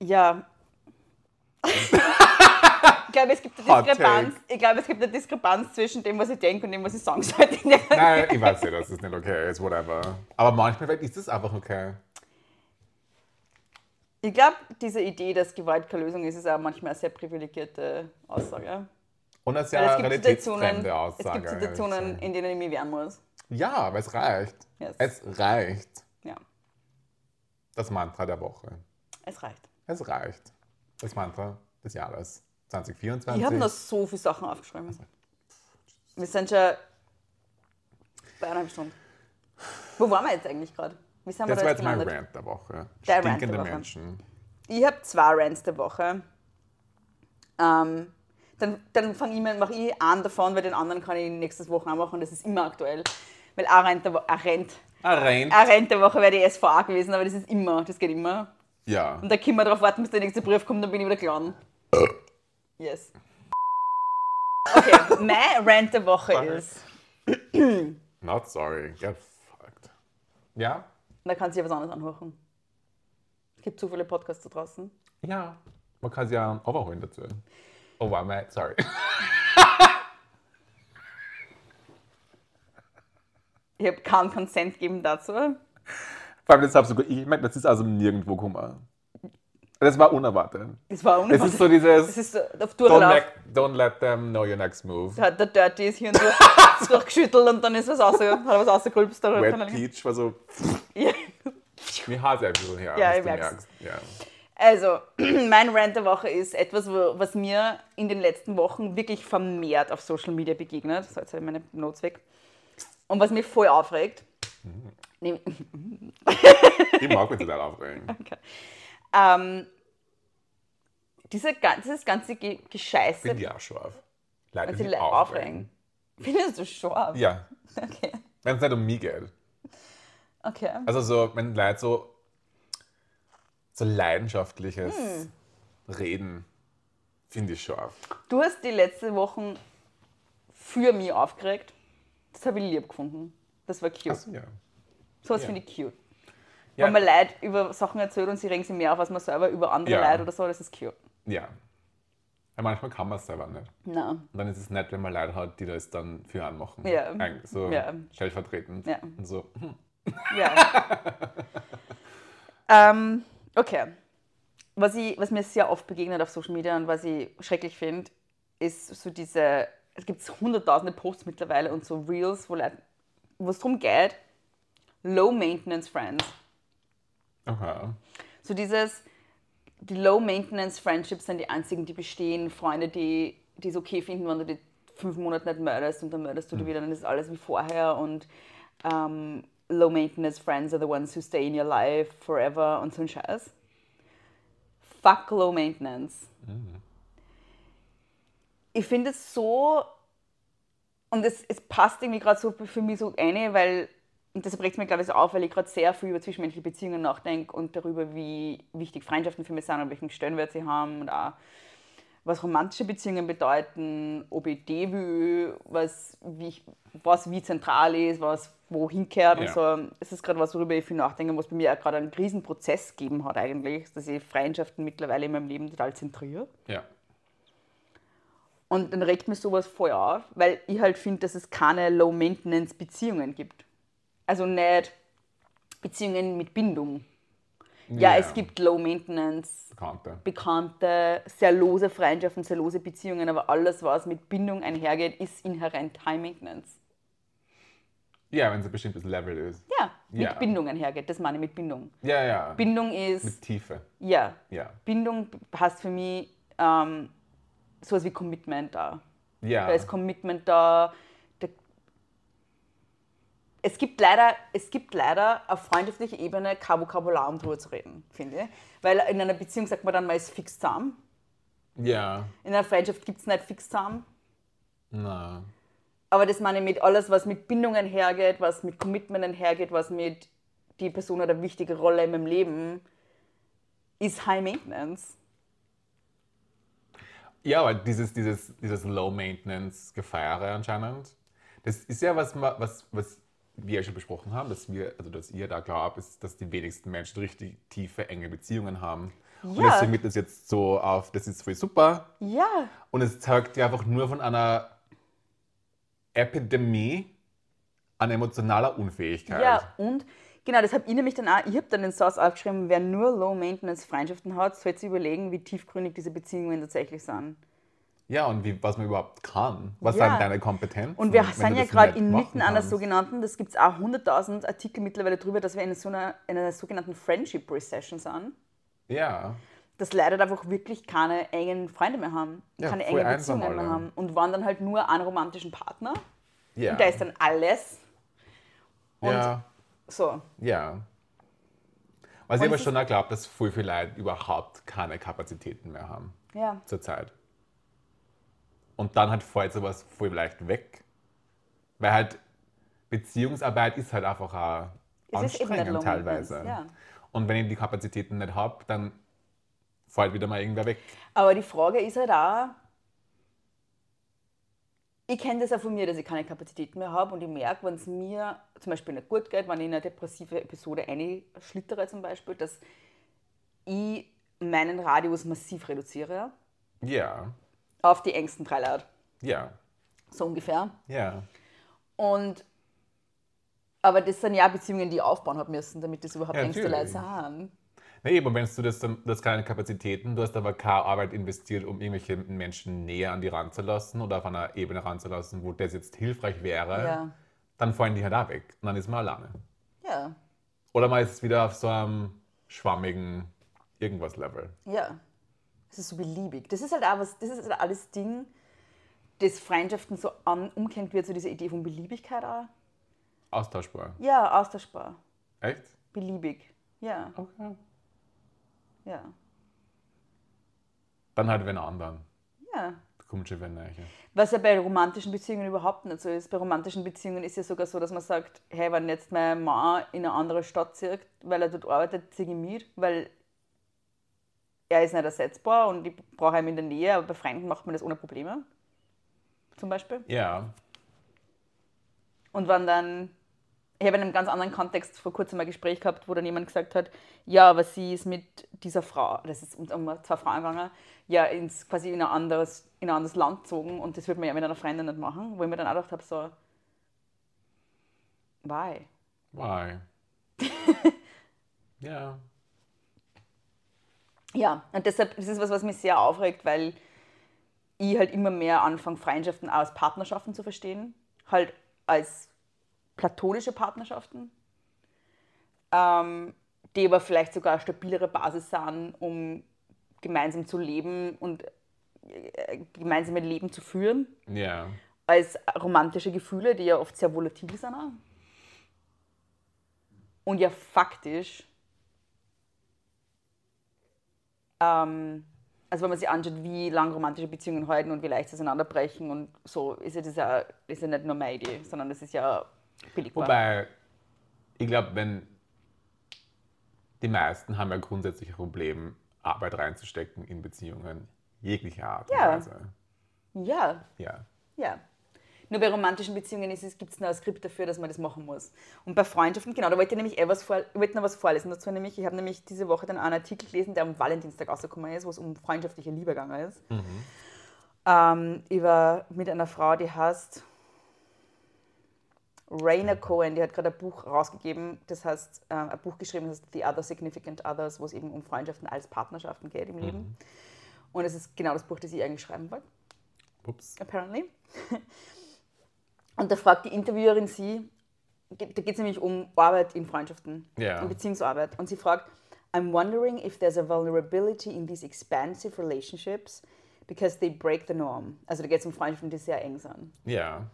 S1: Ja. ich, glaube, es gibt eine
S2: Hot
S1: Diskrepanz,
S2: take.
S1: ich glaube, es gibt eine Diskrepanz zwischen dem, was ich denke und dem, was ich sagen sollte. [laughs]
S2: Nein, ich weiß ja, dass es nicht okay ist, whatever. Aber manchmal vielleicht ist es einfach okay.
S1: Ich glaube, diese Idee, dass Gewalt keine Lösung ist, ist auch manchmal eine sehr privilegierte Aussage.
S2: Und das ist
S1: Weil
S2: ja
S1: es
S2: eine
S1: gibt, Situationen,
S2: realitätsfremde
S1: es
S2: Aussage.
S1: gibt Situationen, in denen ich mich wehren muss.
S2: Ja, aber es reicht.
S1: Yes.
S2: Es reicht.
S1: Ja,
S2: Das Mantra der Woche.
S1: es reicht.
S2: Es reicht. Das Mantra des Jahres
S1: Ich
S2: 2024.
S1: habe noch so viele Sachen aufgeschrieben.
S2: Also.
S1: Wir sind schon bei eineinhalb Stunden. Wo waren wir jetzt eigentlich gerade? Wie sind wir
S2: das
S1: da
S2: war
S1: jetzt
S2: jetzt mein
S1: gelandet?
S2: Rant der Woche.
S1: Der Rant der
S2: Stinkende
S1: Woche.
S2: Menschen.
S1: ich habe zwei Rants der Woche. Ähm, dann dann fange ich, mache ich einen davon, weil den anderen kann ich nächstes Woche auch machen. Das ist immer aktuell. Weil ein Rant der, Wo ein Rant,
S2: Ein
S1: ein
S2: Rant.
S1: Rant der Woche wäre die SVA gewesen, aber das ist immer, das geht immer.
S2: Ja.
S1: Und da können wir drauf warten, bis der nächste Brief kommt, dann bin ich wieder geladen. Yes. Okay, mein Rant der Woche ist.
S2: Not sorry. Get fucked. Ja?
S1: Man kann sich ja was anderes anhören. Es gibt zu viele Podcasts da draußen.
S2: Ja. Man kann es ja overholen dazu. Oh, war mal, sorry.
S1: Ich habe keinen Consent gegeben dazu.
S2: Vor allem, das habe sogar ich gemerkt, das ist also nirgendwo Kummer. Das war unerwartet.
S1: Das war
S2: Es
S1: unerwartet.
S2: ist so dieses,
S1: Das ist so auf
S2: don't,
S1: Durchlauf.
S2: let, don't let them know your next move.
S1: Da hat der Dirty ist hier und durch,
S2: [laughs]
S1: durchgeschüttelt und dann ist was raus, hat er was rausgerülpst. da hat er
S2: Wet
S1: dann-
S2: Peach war so,
S1: Ja.
S2: mir hart ein bisschen her.
S1: Ja,
S2: dass
S1: ich
S2: du
S1: merk's.
S2: merkst. Ja.
S1: Also, [clears throat] mein Rant der Woche ist etwas, wo, was mir in den letzten Wochen wirklich vermehrt auf Social Media begegnet. So, jetzt habe ich meine Notes weg. Und was mich voll aufregt. Nehm-
S2: Ich mag mich total aufregen.
S1: Ähm, diese, gan- dieses ganze Ge Gescheiße.
S2: Bin die auch scharf. Leute,
S1: Also
S2: die
S1: le- aufregen. Findest du scharf?
S2: Ja,
S1: [laughs] Okay.
S2: wenn es nicht um mich geht.
S1: okay.
S2: Also so, wenn Leute so, so leidenschaftliches
S1: Hm.
S2: Reden, finde ich scharf.
S1: Du hast die letzten Wochen für mich aufgeregt. Das habe ich lieb gefunden. Das war cute.
S2: Also, ja.
S1: Sowas
S2: Ja.
S1: finde ich cute.
S2: Ja.
S1: Wenn man Leute über Sachen erzählt und sie regen sich mehr auf, als man selber über andere
S2: Ja.
S1: Leute oder so, das ist cute.
S2: Ja. Ja, manchmal kann man es selber nicht.
S1: Na,
S2: Und dann ist es nett, wenn man Leute hat, die das dann für einen machen.
S1: Ja.
S2: Eigentlich So
S1: Ja.
S2: stellvertretend.
S1: Ja.
S2: Und so, hm,
S1: ja. ähm, okay. Was, ich, was mir sehr oft begegnet auf Social Media und was ich schrecklich finde, ist so diese, es gibt hunderttausende Posts mittlerweile und so Reels, wo Leute, wo es darum geht, Low Maintenance Friends.
S2: okay.
S1: So dieses, die Low-Maintenance-Friendships sind die einzigen, die bestehen. Freunde, die die es okay finden, wenn du die fünf Monate nicht mördest und dann mördest du die wieder, dann ist alles wie vorher. Und ähm, Low-Maintenance-Friends are the ones who stay in your life forever und so ein Scheiß. Fuck Low-Maintenance. Ich finde es so, und es, es passt irgendwie gerade so für mich so eine, weil, und deshalb regt es mir, glaube ich, so auf, weil ich gerade sehr viel über zwischenmenschliche Beziehungen nachdenke und darüber, wie wichtig Freundschaften für mich sind und welchen Stellenwert sie haben und auch, was romantische Beziehungen bedeuten, ob ich die will, was wie, ich- was wie zentral ist, was wohin gehört und
S2: Ja.
S1: so. Es ist gerade was, worüber ich viel nachdenke, und was bei mir auch gerade einen riesen Prozess gegeben hat eigentlich, dass ich Freundschaften mittlerweile in meinem Leben total zentriere.
S2: Ja.
S1: Und dann regt mich sowas voll auf, weil ich halt finde, dass es keine Low-Maintenance-Beziehungen gibt. Also nicht Beziehungen mit Bindung. Ja, es gibt Low-Maintenance,
S2: Bekannte.
S1: bekannte, sehr lose Freundschaften, sehr lose Beziehungen, aber alles, was mit Bindung einhergeht, ist inhärent High-Maintenance.
S2: Ja, wenn es ein bestimmtes Level ist.
S1: Ja, mit
S2: Ja.
S1: Bindung einhergeht, das meine ich mit Bindung.
S2: Ja, ja.
S1: Bindung ist,
S2: Mit Tiefe.
S1: ja,
S2: Ja.
S1: Bindung heißt für mich ähm, sowas wie Commitment da.
S2: Ja.
S1: Da ist Commitment da. da es gibt leider, es gibt leider auf freundschaftlicher Ebene kein Vokabular, um drüber zu reden, finde ich. Weil in einer Beziehung sagt man dann, man ist fix zusammen.
S2: ja.
S1: In einer Freundschaft gibt es nicht fix zusammen.
S2: Na.
S1: Aber das meine ich mit alles, was mit Bindungen hergeht, was mit Commitmenten hergeht, was mit die Person hat eine wichtige Rolle in meinem Leben, ist High Maintenance.
S2: Ja, aber dieses, dieses, dieses Low-Maintenance-Gefeiere anscheinend, das ist ja was, ma- was, was wir ja schon besprochen haben, dass wir, also dass ihr da glaubt, ist, dass die wenigsten Menschen richtig tiefe, enge Beziehungen haben. Und
S1: Ja.
S2: deswegen wird das jetzt so auf, das ist voll super.
S1: Ja,
S2: Und es zeugt ja einfach nur von einer Epidemie an emotionaler Unfähigkeit.
S1: Ja, und genau, das habe ich nämlich dann auch, ich habe dann den Source aufgeschrieben, wer nur Low-Maintenance-Freundschaften hat, sollte sich überlegen, wie tiefgründig diese Beziehungen tatsächlich sind.
S2: Ja, und wie, was man überhaupt kann. Was
S1: Ja.
S2: sind deine Kompetenzen?
S1: Und wir
S2: wenn
S1: sind
S2: du
S1: ja
S2: das
S1: gerade
S2: nicht machen
S1: inmitten einer
S2: kannst?
S1: sogenannten, das gibt es auch 100.000 Artikel mittlerweile drüber, dass wir in so einer, in einer sogenannten Friendship Recession sind,
S2: Ja,
S1: dass leider einfach wirklich keine engen Freunde mehr haben,
S2: Ja,
S1: keine
S2: voll
S1: engen
S2: einsam
S1: Beziehungen mehr
S2: alle.
S1: haben und waren dann halt nur einen romantischen Partner
S2: ja.
S1: und da ist dann alles. Und
S2: ja,
S1: so,
S2: ja. Was ich
S1: Und
S2: aber
S1: es
S2: schon auch glaube, dass viel, viel Leute überhaupt keine Kapazitäten mehr haben
S1: ja.
S2: zurzeit. Und dann halt fällt sowas voll leicht weg. Weil halt Beziehungsarbeit ist halt einfach auch
S1: Es ist eben nicht
S2: anstrengend
S1: Low Maintenance,
S2: teilweise.
S1: Ja.
S2: Und wenn ich die Kapazitäten nicht habe, dann fällt wieder mal irgendwer weg.
S1: Aber die Frage ist halt auch, ich kenne das auch von mir, dass ich keine Kapazitäten mehr habe und ich merke, wenn es mir zum Beispiel nicht gut geht, wenn ich in eine depressive Episode einschlittere zum Beispiel, dass ich meinen Radius massiv reduziere
S2: Ja,
S1: auf die engsten drei Leute,
S2: ja,
S1: so ungefähr.
S2: ja.
S1: Und aber das sind ja auch Beziehungen, die ich aufbauen habe müssen, damit das überhaupt
S2: Ja,
S1: engste Leute
S2: natürlich.
S1: sind.
S2: Na eben, wenn du das dann, du hast keine Kapazitäten, du hast aber keine Arbeit investiert, um irgendwelche Menschen näher an die ranzulassen oder auf einer Ebene ranzulassen, wo das jetzt hilfreich wäre,
S1: Ja.
S2: dann fallen die halt auch weg und dann ist man alleine.
S1: Ja,
S2: Oder man ist wieder auf so einem schwammigen Irgendwas-Level.
S1: Ja. Es ist so beliebig. Das ist halt auch was, das ist halt alles Ding, das Freundschaften so an, umkennt wird, so diese Idee von Beliebigkeit auch.
S2: Austauschbar.
S1: Ja, austauschbar.
S2: Echt?
S1: Beliebig. Ja,
S2: Okay.
S1: ja,
S2: Dann halt wenn anderen.
S1: ja.
S2: Komische Wendeiche.
S1: Was ja bei romantischen Beziehungen überhaupt nicht so ist. Bei romantischen Beziehungen ist ja sogar so, dass man sagt, hey, wenn jetzt mein Mann in eine andere Stadt zieht, weil er dort arbeitet, ziehe ich mit, weil er ist nicht ersetzbar und ich brauche ihn in der Nähe, aber bei Freunden macht man das ohne Probleme. Zum Beispiel.
S2: Ja,
S1: Und wenn dann ich habe in einem ganz anderen Kontext vor kurzem ein Gespräch gehabt, wo dann jemand gesagt hat, ja, aber sie ist mit dieser Frau, das ist um, um zwei Frauen gegangen, ja, ins, quasi in ein, anderes, in ein anderes Land gezogen und das würde man ja mit einer Freundin nicht machen, wo ich mir dann auch gedacht habe, so, why?
S2: Why? ja.
S1: Ja, und deshalb, das ist was, was mich sehr aufregt, weil ich halt immer mehr anfange, Freundschaften als Partnerschaften zu verstehen, halt als platonische Partnerschaften, ähm, die aber vielleicht sogar eine stabilere Basis sind, um gemeinsam zu leben und äh, gemeinsam ein Leben zu führen,
S2: Ja.
S1: als romantische Gefühle, die ja oft sehr volatil sind. Auch. Und ja faktisch, ähm, also wenn man sich anschaut, wie lange romantische Beziehungen halten und wie leicht sie auseinanderbrechen und so, ist ja das ja, ist ja nicht nur meine Idee, sondern das ist ja billigbar.
S2: Wobei, ich glaube, wenn die meisten haben ja grundsätzlich ein Problem, Arbeit reinzustecken in Beziehungen jeglicher Art und
S1: Ja.
S2: Weise.
S1: Ja,
S2: Ja.
S1: ja. Nur bei romantischen Beziehungen gibt es gibt's noch ein Skript dafür, dass man das machen muss. Und bei Freundschaften, genau, da wollte ich nämlich eh was, vor, ich wollte noch was vorlesen dazu. Nämlich, ich habe nämlich diese Woche dann einen Artikel gelesen, der am Valentinstag rausgekommen ist, wo es um freundschaftliche Liebe gegangen ist. Ähm, über, mit einer Frau, die heißt Raina Cohen, die hat gerade ein Buch rausgegeben, das heißt, äh, ein Buch geschrieben, das heißt The Other Significant Others, wo es eben um Freundschaften als Partnerschaften geht im Leben. Und es ist genau das Buch, das ich eigentlich schreiben wollte
S2: Ups.
S1: apparently. Und da fragt die Interviewerin sie, ge- da geht es nämlich um Arbeit in Freundschaften,
S2: Ja.
S1: in Beziehungsarbeit. Und sie fragt, I'm wondering if there's a vulnerability in these expansive relationships, because they break the norm. Also da geht es um Freundschaften, die sehr eng sind.
S2: Ja.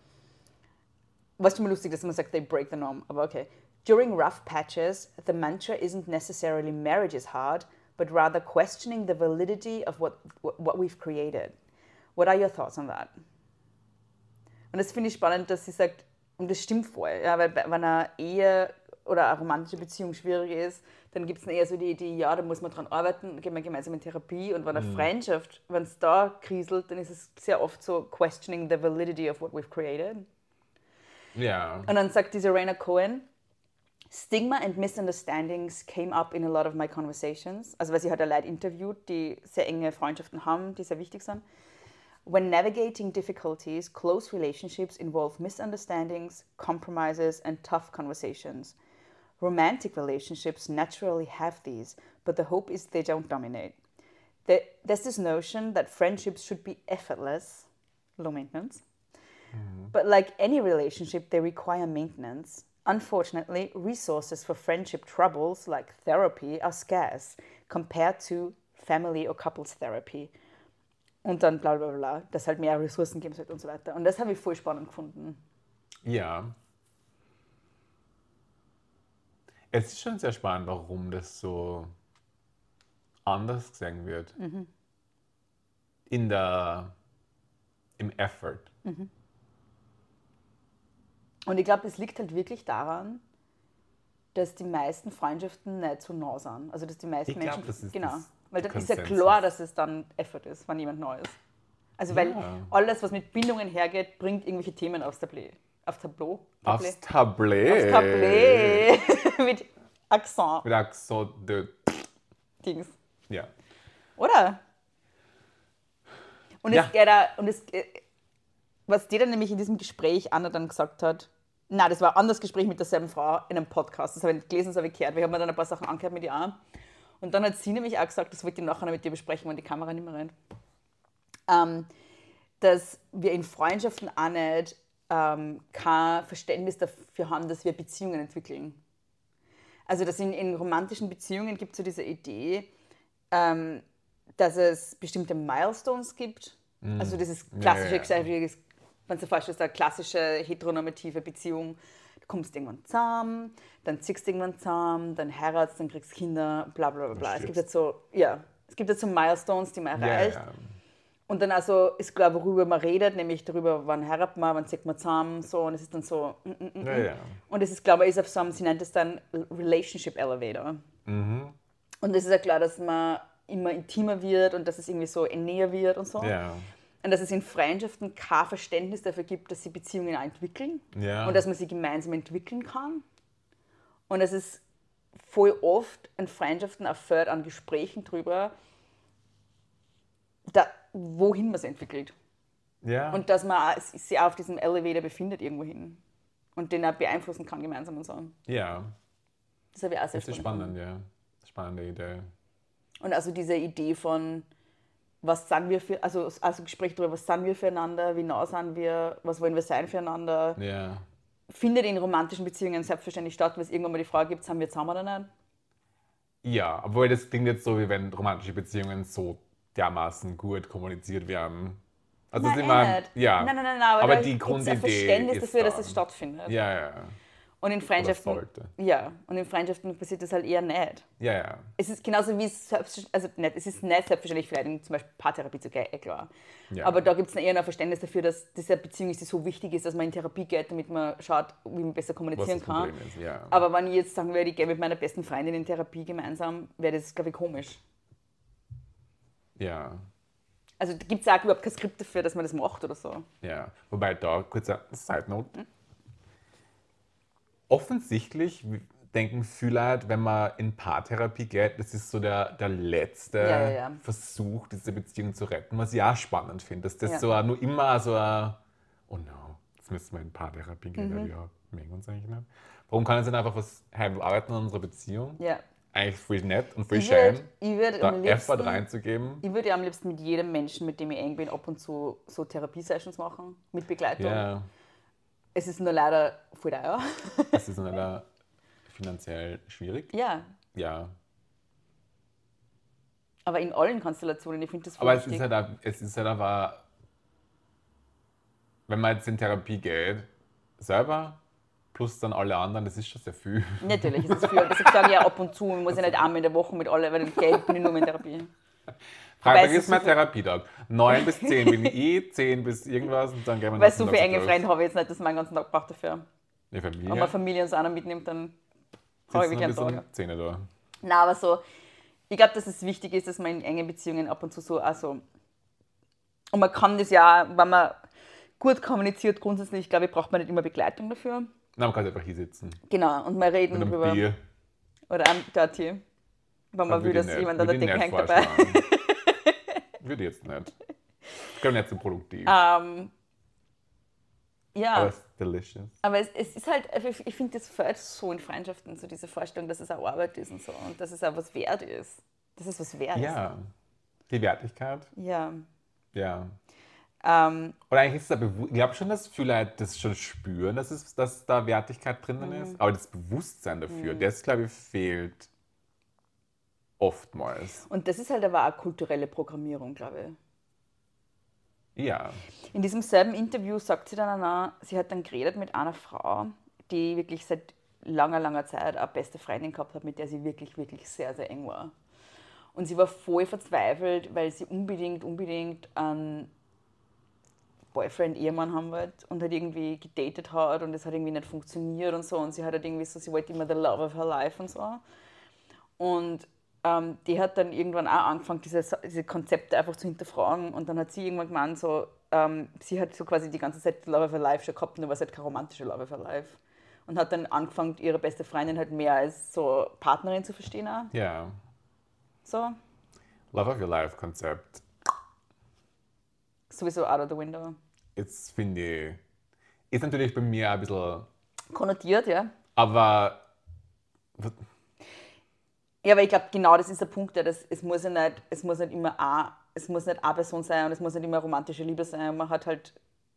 S1: Was schon mal lustig, dass man sagt, they break the norm, aber okay. During rough patches, the mantra isn't necessarily marriage is hard, but rather questioning the validity of what, what we've created. What are your thoughts on that? Und das finde ich spannend, dass sie sagt, und das stimmt voll, ja, weil bei, wenn eine Ehe oder eine romantische Beziehung schwierig ist, dann gibt es eher so die Idee, ja, da muss man dran arbeiten, gehen wir gemeinsam in Therapie. Und wenn eine Freundschaft, wenn es da kriselt, dann ist es sehr oft so questioning the validity of what we've created.
S2: Ja.
S1: Und dann sagt diese Raina Cohen, Stigma and misunderstandings came up in a lot of my conversations. Also weil sie hat ja Leute interviewt, die sehr enge Freundschaften haben, die sehr wichtig sind. When navigating difficulties, close relationships involve misunderstandings, compromises and tough conversations. Romantic relationships naturally have these, but the hope is they don't dominate. There- There's this notion that friendships should be effortless, low maintenance, but like any relationship, they require maintenance. Unfortunately, resources for friendship troubles like therapy are scarce compared to family or couples therapy. Und dann bla bla bla, dass halt mehr Ressourcen geben sollte und so weiter. Und das habe ich voll spannend gefunden.
S2: Ja. Es ist schon sehr spannend, warum das so anders gesehen wird.
S1: Mhm.
S2: In der, im Effort.
S1: Und ich glaube, es liegt halt wirklich daran, dass die meisten Freundschaften nicht so nah sind. Also, dass die meisten
S2: Ich glaub,
S1: Menschen.
S2: das ist
S1: genau.
S2: das-
S1: weil
S2: der
S1: dann ist ja
S2: Konsensus.
S1: klar, dass es dann Effort ist, wenn jemand neu ist. Also, weil
S2: Ja.
S1: alles, was mit Bindungen hergeht, bringt irgendwelche Themen aufs Tablet. Auf Tableau.
S2: Aufs Tablet.
S1: Aufs Tablet. [laughs] mit Akzent.
S2: Mit Accent de...
S1: Dings.
S2: Ja.
S1: Oder? Und
S2: Ja.
S1: es geht da, und es, äh, was die dann nämlich in diesem Gespräch Anna dann gesagt hat, na, das war ein anderes Gespräch mit derselben Frau in einem Podcast. Das habe ich nicht gelesen, das habe ich gehört. Wir haben mir dann ein paar Sachen angehört mit ihr auch. Und dann hat sie nämlich auch gesagt, das wollte ich nachher noch mit dir besprechen, wenn die Kamera nicht mehr rennt, ähm, dass wir in Freundschaften auch nicht ähm, kein Verständnis dafür haben, dass wir Beziehungen entwickeln. Also, dass in, in romantischen Beziehungen gibt es so diese Idee, ähm, dass es bestimmte Milestones gibt. Also dieses klassische,
S2: Mhm. ja, ja.
S1: wenn du vorstellst, eine klassische heteronormative Beziehung. Du kommst irgendwann zusammen, dann ziehst du irgendwann zusammen, dann heiratst, dann kriegst Kinder, bla bla bla. bla. Es gibt
S2: stirbst.
S1: jetzt so, ja, es gibt jetzt so Milestones, die man
S2: Ja,
S1: erreicht.
S2: ja.
S1: Und dann also ist klar, worüber man redet, nämlich darüber, wann heiratet man, wann zieht man zusammen, so. Und es ist dann so, mm, mm, mm,
S2: Ja, ja.
S1: und das ist, glaube ich, ist auf so einem, sie nennt es dann Relationship Elevator.
S2: Mhm.
S1: Und es ist ja klar, dass man immer intimer wird und dass es irgendwie so näher wird und so.
S2: Ja.
S1: Und dass es in Freundschaften kein Verständnis dafür gibt, dass sie Beziehungen auch entwickeln
S2: Ja.
S1: und dass man sie gemeinsam entwickeln kann. Und es ist voll oft in Freundschaften erfüllt an Gesprächen drüber, da, wohin man es entwickelt.
S2: Ja.
S1: Und dass man auch- sich auch auf diesem Elevator befindet irgendwohin. Und den auch beeinflussen kann gemeinsam und so.
S2: ja.
S1: Das habe ich auch sehr
S2: Das ist
S1: spannend.
S2: spannend, ja. Spannende Idee.
S1: Und also diese Idee von, was sind wir für, also, also Gespräch darüber, was sind wir füreinander, wie nah sind wir, was wollen wir sein füreinander,
S2: Ja.
S1: findet in romantischen Beziehungen selbstverständlich statt, weil es irgendwann mal die Frage gibt, sind wir zusammen oder nicht?
S2: Ja, obwohl das klingt jetzt so, wie wenn romantische Beziehungen so dermaßen gut kommuniziert werden. Also es ist
S1: eh
S2: immer,
S1: nicht.
S2: ja.
S1: Nein, nein, nein, nein, aber, da
S2: die
S1: gibt's
S2: Grundidee
S1: ein Verständnis
S2: ist
S1: dafür,
S2: da.
S1: dass es stattfindet.
S2: Ja, ja,
S1: Und in
S2: Oder
S1: Freundschaften,
S2: sollte.
S1: ja, und in Freundschaften passiert das halt eher nicht.
S2: ja, ja.
S1: Es ist genauso wie es selbstverständlich, also nicht, es ist nicht selbstverständlich, vielleicht in zum Beispiel Paartherapie zu gehen, eh klar.
S2: Ja.
S1: Aber da gibt es eher ein Verständnis dafür, dass diese Beziehung ist, die so wichtig ist, dass man in Therapie geht, damit man schaut, wie man besser
S2: Was
S1: kommunizieren
S2: das
S1: kann.
S2: Problem ist, ja.
S1: Aber wenn ich jetzt sagen würde, ich gehe mit meiner besten Freundin in Therapie gemeinsam, wäre das, glaube ich, komisch.
S2: ja.
S1: Also gibt es auch überhaupt kein Skript dafür, dass man das macht oder so.
S2: Ja, wobei da, kurzer Side Note. Offensichtlich w- denken viele Leute, wenn man in Paartherapie geht, das ist so der, der letzte
S1: Ja, ja, ja.
S2: Versuch, diese Beziehung zu retten, was ich auch spannend finde, dass das
S1: Ja.
S2: so ein- nur immer so ein, oh no, jetzt müssen wir in Paartherapie gehen,
S1: Mhm.
S2: weil wir mögen uns eigentlich nicht. Warum kann es denn einfach was, hey, wir arbeiten an unserer Beziehung,
S1: Ja.
S2: eigentlich voll nett und voll
S1: Ich würde
S2: schön,
S1: würd
S2: da
S1: am,
S2: Effort
S1: liebsten-
S2: reinzugeben.
S1: ich würd ja am liebsten mit jedem Menschen, mit dem ich eng bin, ab und zu so Therapiesessions machen, mit Begleitung.
S2: Ja,
S1: Es ist nur leider voll teuer.
S2: das ist leider finanziell schwierig.
S1: ja,
S2: Ja,
S1: aber in allen Konstellationen, ich finde das voll
S2: Aber es
S1: wichtig.
S2: ist halt, auch- es ist halt aber, wenn man jetzt in Therapie geht, selber plus dann alle anderen, das ist schon
S1: [laughs]
S2: sehr viel.
S1: Natürlich, es ist viel. Deswegen sage ich ja ab und zu, ich muss ja nicht einmal in der Woche mit allen, weil dann gell, bin ich nur mehr in Therapie.
S2: Freitag
S1: es ist
S2: ist mein
S1: so viel-
S2: Therapietag. 9 bis 10
S1: [laughs]
S2: bin ich, 10 bis irgendwas und dann gehen wir
S1: Weil
S2: noch
S1: so
S2: zum
S1: viele enge
S2: Doktor.
S1: Freunde habe ich jetzt nicht, dass ich meinen ganzen Tag brauche dafür.
S2: Die Familie.
S1: Wenn man Familie und so einer mitnimmt, dann habe ich
S2: sitzen
S1: mich
S2: ein
S1: keinen
S2: bisschen
S1: Tag.
S2: Zähne da.
S1: Nein, aber so, ich glaube, dass es wichtig ist, dass man in engen Beziehungen ab und zu so, also, und man kann das ja, auch, wenn man gut kommuniziert, grundsätzlich, glaube ich, braucht man nicht immer Begleitung dafür.
S2: Nein, man kann einfach hier sitzen.
S1: Genau, und mal reden
S2: Mit einem
S1: drüber.
S2: Bier.
S1: Oder am Dirty. Wenn man will, dass jemand an der Decke hängt dabei.
S2: [laughs] Würde ich jetzt nicht. Ich glaube nicht so produktiv.
S1: Ähm, ja.
S2: Aber es ist delicious.
S1: Aber es, es ist halt, ich ich finde, das fällt so in Freundschaften, so diese Vorstellung, dass es auch Arbeit ist und so und dass es auch was wert ist. Dass es was wert
S2: Ja. Die Wertigkeit.
S1: ist. Ja.
S2: Ja.
S1: Ähm,
S2: Oder eigentlich ist da bewusst, ich glaube schon, dass viele halt das schon spüren, dass, es, dass da Wertigkeit drinnen
S1: Mhm.
S2: ist. Aber das Bewusstsein dafür, das, glaube ich, fehlt oftmals.
S1: und das ist halt aber auch kulturelle Programmierung, glaube
S2: Ja.
S1: ich. In diesem selben Interview sagt sie dann auch, sie hat dann geredet mit einer Frau, die wirklich seit langer, langer Zeit eine beste Freundin gehabt hat, mit der sie wirklich, wirklich sehr, sehr eng war. Und sie war voll verzweifelt, weil sie unbedingt, unbedingt einen Boyfriend, Ehemann haben wollte und hat irgendwie gedatet hat und es hat irgendwie nicht funktioniert und so. Und sie hat halt irgendwie so, sie wollte immer the love of her life und so. Und ähm, die hat dann irgendwann auch angefangen, diese, Sa- diese Konzepte einfach zu hinterfragen. Und dann hat sie irgendwann gemeint, so, ähm, sie hat so quasi die ganze Zeit the love of her life schon gehabt, nur war es halt keine romantische love of her life. Und hat dann angefangen, ihre beste Freundin halt mehr als so Partnerin zu verstehen auch.
S2: Ja.
S1: So.
S2: Love of Your Life Konzept.
S1: sowieso out of the window.
S2: Jetzt finde ich, ist natürlich bei mir ein bisschen,
S1: Konnotiert, ja.
S2: aber
S1: Ja, aber ich glaube, genau das ist der Punkt, der das, es, muss ja nicht, es muss nicht immer a, es muss nicht eine Person sein und es muss nicht immer romantische Liebe sein. Man hat halt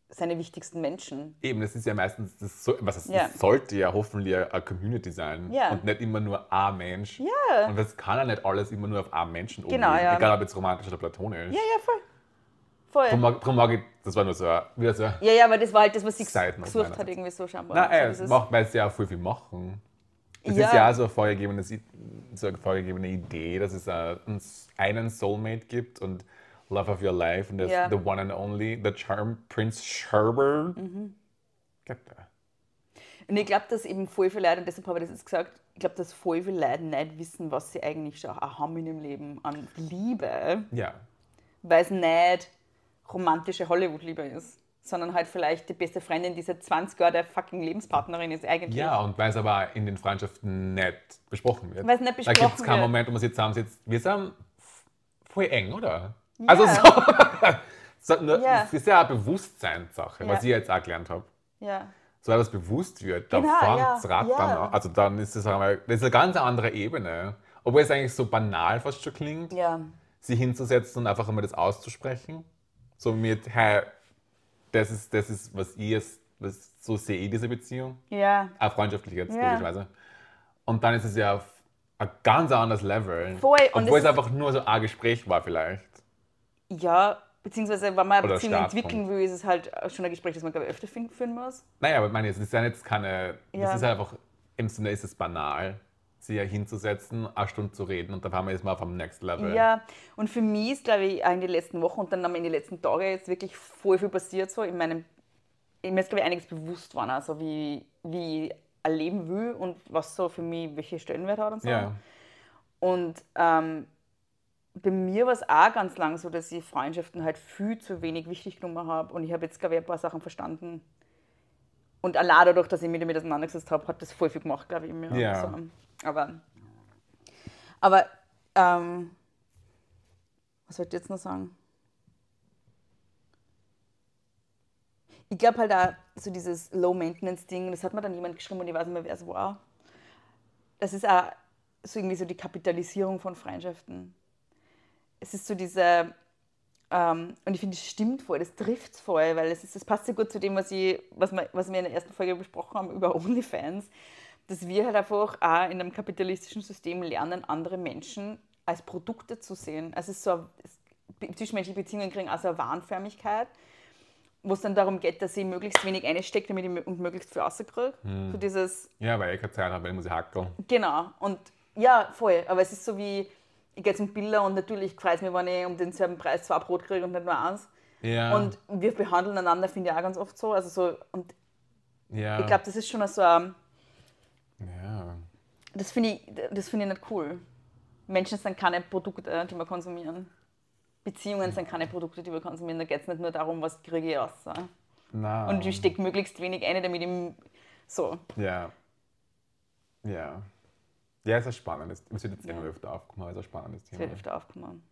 S1: seine wichtigsten Menschen.
S2: eben, das ist ja meistens, das, so, was heißt,
S1: Ja.
S2: das sollte ja hoffentlich eine Community sein
S1: Ja.
S2: und nicht immer nur ein Mensch.
S1: Ja.
S2: Und das kann ja nicht alles immer nur auf einen Menschen
S1: Genau,
S2: umlegen,
S1: ja.
S2: egal ob jetzt romantisch oder platonisch.
S1: Ja, ja, voll. Voll.
S2: Drum mag- drum mag ich, das war nur so, ein- wieder so. ein-
S1: ja, ja, aber das war halt das, was sie
S2: Seiten auf
S1: gesucht
S2: meiner
S1: hat,
S2: Seite.
S1: irgendwie so scheinbar.
S2: Nein,
S1: so
S2: ey, es
S1: dieses-
S2: äh, macht, weil es ja auch voll viel machen. Es
S1: Ja.
S2: ist ja auch so eine, vorgegebenes, I- so eine vorgegebene Idee, dass es äh, uns einen Soulmate gibt und Love of Your Life und das
S1: Ja.
S2: The One and Only, The Charm Prince Sherbert.
S1: Mhm.
S2: äh, Get there.
S1: Und ich glaube, dass eben voll viele Leute, und deshalb habe ich das jetzt gesagt, ich glaube, dass voll viele Leute nicht wissen, was sie eigentlich schon auch haben in ihrem Leben an Liebe,
S2: Ja,
S1: weil es nicht romantische Hollywood-Liebe ist, sondern halt vielleicht die beste Freundin, die seit 20 Jahren der fucking Lebenspartnerin ist eigentlich.
S2: Ja, und weil es aber in den Freundschaften nicht besprochen wird.
S1: Weil es nicht
S2: Da gibt es
S1: besprochen
S2: keinen
S1: wird.
S2: Moment, wo man sich zusammensitzt. Wir sind f- voll eng, oder? Also
S1: Ja.
S2: so. [laughs] so nur,
S1: Ja.
S2: Es ist ja eine Bewusstseinssache,
S1: Ja.
S2: was ich jetzt auch gelernt habe.
S1: Ja.
S2: Sobald das bewusst wird, da
S1: Genau,
S2: fängt
S1: ja,
S2: es rattern
S1: ja.
S2: an. Also dann ist das, einmal, das ist eine ganz andere Ebene. Obwohl es eigentlich so banal fast schon klingt,
S1: Ja.
S2: sich hinzusetzen und einfach einmal das auszusprechen. So mit, hey, das ist, das ist was ich jetzt, was, so sehe ich diese Beziehung.
S1: Ja.
S2: Ah, freundschaftlich jetzt,
S1: Ja.
S2: logischerweise. Und dann ist es ja auf ein ganz anderes Level.
S1: Voll, und
S2: Obwohl
S1: es
S2: es
S1: ist-
S2: einfach nur so ein Gespräch war vielleicht.
S1: Ja, beziehungsweise wenn man eine
S2: Oder
S1: Beziehung
S2: Startpunkt.
S1: entwickeln will, ist es halt schon ein Gespräch, das man, glaube ich, öfter fin- führen muss.
S2: Naja, aber ich meine, es ist ja jetzt keine,
S1: Ja.
S2: das ist halt einfach, im Sinne ist es banal, sich ja hinzusetzen, eine Stunde zu reden und dann fahren wir jetzt mal auf dem Next Level.
S1: Ja, und für mich ist, glaube ich, auch in den letzten Wochen und dann auch in den letzten Tagen jetzt wirklich voll viel passiert so in meinem, mir ist, glaube ich, einiges bewusst geworden, also wie, wie ich erleben will und was so für mich, welche Stellenwert hat und so.
S2: Ja.
S1: Und ähm, bei mir war es auch ganz lang so, dass ich Freundschaften halt viel zu wenig wichtig genommen habe. Und ich habe jetzt, glaube ich, ein paar Sachen verstanden. Und allein dadurch, dass ich mich damit auseinandergesetzt habe, hat das voll viel gemacht, glaube ich, in mir.
S2: Ja.
S1: So. Aber, aber ähm, was wollte ich jetzt noch sagen? Ich glaube halt auch, so dieses Low-Maintenance-Ding, das hat mir dann jemand geschrieben und ich weiß nicht mehr, wer es war. Das ist auch so irgendwie so die Kapitalisierung von Freundschaften. Es ist so diese, ähm, und ich finde, es stimmt voll, das trifft voll, weil es ist, das passt so gut zu dem, was, ich, was, wir, was wir in der ersten Folge besprochen haben über [laughs] OnlyFans, dass wir halt einfach auch in einem kapitalistischen System lernen, andere Menschen als Produkte zu sehen. Also es ist so, ein- es, be- zwischenmenschliche Beziehungen kriegen also eine Wahnförmigkeit, wo es dann darum geht, dass sie möglichst wenig einsteckt, damit ich mö- und möglichst viel rauskriege. So dieses,
S2: ja, weil ich keine Zeit habe, weil ich muss ich hackeln.
S1: Genau. Und ja, voll. Aber es ist so wie, ich gehe zum Bilder und natürlich freut es mich, wenn ich um denselben Preis zwei Brot kriege und nicht nur eins.
S2: Ja,
S1: Und wir behandeln einander, finde ich auch ganz oft so. Also so und
S2: ja.
S1: ich glaube, das ist schon so ein,
S2: ja.
S1: das finde ich, das finde ich nicht cool. Menschen sind keine Produkte, die wir konsumieren. Beziehungen sind keine Produkte, die wir konsumieren. Da geht es nicht nur darum, was kriege ich aus. so.
S2: Na,
S1: Und ich stecke möglichst wenig ein, damit ich so.
S2: Ja. Ja. Ja, ist ein spannendes. Es wird jetzt immer öfter aufgemacht, ist ein spannendes
S1: Das
S2: Thema.
S1: wird öfter aufgekommen.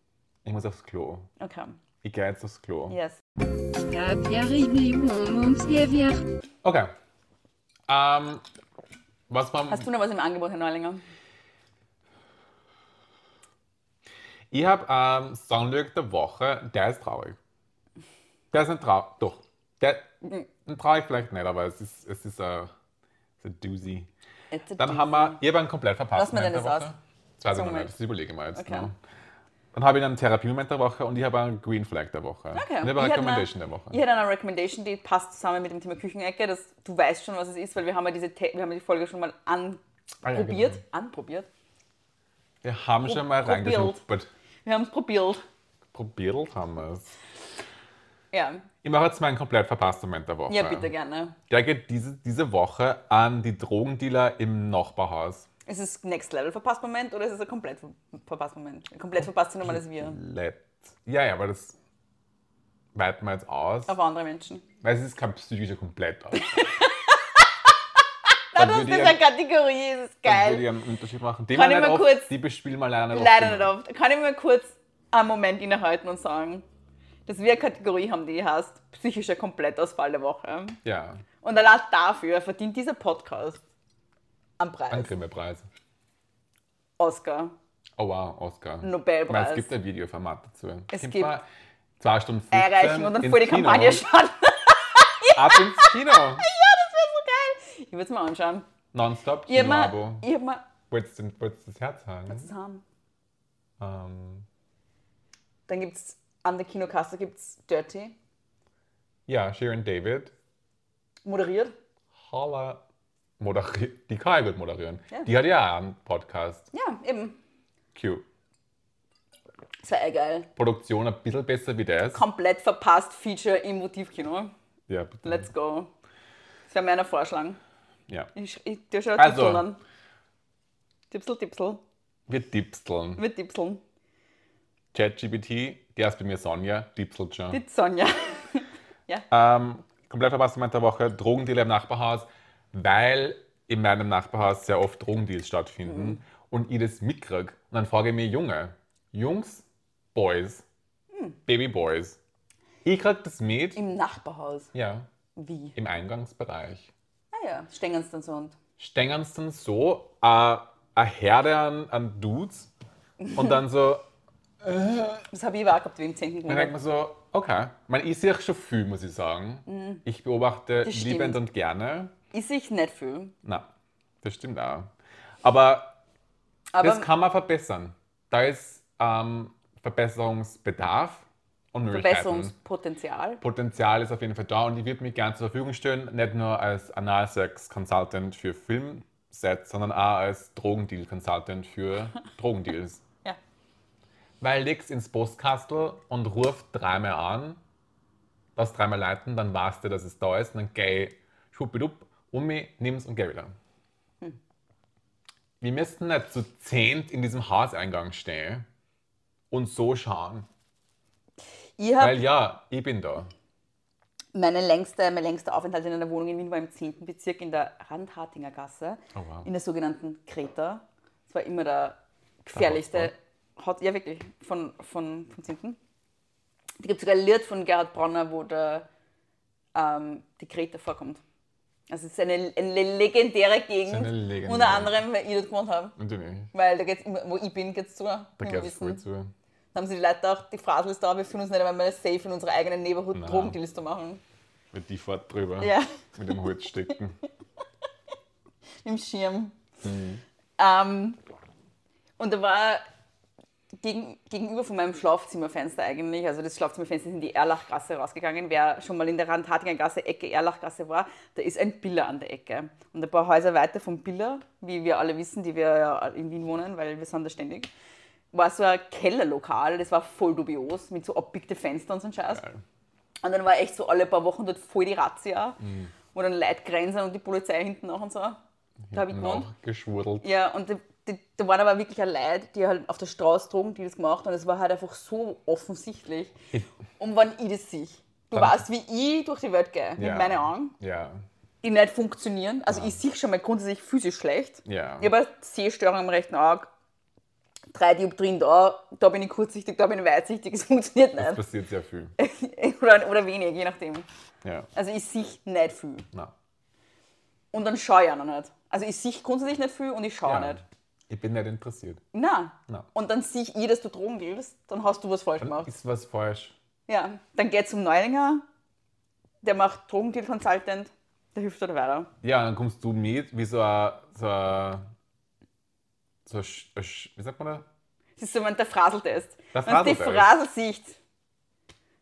S2: Ich muss aufs Klo.
S1: Okay.
S2: Ich gehe jetzt aufs Klo.
S1: Yes.
S3: Gabiaribiu Momsiaviar.
S2: Okay. Ähm, was man.
S1: Hast du noch was im Angebot, Herr Neulinger?
S2: Ich habe ähm, Songlyric der Woche, der ist traurig. Der ist nicht traurig, doch. Der, n- traurig vielleicht nicht, aber es ist, es ist ein, es ist ein Doozy.
S1: It's a
S2: Dann haben wir, ich habe einen komplett
S1: Lass
S2: verpasst.
S1: mir
S2: Moment
S1: denn
S2: der
S1: das
S2: Woche.
S1: aus?
S2: Das weiß ich noch
S1: Somit.
S2: nicht, das überlege ich mir jetzt.
S1: Okay.
S2: noch. Dann habe ich einen Therapie-Moment der Woche und ich habe einen Green Flag der Woche.
S1: Okay.
S2: Und ich
S1: Ich
S2: habe
S1: hätte
S2: eine
S1: eine-
S2: Recommendation der Woche.
S1: Ich hätte eine Recommendation, die passt zusammen mit dem Thema Küchenecke. Das, du weißt schon, was es ist, weil wir haben ja diese Te- wir haben ja die Folge schon mal anprobiert.
S2: Ah, ja, genau.
S1: Anprobiert.
S2: Wir haben schon mal
S1: Pro- probiert.
S2: reingeschnuppert.
S1: Wir haben es probiert.
S2: Probiert haben wir es.
S1: Ja.
S2: Ich mache jetzt meinen komplett verpassten Moment der Woche.
S1: ja, bitte gerne.
S2: Der geht diese, diese Woche an die Drogendealer im Nachbarhaus.
S1: Ist es Next Level verpasst Moment oder ist es ein komplett ver- verpasst Moment? Ein komplett verpasst sind nochmal das Wir.
S2: Let. Ja, ja, aber das weiten wir jetzt aus.
S1: Auf andere Menschen.
S2: weil es ist kein psychischer
S1: [laughs]
S2: Komplettaus.
S1: Na,
S2: Dann
S1: das ist
S2: würde ich-
S1: eine Kategorie, das ist
S2: Dann würde ich
S1: geil.
S2: einen Unterschied machen. Die
S1: Kann
S2: man
S1: ich
S2: nicht
S1: mal
S2: oft-
S1: kurz-
S2: Die bespielen wir leider nicht
S1: Leider
S2: oft.
S1: nicht oft. Kann ich mal kurz einen Moment innehalten und sagen, dass wir eine Kategorie haben, die heißt psychischer Komplettausfall der Woche.
S2: Ja,
S1: Und allein dafür verdient dieser Podcast einen Preis.
S2: ein Grimme-Preis.
S1: Oscar.
S2: Oh wow, Oscar.
S1: Nobelpreis.
S2: Weil es gibt ein Videoformat dazu.
S1: Es
S2: Gibt
S1: gibt-
S2: mal zwei Stunden 15
S1: erreichen und dann
S2: ins
S1: voll die
S2: Kino.
S1: Kampagne starten. [laughs]
S2: Ab ins Kino.
S1: Ich würde es mir anschauen. [laughs]
S2: Nonstop
S1: Ich habe mir,
S2: Kino-Abo.
S1: ich hab mir
S2: Wolltest du wolltest du das Herz haben?
S1: das haben.
S2: Ähm,
S1: Dann gibt es an der Kinokasse gibt's Dirty,
S2: ja, Sharon David.
S1: moderiert.
S2: Holla. Moderiert. Die kann ja gut moderieren.
S1: Ja.
S2: Die hat ja auch einen Podcast.
S1: Ja, eben.
S2: Cute.
S1: Das war eh geil.
S2: Produktion ein bisschen besser wie das.
S1: Komplett verpasst Feature im Motivkino.
S2: Ja, bitte.
S1: Let's go. Das wäre meiner Vorschlag.
S2: ja.
S1: Ich, ich tue schon ein
S2: Also.
S1: Tipsel an. Tipsel, Tipsel.
S2: Wir tipseln.
S1: Wir tipseln.
S2: ChatGPT, der ist bei mir Sonja, Diepselcher.
S1: Die Sonja.
S2: Ähm, komplett verpasst Moment der Woche, Drogendealer im Nachbarhaus, weil in meinem Nachbarhaus sehr oft Drogendeals stattfinden
S1: Mhm.
S2: und ich das mitkrieg. Und dann frage ich mich, Junge, Jungs, Boys, Baby Boys. Ich krieg das mit,
S1: Hm. Im Nachbarhaus.
S2: ja,
S1: Wie?
S2: im Eingangsbereich.
S1: Ah ja, stängern sie dann so und.
S2: stängern es dann so äh, eine Herde an, an Dudes und
S1: [laughs]
S2: dann so,
S1: Das habe ich aber auch gehabt, wie im 10.
S2: dann
S1: Monat.
S2: denkt man so, okay. Ich meine, ich sehe schon viel, muss ich sagen. Ich beobachte
S1: Mhm. Das stimmt.
S2: liebend und gerne.
S1: Ist sich nicht viel.
S2: Na, das stimmt auch. Aber,
S1: Aber
S2: das kann man verbessern. Da ist ähm, Verbesserungsbedarf und Möglichkeiten.
S1: Verbesserungspotenzial.
S2: Potenzial ist auf jeden Fall da und ich würde mich gerne zur Verfügung stellen, nicht nur als Analsex-Consultant für Filmsets, sondern auch als
S1: [laughs]
S2: Drogendeal-Consultant für Drogendeals.
S1: Ja.
S2: Weil legst ins Postkastel und ruft dreimal an, das dreimal leiten, dann weißt du, dass es da ist und dann geh schwuppidupp um mich, nimm's und geh wieder.
S1: Hm.
S2: Wir müssten nicht zu zehnt in diesem Hauseingang stehen und so schauen.
S1: Ich habe
S2: Weil ja, ich bin da.
S1: meine längste, mein längster Aufenthalt in einer Wohnung in Wien war im 10. Bezirk in der Randhartinger Gasse,
S2: Oh, wow.
S1: in der sogenannten Kreta. Das war immer der gefährlichste Hot, ja wirklich, von, von, vom 10. Da gibt sogar ein Lied von Gerhard Bronner, wo der, ähm, die Kreta vorkommt. Also es ist eine, eine legendäre Gegend,
S2: eine legendäre.
S1: unter anderem, weil ich dort gewohnt habe.
S2: Natürlich.
S1: Weil da geht's immer, wo ich bin, geht's zu.
S2: Da
S1: Wie wir
S2: gehört es
S1: wissen.
S2: voll zu.
S1: Da haben sie die Leute auch die Phrasel ist da, wir fühlen uns nicht einmal mehr safe in unserer eigenen Neighborhood
S2: Nein.
S1: Drogendeals zu machen.
S2: Mit die fort drüber.
S1: Ja, [laughs]
S2: Mit dem Holzstecken.
S1: im Schirm. Ähm, und da war gegen, gegenüber von meinem Schlafzimmerfenster eigentlich, also das Schlafzimmerfenster ist in die Erlachgasse rausgegangen. Wer schon mal in der Randhartinger Gasse, Ecke Erlachgasse war, da ist ein Biller an der Ecke. Und ein paar Häuser weiter vom Biller, wie wir alle wissen, die wir ja in Wien wohnen, weil wir sind da ständig, war so ein Kellerlokal, das war voll dubios, mit so abbiegte Fenster und so ein Scheiß.
S2: Geil.
S1: Und dann war echt so alle paar Wochen dort voll die Razzia, wo dann Leute grenzen und die Polizei hinten nach und so. Da habe ich gewohnt.
S2: Nachgeschwurdelt.
S1: Ja, und die, die, da waren aber wirklich auch Leute, die halt auf der Straße Drogen, die das gemacht haben. Es war halt einfach so offensichtlich. Und wenn ich das sehe, du
S2: Dann-
S1: weißt, wie ich durch die Welt gehe, mit meinen Augen, [laughs]
S2: Ja.
S1: die nicht funktionieren. Also ich sehe schon mal grundsätzlich physisch schlecht.
S2: Ja.
S1: Ich habe eine Sehstörung im rechten Auge, drei Dioptrien da, da bin ich kurzsichtig, da bin ich weitsichtig, es [laughs] funktioniert
S2: Das
S1: nicht.
S2: passiert sehr viel.
S1: [laughs] oder, oder wenig, je nachdem.
S2: Ja.
S1: Also ich sehe nicht viel.
S2: Na.
S1: Und dann schaue ich auch noch nicht. Also ich sehe grundsätzlich nicht viel und ich schaue
S2: Ja.
S1: nicht.
S2: Ich bin nicht interessiert.
S1: Nein.
S2: Na.
S1: Und dann sehe ich ihr, dass du Drogen dealst, dann hast du was falsch
S2: Dann
S1: gemacht.
S2: ist was falsch.
S1: Ja. Dann geht zum Neulinger, der macht Drogendeal-Consultant, der hilft dir weiter.
S2: Ja, dann kommst du mit wie so ein. So ein so ein Sch- ein Sch- wie sagt man da?
S1: Das ist so mein- der Fraseltest.
S2: Der
S1: Wenn du die
S2: Fraseltest.
S1: Phrasel siehst, das,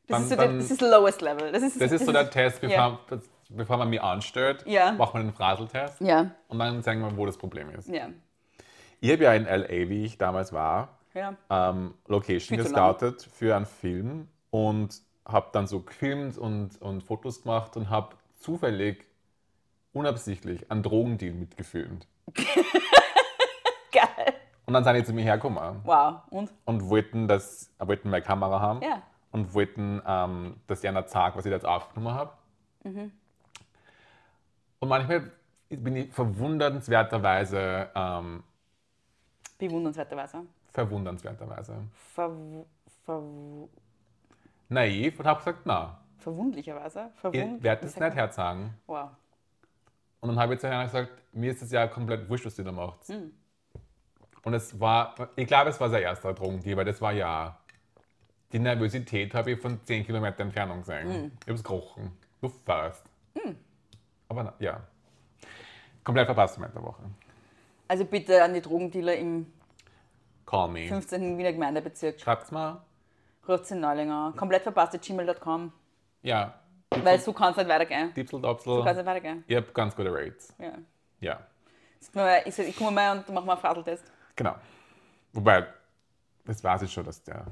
S2: Dann-
S1: ist so der,
S2: dann-
S1: das ist lowest level. Das ist,
S2: Das ist
S1: [laughs]
S2: so der Test, bevor,
S1: Ja.
S2: das- bevor man mich anstellt,
S1: Ja.
S2: macht man den Fraseltest
S1: Ja,
S2: und dann zeigen wir, wo das Problem ist.
S1: ja,
S2: Ich habe ja in L.A., wie ich damals war,
S1: ja.
S2: ähm, Location
S1: Viel zu lang.
S2: gestartet für einen Film und habe dann so gefilmt und, und Fotos gemacht und habe zufällig, unabsichtlich, einen Drogendeal mitgefilmt.
S1: [laughs] Geil.
S2: Und dann sind die zu mir hergekommen
S1: Wow. Und?
S2: und wollten, das, äh, wollten meine Kamera haben
S1: Ja.
S2: und wollten, ähm, dass ich einer zeigt, was ich da jetzt aufgenommen habe. Und manchmal bin ich verwundernswerterweise, ähm,
S1: Bewundernswerterweise.
S2: verwundernswerterweise
S1: Verw verw
S2: naiv und habe gesagt, na,
S1: verwundlicherweise?
S2: ich
S1: Verwund
S2: werde
S1: wie
S2: das
S1: sagt
S2: nicht
S1: man?
S2: herzagen.
S1: Wow.
S2: Und dann habe ich zu einer gesagt, mir ist es ja komplett wurscht, was ihr da macht. Und es war, ich glaube, es war sein erster Drogendeal, weil das war ja, die Nervosität habe ich von 10 Kilometer Entfernung gesehen. Ich habe es gerochen. Du fährst. Aber na, ja. Komplett verpasst mit der Woche.
S1: Also bitte an die Drogendealer im
S2: Call me.
S1: 15. Wiener Gemeindebezirk.
S2: Schreibt's mal.
S1: Ruft in Neulinger. Komplett verpasst gmail.com.
S2: Ja.
S1: Weil so kann es nicht weitergehen.
S2: Diepsel,
S1: So kann es
S2: Dopsel.
S1: nicht weitergehen.
S2: Ihr habt ganz gute Rates.
S1: Ja.
S2: Ja.
S1: Sag mal, Ich, sag, ich komme mal und mache mal einen Fradeltest.
S2: Genau. Wobei, das weiß ich schon, dass der.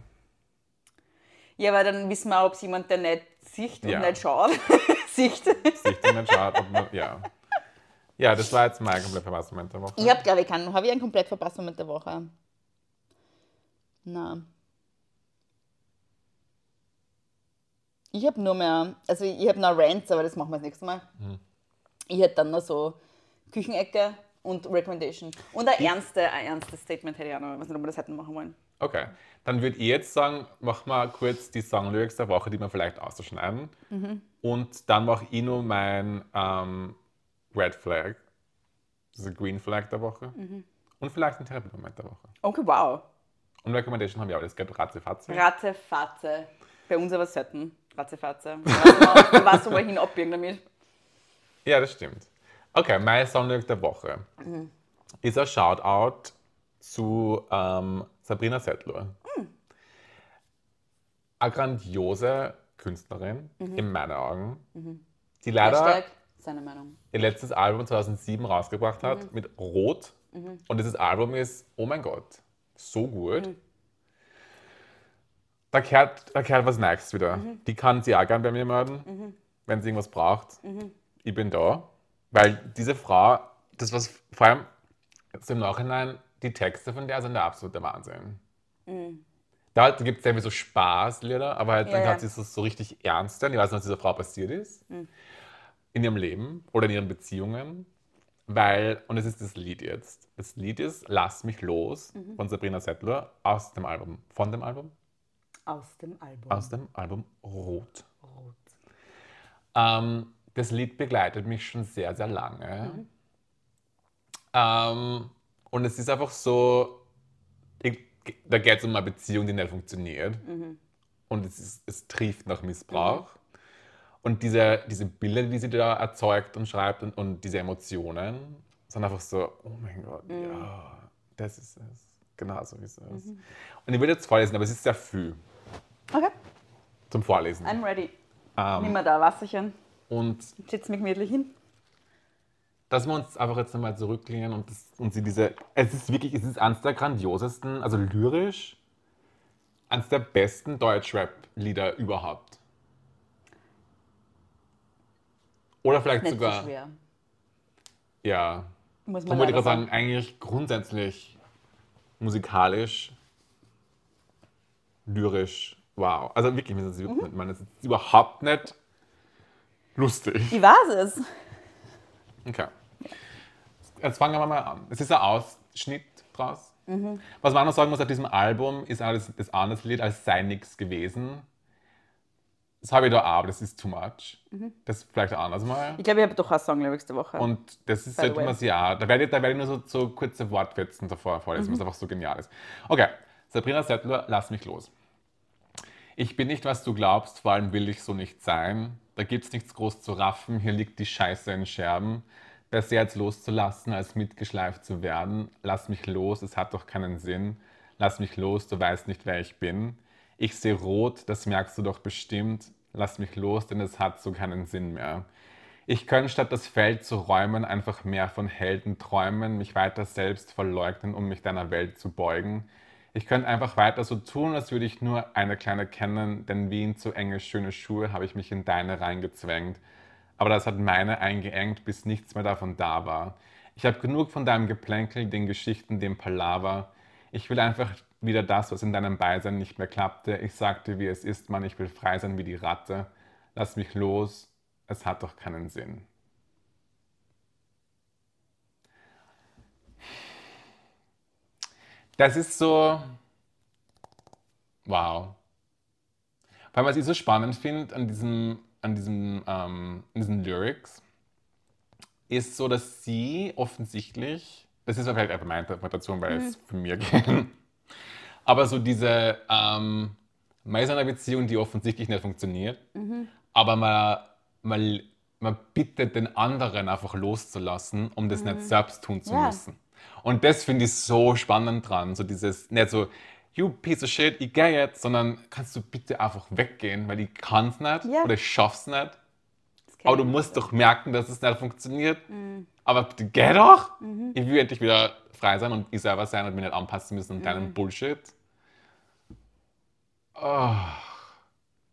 S1: Ja, weil dann wissen wir, ob es jemand, der nicht sieht und
S2: Ja.
S1: nicht schaut, [laughs] sieht.
S2: sich dann nicht schaut, ob man, ja. Ja, das war jetzt mein komplett verpasster Moment der Woche.
S1: Ich habe, glaube ich, keinen. Habe ich einen komplett verpasst Moment der Woche? Nein. Ich habe nur mehr, also ich habe noch Rants, aber das machen wir das nächste Mal. Ich hätte dann noch so Küchenecke und Recommendation. Und ein, ernste, ein ernstes Statement hätte ich auch noch. Ich weiß nicht, ob wir das hätten machen wollen.
S2: Okay. Dann würde ich jetzt sagen, machen wir kurz die Songlyrics der Woche, die wir vielleicht ausschneiden. Und dann mache ich nur mein ähm, Red Flag, also Green Flag der Woche. Und vielleicht ein Therapiemoment der Woche.
S1: Okay, wow.
S2: Und Recommendation haben wir auch, das geht ratzefatze.
S1: Ratzefatze. Bei uns aber selten.
S2: [laughs]
S1: Ratzefatze. Du weißt, wo ich ihn abbiegen damit.
S2: Ja, das stimmt. Okay, mein Songlyric der Woche ist ein Shoutout zu ähm, Sabrina Settler. Eine grandiose Künstlerin, in meinen Augen, die leider
S1: Hashtag seine Meinung.
S2: ihr letztes Album 2007 rausgebracht hat mit Rot. Und dieses Album ist, oh mein Gott, so gut. Da, kehrt, da kehrt was Neues wieder.
S1: Mhm.
S2: Die kann sie auch gern bei mir melden, wenn sie irgendwas braucht.
S1: Mhm.
S2: Ich bin da. Weil diese Frau, das was vor allem jetzt im Nachhinein, die Texte von der sind der absolute Wahnsinn. Da gibt es irgendwie so Spaßlieder, aber halt, dann
S1: Mhm. Ja, Mhm.
S2: hat sie
S1: ja.
S2: es so- so richtig ernst. Ich weiß nicht, was dieser Frau passiert ist in ihrem Leben oder in ihren Beziehungen, weil, und es ist das Lied jetzt. Das Lied ist Lass mich los
S1: Mhm.
S2: von Sabrina Settler aus dem Album, von dem Album,
S1: Aus dem Album.
S2: aus dem Album Rot. Ähm, das Lied begleitet mich schon sehr, sehr lange. Ähm, und es ist einfach so, ich, da geht es um eine Beziehung, die nicht funktioniert. Und es, ist, es trieft nach Missbrauch. Und diese, diese Bilder, die sie da erzeugt und schreibt und, und diese Emotionen, sind einfach so, oh mein Gott, ja, das ist es. Genau so ist es. Und ich würde jetzt vorlesen, aber es ist sehr viel
S1: Okay,
S2: zum Vorlesen.
S1: I'm ready.
S2: Ähm,
S1: Nimm mir da ein Wasserchen.
S2: und
S1: Sitz mich gemütlich hin.
S2: dass wir uns einfach jetzt nochmal zurücklehnen und, das, und sie diese. Es ist wirklich, es ist eines der grandiosesten, also lyrisch, eines der besten Deutschrap-Lieder überhaupt. Oder vielleicht
S1: Nicht
S2: sogar.
S1: so schwer.
S2: Ja.
S1: Muss
S2: Man
S1: man
S2: wollte
S1: leider
S2: gerade
S1: sagen.
S2: sagen, eigentlich grundsätzlich musikalisch, lyrisch, wow. Also wirklich, mir ist das
S1: Mhm.
S2: überhaupt nicht- man ist jetzt überhaupt nicht lustig.
S1: Ich weiß es.
S2: Okay. Jetzt fangen wir mal an. Es ist ein Ausschnitt draus. Was man noch sagen muss auf diesem Album, ist auch das, das andere Lied als Sei Nix gewesen. Das habe ich da auch, aber das ist too much. Das vielleicht ein anderes Mal.
S1: Ich glaube, ich habe doch auch Songlyrics der Woche.
S2: Und das ist
S1: By the
S2: halt immer
S1: way.
S2: so, ja, da werde ich, da werde ich nur so, so kurze Wortfetzen davor vorlesen,
S1: Mhm.
S2: was einfach so genial ist. Okay, Sabrina Settler, lass mich los. Ich bin nicht, was du glaubst, vor allem will ich so nicht sein. Da gibt's nichts groß zu raffen, hier liegt die Scheiße in Scherben. Besser jetzt loszulassen, als mitgeschleift zu werden. Lass mich los, es hat doch keinen Sinn. Lass mich los, du weißt nicht, wer ich bin. Ich sehe rot, das merkst du doch bestimmt. Lass mich los, denn es hat so keinen Sinn mehr. Ich kann statt das Feld zu räumen einfach mehr von Helden träumen, mich weiter selbst verleugnen, um mich deiner Welt zu beugen. Ich könnte einfach weiter so tun, als würde ich nur eine kleine kennen, denn wie in zu enge schöne Schuhe habe ich mich in deine reingezwängt. Aber das hat meine eingeengt, bis nichts mehr davon da war. Ich habe genug von deinem Geplänkel, den Geschichten, dem Palaver. Ich will einfach wieder das, was in deinem Beisein nicht mehr klappte. Ich sagte, wie es ist, Mann, ich will frei sein wie die Ratte. Lass mich los, es hat doch keinen Sinn. Das ist so. Wow. Weil was ich so spannend finde an diesem, an diesem, ähm, an diesen Lyrics, ist so, dass sie offensichtlich, das ist vielleicht einfach meine Interpretation, weil es von mir [laughs] geht, aber so diese, ähm, man ist in einer Beziehung, die offensichtlich nicht funktioniert, aber man, man, man bittet den anderen einfach loszulassen, um das nicht selbst tun zu
S1: Ja.
S2: müssen. Und das finde ich so spannend dran, so dieses, nicht so, you piece of shit, ich gehe jetzt, sondern kannst du bitte einfach weggehen, weil ich kann es nicht
S1: Ja.
S2: oder ich schaff's nicht.
S1: Das kenn
S2: Aber du
S1: ich.
S2: musst doch merken, dass es nicht funktioniert. Aber bitte geh doch! Ich will endlich wieder frei sein und ich selber sein und mich nicht anpassen müssen an deinen Bullshit. Ah.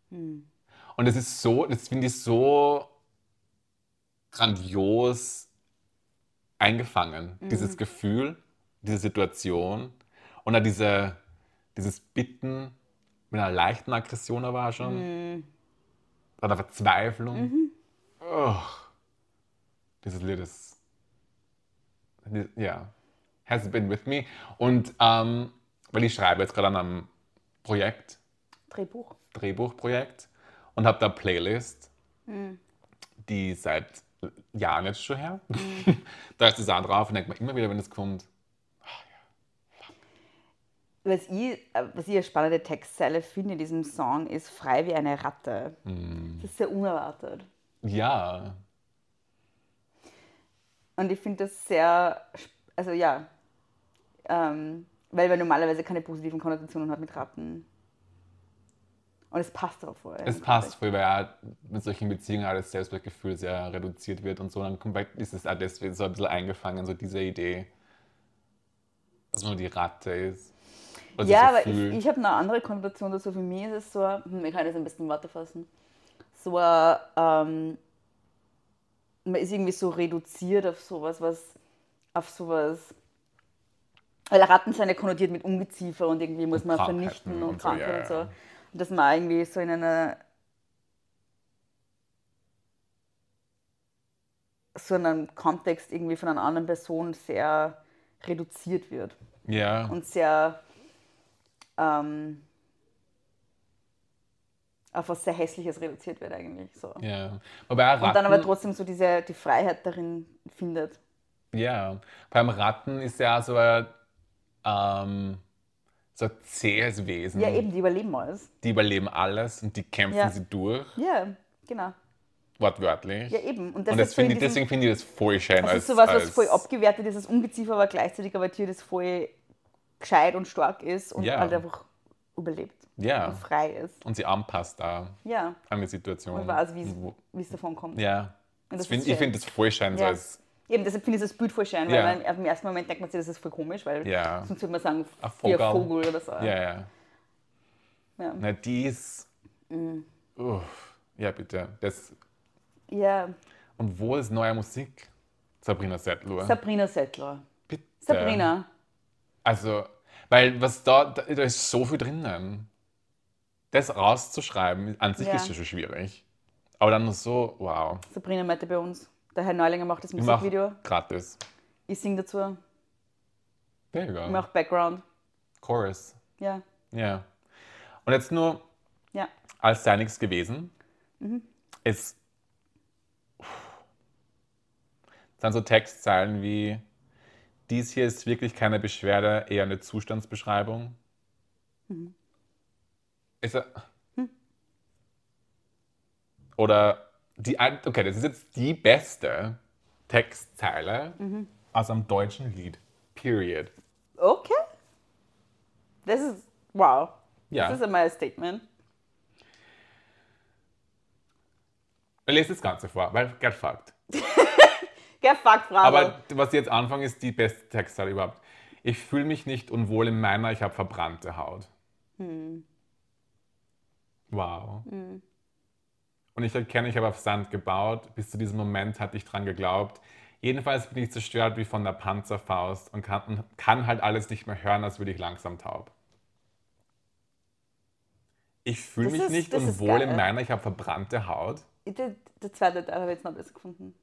S2: Und das ist so, das finde ich so grandios eingefangen, dieses Gefühl, diese Situation und auch diese, dieses Bitten mit einer leichten Aggression aber auch schon. bei der Verzweiflung. Ugh. Dieses Lied ist. Ja. Has been with me. Und ähm, weil ich schreibe jetzt gerade an einem Projekt,
S1: Drehbuch.
S2: Drehbuchprojekt, und habe da eine Playlist, die seit Jahren jetzt schon her. [laughs] da ist das auch drauf und denke mir immer wieder, wenn es kommt,
S1: Was ich, äh, was ich eine spannende Textzeile finde in diesem Song, ist frei wie eine Ratte.
S2: Hm.
S1: Das ist sehr unerwartet.
S2: ja,
S1: Und ich finde das sehr, sp- also ja, ähm, weil man normalerweise keine positiven Konnotationen hat mit Ratten. Und es passt auch voll.
S2: Es passt voll, weil ja mit solchen Beziehungen auch das Selbstwertgefühl sehr reduziert wird und so. Und dann kommt, bei- ist es auch deswegen so ein bisschen eingefangen, so diese Idee, dass man die Ratte ist. Was
S1: Ja,
S2: Also so
S1: aber
S2: fühlt.
S1: ich, ich habe eine andere Konnotation dazu. Für mich ist es so, ein- hm, ich kann das am besten in Worte fassen, so ein, ähm, man ist irgendwie so reduziert auf sowas, was, auf sowas, weil Ratten sind ja konnotiert mit Ungeziefer und irgendwie muss man
S2: Krankheiten
S1: vernichten und
S2: und so, ja,
S1: Krankheiten und so.
S2: ja.
S1: Und dass man irgendwie so in einer, so in einem Kontext irgendwie von einer anderen Person sehr reduziert wird
S2: ja,
S1: und sehr ähm, auf was sehr Hässliches reduziert wird eigentlich. So.
S2: ja. Wobei auch Ratten,
S1: Und dann aber trotzdem so diese die Freiheit darin findet.
S2: ja, beim Ratten ist ja auch so ein, ähm, so ein zähes Wesen.
S1: Ja, eben, die überleben alles.
S2: Die überleben alles und die kämpfen
S1: Ja.
S2: sie durch,
S1: Ja, genau.
S2: wortwörtlich.
S1: Ja, eben. Und das,
S2: Und
S1: ist
S2: das
S1: so in
S2: finde ich,
S1: diesem-
S2: deswegen finde ich das voll schön.
S1: das
S2: als,
S1: ist so was, was
S2: als,
S1: voll abgewertet ist, das Ungeziefer, aber gleichzeitig aber ein Tier, das voll gescheit und stark ist und
S2: Ja.
S1: halt einfach überlebt
S2: Ja.
S1: und frei ist.
S2: Und sie anpasst da.
S1: Ja,
S2: an die Situation.
S1: man weiß, wie es-
S2: Wo-
S1: wie es davon kommt.
S2: Ja.
S1: Und
S2: Das
S1: das
S2: find,
S1: ist
S2: ich
S1: schön.
S2: finde das voll schön, so
S1: Ja.
S2: Also als
S1: Eben, deshalb finde ich das Bild voll schön, weil
S2: Ja.
S1: man, im ersten Moment denkt man sich, das ist voll komisch, weil
S2: Ja.
S1: sonst würde man sagen,
S2: ein
S1: wie
S2: Vogel.
S1: ein Vogel oder so.
S2: Ja, ja.
S1: Ja.
S2: Na, dies.
S1: Mhm.
S2: Uff. Ja, bitte. Das,
S1: Ja,
S2: und wo ist neue Musik? Sabrina Settler.
S1: Sabrina Settler.
S2: bitte.
S1: Sabrina.
S2: Also, weil was da, da, da ist so viel drinnen. Das rauszuschreiben, an sich
S1: Ja.
S2: ist ja schon schwierig. Aber dann noch so, wow.
S1: Sabrina meinte bei uns. Der Herr Neulinger macht das
S2: Ich mach
S1: Musikvideo.
S2: gratis.
S1: Ich singe dazu.
S2: There you go.
S1: Ich mache Background.
S2: Chorus.
S1: Ja.
S2: Ja. Und jetzt nur
S1: Ja.
S2: als sei nichts gewesen.
S1: Mhm.
S2: Es Es sind so Textzeilen wie: Dies hier ist wirklich keine Beschwerde, eher eine Zustandsbeschreibung.
S1: Mhm.
S2: Ist er,
S1: Hm.
S2: Oder die, ein- okay, das ist jetzt die beste Textzeile
S1: Mhm.
S2: aus einem deutschen Lied. Period.
S1: Okay. Das ist. Wow.
S2: Ja.
S1: Das ist einmal ein Statement.
S2: Lest das Ganze vor, weil get fucked.
S1: Gell, fuck, Bravo.
S2: Aber was ich jetzt anfange, ist die beste Textzeile überhaupt. Ich fühle mich nicht unwohl in meiner, ich habe verbrannte Haut.
S1: Hm.
S2: Wow. Und ich erkenne, ich habe auf Sand gebaut. Bis zu diesem Moment hatte ich dran geglaubt. Jedenfalls bin ich zerstört wie von der Panzerfaust und kann, kann halt alles nicht mehr hören, als würde ich langsam taub. Ich fühle
S1: Das
S2: mich
S1: ist-
S2: nicht
S1: das ist
S2: unwohl
S1: geil.
S2: in meiner, ich habe verbrannte Haut.
S1: Der, der zweite Teil habe ich jetzt noch besser gefunden.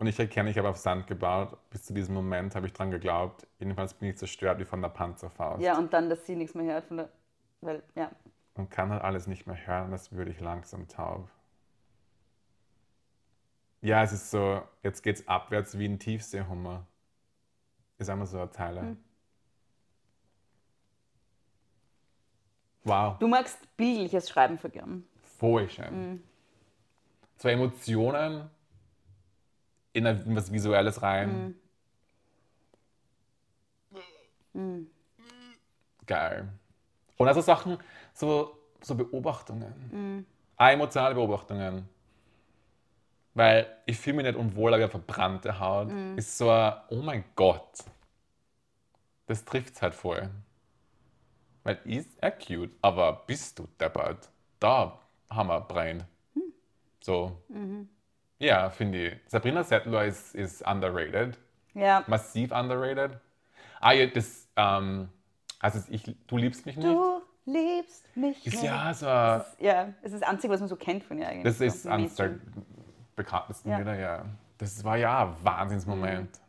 S2: Und ich erkenne, ich habe auf Sand gebaut. Bis zu diesem Moment habe ich dran geglaubt. Jedenfalls bin ich zerstört wie von der Panzerfaust.
S1: Ja, und dann, dass sie nichts mehr hört von der. Weil, ja.
S2: Und kann halt alles nicht mehr hören, das würde ich langsam taub. Ja, es ist so, jetzt geht's abwärts wie ein Tiefseehummer. Ist einmal so ein Teil. Wow,
S1: Du magst bildliches Schreiben vergern.
S2: voll schön. Zwei Emotionen in ein- was Visuelles rein. Geil. Und also Sachen, so, so Beobachtungen. Ah, Emotionale Beobachtungen. Weil ich fühle mich nicht unwohl, aber ich habe verbrannte Haut. Ist so ein, oh mein Gott. Das trifft es halt voll. Weil ist er cute, aber bist du deppert? Da haben wir Brain. So. Mhm. Ja, finde ich. Sabrina Settler ist, ist underrated
S1: Ja.
S2: massiv underrated. Ah, ja, das, ähm, also ich, du liebst mich nicht.
S1: Du liebst mich.
S2: Ist ja so ein
S1: Ja, es ist das Einzige, was man so kennt von ihr eigentlich.
S2: Das
S1: so
S2: ist eines
S1: mäßig.
S2: der bekanntesten
S1: Ja. Mhm.
S2: Lieder, ja. Das war ja ein Wahnsinnsmoment.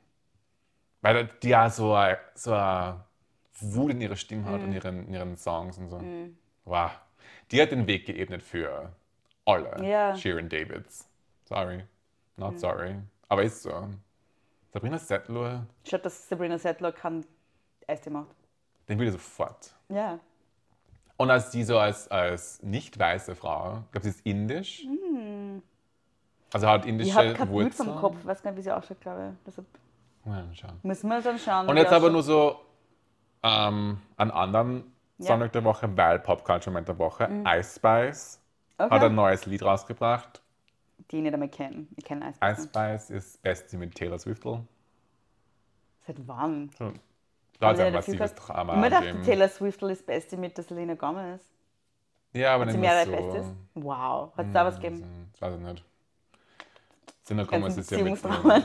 S2: Weil die ja so eine so eine Wut in ihrer Stimme hat
S1: Mhm.
S2: und ihren, in ihren Songs und so. Wow. Die hat den Weg geebnet für alle
S1: Ja. Mhm.
S2: Sharon Davids. Sorry. Not sorry. Aber ist so. Sabrina Settler,
S1: Statt dass Sabrina Settler kann Eistee macht.
S2: den will ich sofort.
S1: Ja.
S2: Und als die so als, als nicht weiße Frau, ich glaube, sie ist indisch. Also hat
S1: Mhm. Ich
S2: indische
S1: habe kein Bild
S2: Wurzeln.
S1: vom Kopf, ich weiß gar nicht, wie sie ausschaut, glaube ich. Deshalb
S2: Mal schauen.
S1: müssen wir dann schauen.
S2: Und jetzt aber nur so ähm, einen anderen
S1: Ja. Mhm.
S2: Sonntag der Woche, weil Pop Culture Moment der Woche, Ice Spice
S1: okay.
S2: hat ein neues Lied rausgebracht.
S1: die ich nicht einmal kenne. Ich kenne Eisbär.
S2: Ice Spice ist Bestie mit Taylor Swiftl.
S1: Seit wann?
S2: Da hat es
S1: Haben wir
S2: ein
S1: dafür
S2: massives
S1: gehabt?
S2: Drama
S1: Ich mir dachte,
S2: gegeben.
S1: Taylor Swift ist Beste mit der Selena Gomez.
S2: Ja, aber
S1: Hat
S2: nicht
S1: sie mehrere
S2: mehr so.
S1: Bestes? Wow, hat es da was gegeben?
S2: Ich weiß es nicht. Selena Gomez
S1: Ganzen
S2: ist ja mit
S1: Beziehungsdramen.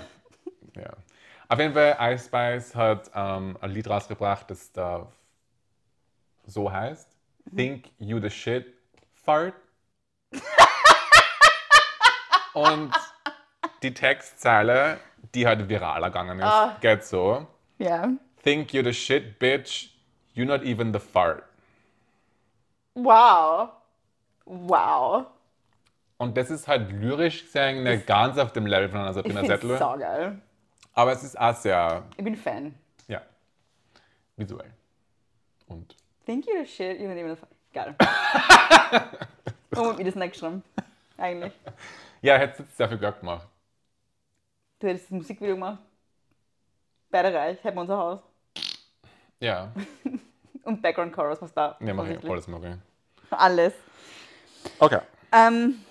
S2: Ja. Auf jeden Fall, Ice Spice hat ähm, ein Lied rausgebracht, das da so heißt.
S1: Mhm.
S2: Think you the shit,
S1: [laughs]
S2: fart. Und die Textzeile, die halt viral gegangen ist,
S1: Ah.
S2: geht so.
S1: [laughs] Ja.
S2: Think you the shit, bitch, you not even the fart.
S1: Wow. Wow.
S2: Und das ist halt lyrisch gesehen nicht ganz auf dem Level von einer
S1: Ich
S2: Sabrina
S1: finde es
S2: Settler.
S1: saugeil.
S2: Aber es ist auch sehr,
S1: Ich bin Fan.
S2: ja, visuell. Und
S1: Think you're the shit, you're not even a fuck. Geil.
S2: [laughs]
S1: Warum hab ich Oh, das nicht geschrieben? Eigentlich.
S2: ja, hätte es sehr viel Glück gemacht.
S1: Du hättest das Musikvideo gemacht. Beide reich, hätten wir unser Haus.
S2: Ja,
S1: Und Background Chorus muss da.
S2: ja mache ich.
S1: offensichtlich.
S2: Alles mache
S1: Alles.
S2: ich. Okay.
S1: Ähm,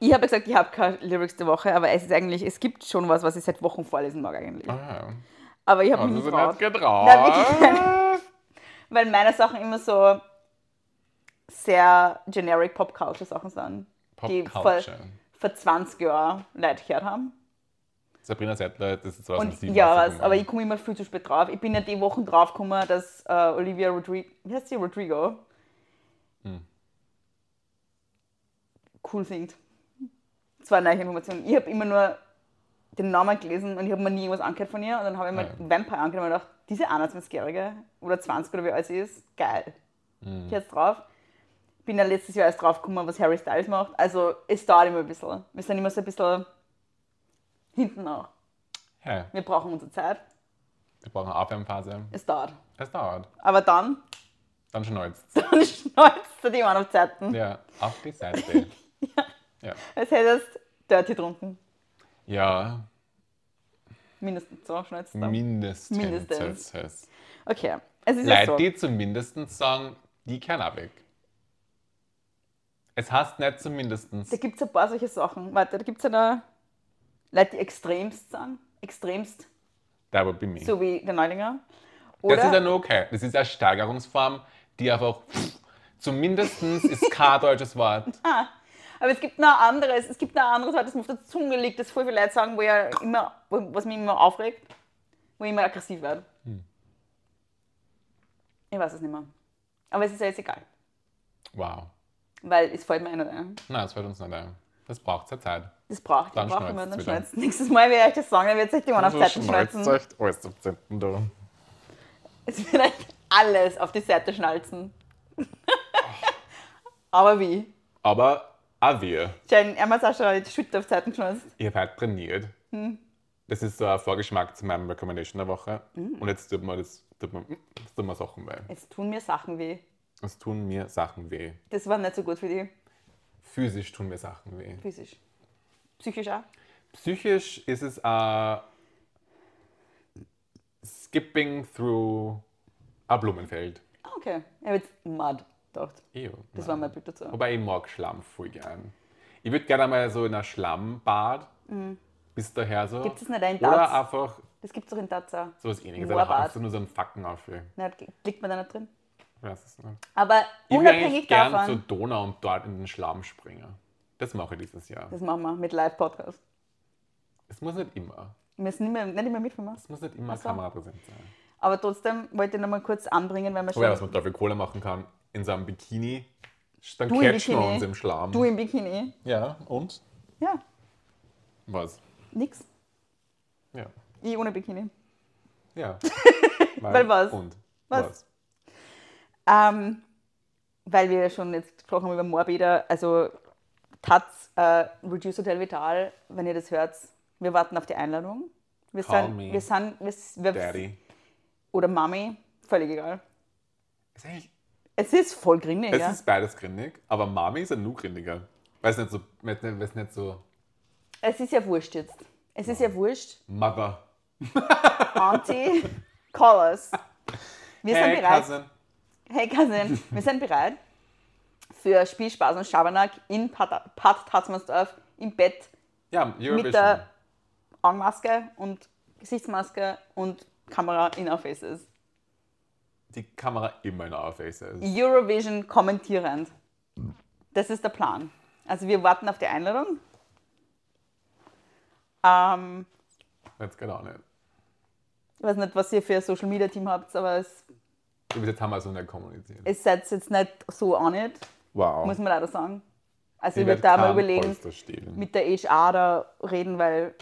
S1: ich habe ja gesagt, ich habe keine Lyrics der Woche, aber es ist eigentlich, es gibt schon was, was ich seit Wochen vorlesen mag eigentlich.
S2: Ah,
S1: Aber ich habe
S2: hast
S1: mich
S2: du
S1: nicht getraut.
S2: sie nicht getraut?
S1: Nein, Mhm, wirklich Weil meine Sachen immer so sehr generic Pop-Culture-Sachen sind.
S2: Pop
S1: die
S2: Culture.
S1: voll- Vor 20 Jahren Leute gehört haben.
S2: Sabrina Settler, das ist
S1: Und
S2: 2007.
S1: ja,
S2: was sie
S1: was, aber ich
S2: gemacht
S1: komme immer viel zu spät drauf. Ich bin ja die Wochen drauf gekommen, dass äh, Olivia Rodrigo, wie heißt sie, Rodrigo,
S2: Hm.
S1: cool singt. Das war eine neue Information. Ich habe immer nur den Namen gelesen und ich habe mir nie irgendwas angehört von ihr. Und dann habe ich mir
S2: Ah Ja.
S1: Vampire angehört und mir gedacht, diese 21-Jährige oder 20 oder wie alt sie ist, geil.
S2: Hm.
S1: Ich jetzt drauf. Bin dann letztes Jahr erst drauf gekommen, was Harry Styles macht. Also es dauert immer ein bisschen. Wir sind immer so ein bisschen hinten nach.
S2: hat. Hey,
S1: Wir brauchen unsere Zeit.
S2: wir brauchen eine Aufwärmphase.
S1: Es dauert.
S2: Es dauert.
S1: Aber dann, [laughs]
S2: Dann schneuzt
S1: dann schneuzt du die Mann auf Zeiten.
S2: Ja, auf die
S1: [laughs]
S2: Seite. ja.
S1: Als hättest du Dirty getrunken.
S2: Ja,
S1: Mindestens so schneuzt du.
S2: mindestens.
S1: Mindestens.
S2: mindestens.
S1: Okay. Es ist ja
S2: Leute,
S1: so.
S2: die zumindest sagen, die kennen auch weg. Es heißt nicht zumindestens.
S1: Da gibt es ein paar solche Sachen. Warte, da gibt es eine Leute, die extremst sind. Extremst,
S2: Da would be me.
S1: so wie der Neulinger. Oder,
S2: Das ist ja nur okay. Das ist eine Steigerungsform, die einfach. Zumindest ist kein deutsches Wort.
S1: aber es gibt noch ein anderes, es gibt noch ein anderes, Wort, das mir auf der Zunge liegt, das voll viele Leute sagen, wo ich ja immer, wo, was mich immer aufregt, wo ich immer aggressiv werde.
S2: Hm.
S1: Ich weiß es nicht mehr. Aber es ist ja jetzt egal,
S2: Wow.
S1: weil es fällt mir ein oder ein.
S2: Nein, das fällt uns nicht ein. Das braucht ja Zeit.
S1: Das braucht, das
S2: Dann
S1: braucht
S2: schnallt's
S1: immer, dann
S2: wieder.
S1: schnallt Nächstes Mal werde ich euch das sagen, dann wird sich die Mann auf Seite schnalzen.
S2: echt Also alles auf Zeiten da.
S1: Es wird euch alles auf die Seite schnalzen. [laughs] aber wie?
S2: Aber auch wir.
S1: Jen, er hat auch schon die Schütte auf Zeiten geschnalzt.
S2: Ich habe heute trainiert. Das ist so ein Vorgeschmack zu meinem Recommendation der Woche. Und jetzt tut mir, das, tut mir, das tut mir Sachen weh.
S1: Es tun mir Sachen weh.
S2: Es tun mir Sachen weh.
S1: Das war nicht so gut für die.
S2: Physisch tun mir Sachen weh.
S1: Physisch. Psychisch auch.
S2: Psychisch ist es äh, skipping through ein Blumenfeld.
S1: Ah, okay. Ich habe jetzt Mud gedacht.
S2: Ew,
S1: Das
S2: nein.
S1: war mein Bild dazu.
S2: Wobei ich mag Schlamm voll gern. Ich würde gerne mal so in einer Schlammbad bis daher so.
S1: Mhm. Gibt's das nicht ein Darts?
S2: Oder einfach
S1: Das gibt es doch in Tatsa.
S2: sowas ähnliches.
S1: Moorbad.
S2: Einfach hast du nur so einen Facken auf. Ich
S1: Nein, liegt man da nicht drin.
S2: weiß es nicht.
S1: Aber
S2: Ich würde eigentlich
S1: unabhängig
S2: gern
S1: davon,
S2: zur Donau und dort in den Schlamm springen. Das mache ich dieses Jahr.
S1: das machen wir mit Live-Podcast.
S2: Es muss nicht immer.
S1: Wir müssen nicht mehr, nicht mehr mitmachen.
S2: Es muss nicht immer
S1: Ach so.
S2: kamerapräsent sein.
S1: Aber trotzdem wollte ich nochmal kurz anbringen, weil man schon.
S2: Oh Ja, was man da für Kohle machen kann in seinem Bikini. Dann
S1: Du im
S2: catchen wir
S1: Bikini.
S2: uns im Schlamm.
S1: du im Bikini.
S2: ja, und?
S1: Ja,
S2: Was?
S1: nix.
S2: Ja.
S1: Ich ohne Bikini.
S2: Ja.
S1: [laughs] Weil was?
S2: Und?
S1: Was? Ähm, weil wir ja schon jetzt gesprochen haben über Moorbäder, also Taz, äh, Reduce Hotel Vital, wenn ihr das hört, wir warten auf die Einladung. Wir
S2: Call
S1: sind,
S2: me.
S1: wir sind, wir, s- wir,
S2: Daddy.
S1: oder Mami, völlig egal.
S2: Ist eigentlich,
S1: Es ist voll grimmig,
S2: es
S1: ja.
S2: ist beides grindig, aber Mami ist ja nur grindiger. Weil es nicht so, weil es nicht- weil es nicht so
S1: es ist ja wurscht jetzt. Es ist ja wurscht.
S2: Mother.
S1: Auntie, [laughs] call us. Wir sind
S2: Hey,
S1: bereit.
S2: Cousin.
S1: Hey Cousin, wir sind bereit für Spielspaß und Schabernack in Pat, Pat Tatzmannsdorf im Bett
S2: Ja, Eurovision.
S1: mit der Augenmaske und Gesichtsmaske und Kamera in our faces.
S2: Die Kamera immer in our faces.
S1: Eurovision kommentierend. Das ist der Plan. Also wir warten auf die Einladung. Ähm,
S2: Jetzt genau nicht.
S1: ich weiß nicht, was ihr für ein Social Media Team habt, aber es,
S2: Bis jetzt haben wir es noch nicht kommuniziert.
S1: es seid jetzt nicht so auch nicht,
S2: wow.
S1: muss man leider sagen. Also ich
S2: werd
S1: würde da mal
S2: kein
S1: überlegen,
S2: Polster stehlen.
S1: mit der HR da reden, weil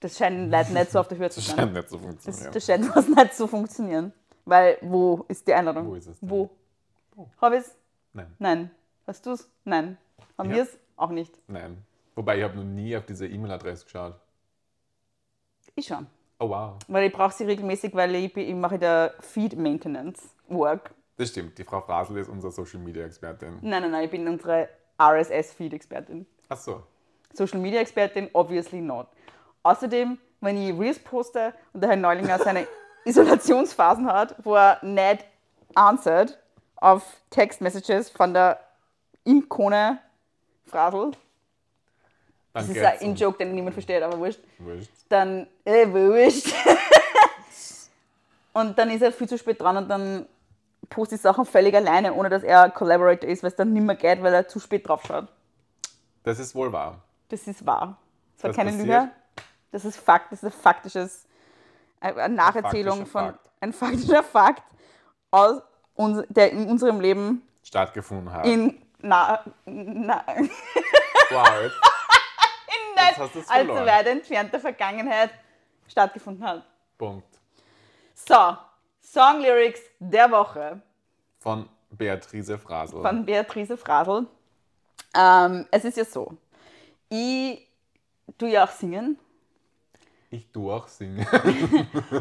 S1: das scheinen Leute nicht so auf der Höhe zu
S2: [laughs] Das
S1: sein.
S2: scheint nicht zu
S1: Das,
S2: funktionieren.
S1: das scheint [laughs] was nicht zu funktionieren. Weil, wo ist die Einladung?
S2: Wo ist es denn?
S1: Wo? Hab ich's?
S2: Nein.
S1: Nein. Hast du's? Nein. Haben
S2: Ja.
S1: wir's? Auch nicht.
S2: Nein. Wobei, ich habe noch nie auf diese E-Mail-Adresse geschaut.
S1: Ich schon.
S2: Oh, wow.
S1: Weil ich brauche sie regelmäßig, weil ich, bin- ich mache da Feed Maintenance Work.
S2: Das stimmt. Die Frau Frasel ist unsere Social-Media-Expertin.
S1: Nein, nein, nein, ich bin unsere RSS-Feed-Expertin.
S2: Ach so.
S1: Social Media Expertin, obviously not. Außerdem, wenn ich Reels poste und der Herr Neulinger [laughs] seine Isolationsphasen hat, wo er nicht answert auf Text-Messages von der Imkone Frasel,
S2: Dann
S1: das ist
S2: geht's
S1: ein In-Joke, den niemand versteht, aber wurscht,
S2: um- Wurscht.
S1: dann, äh, wurscht. [laughs] und dann ist er viel zu spät dran und dann postet Sachen völlig alleine, ohne dass er ein Collaborator ist, weil es dann nimmer geht, weil er zu spät drauf schaut.
S2: Das ist wohl wahr.
S1: Das ist wahr. Das war
S2: Das
S1: keine
S2: passiert?
S1: Lüge. Das ist Fakt. Das ist ein faktisches, eine Nacherzählung
S2: Ein faktischer
S1: von
S2: Fakt.
S1: ein faktischer Fakt, aus uns, der in unserem Leben
S2: Stattgefunden hat.
S1: in na, na, in
S2: wow.
S1: [laughs]
S2: Jetzt, jetzt hast du es
S1: allzu
S2: verloren.
S1: weit entfernter Vergangenheit stattgefunden hat.
S2: Punkt.
S1: So, Song Lyrics der Woche
S2: Von Beatrice Frasel.
S1: von Beatrice Frasel. Ähm, es ist ja so, ich tue ja auch singen
S2: ich tue auch singen.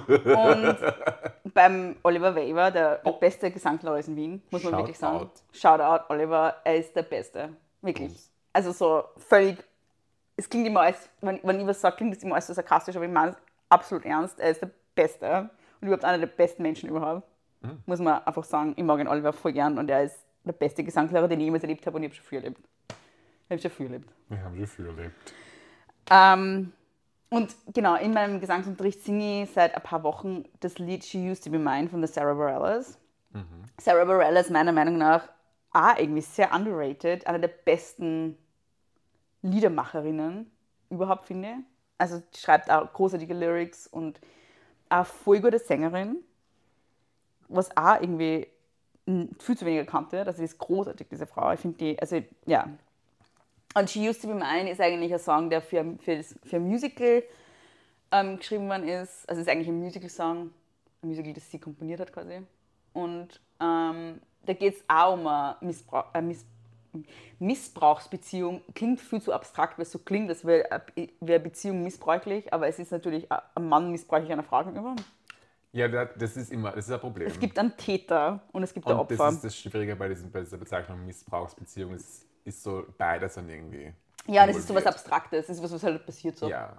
S1: Und beim Oliver Weber, der, der beste Gesangler ist in Wien, muss man
S2: Shout
S1: wirklich sagen.
S2: out.
S1: Shout out, Oliver, er ist der Beste. Wirklich.
S2: Bums.
S1: Also so völlig. Es klingt immer als, wenn, wenn ich was sage, klingt es immer als so sarkastisch, aber ich meine es absolut ernst. Er ist der Beste und überhaupt einer der besten Menschen überhaupt. Muss man einfach sagen, ich mag den Oliver voll gern und er ist der beste Gesangslehrer, den ich jemals erlebt habe und ich habe schon viel erlebt. Ich habe schon viel erlebt.
S2: Wir haben schon viel erlebt.
S1: Ähm, und genau, in meinem Gesangsunterricht singe ich seit ein paar Wochen das Lied She Used to Be Mine von der Sarah Bareilles. Sarah Bareilles, meiner Meinung nach, auch irgendwie sehr underrated, eine der besten Liedermacherinnen überhaupt, finde ich. Also, die schreibt auch großartige Lyrics und eine voll gute Sängerin, was auch irgendwie n- viel zu wenig erkannt wird. Also, die ist großartig, diese Frau. Ich finde die, also, ja, und She Used to Be Mine ist eigentlich ein Song, der für, für, das, für ein Musical ähm, geschrieben worden ist. Also es ist eigentlich ein Musical-Song, ein Musical, das sie komponiert hat quasi. Und ähm, da geht es auch um eine Missbrauch, äh, Miss, Missbrauchsbeziehung. Klingt viel zu abstrakt, weil es so klingt, als wäre eine wär Beziehung missbräuchlich, aber es ist natürlich ein ein Mann missbräuchlich einer Frau gegenüber.
S2: Ja, da- das ist immer, das ist ein Problem.
S1: Es gibt einen Täter und es gibt ein
S2: Und
S1: Opfer.
S2: das ist das Schwierige bei, diesem, bei dieser Bezeichnung Missbrauchsbeziehung. Es ist so beides dann irgendwie.
S1: ja, das ist so was
S2: involviert.
S1: Abstraktes, das ist was, was halt passiert so. Ah.
S2: Ja.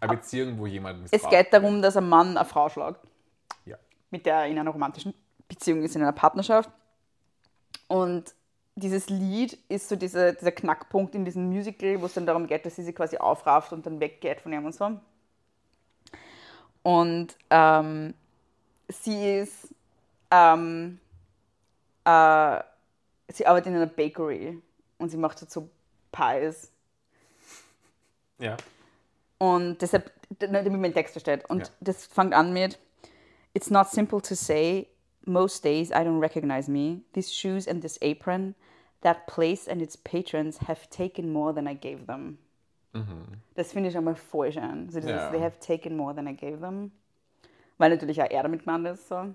S2: Eine Beziehung, wo jemand missbraucht.
S1: Es geht darum, dass ein Mann eine Frau schlägt.
S2: Ja.
S1: mit der er in einer romantischen Beziehung ist, in einer Partnerschaft. Und dieses Lied ist so dieser, dieser Knackpunkt in diesem Musical, wo es dann darum geht, dass sie sich quasi aufrafft und dann weggeht von ihm und so. Und ähm, sie ist, ähm, äh, sie arbeitet in einer Bakery und sie macht halt so Pies.
S2: Ja.
S1: Und deshalb, damit man den Text versteht. Und
S2: Ja.
S1: das fängt an mit, It's not simple to say. Most days I don't recognize me. These shoes and this apron, that place and its patrons have taken more than I gave them. Das finde ich einmal voll schön. So dieses,
S2: Mhm. Ja.
S1: they have taken more than I gave them. Weil natürlich auch er damit gemeint ist. So.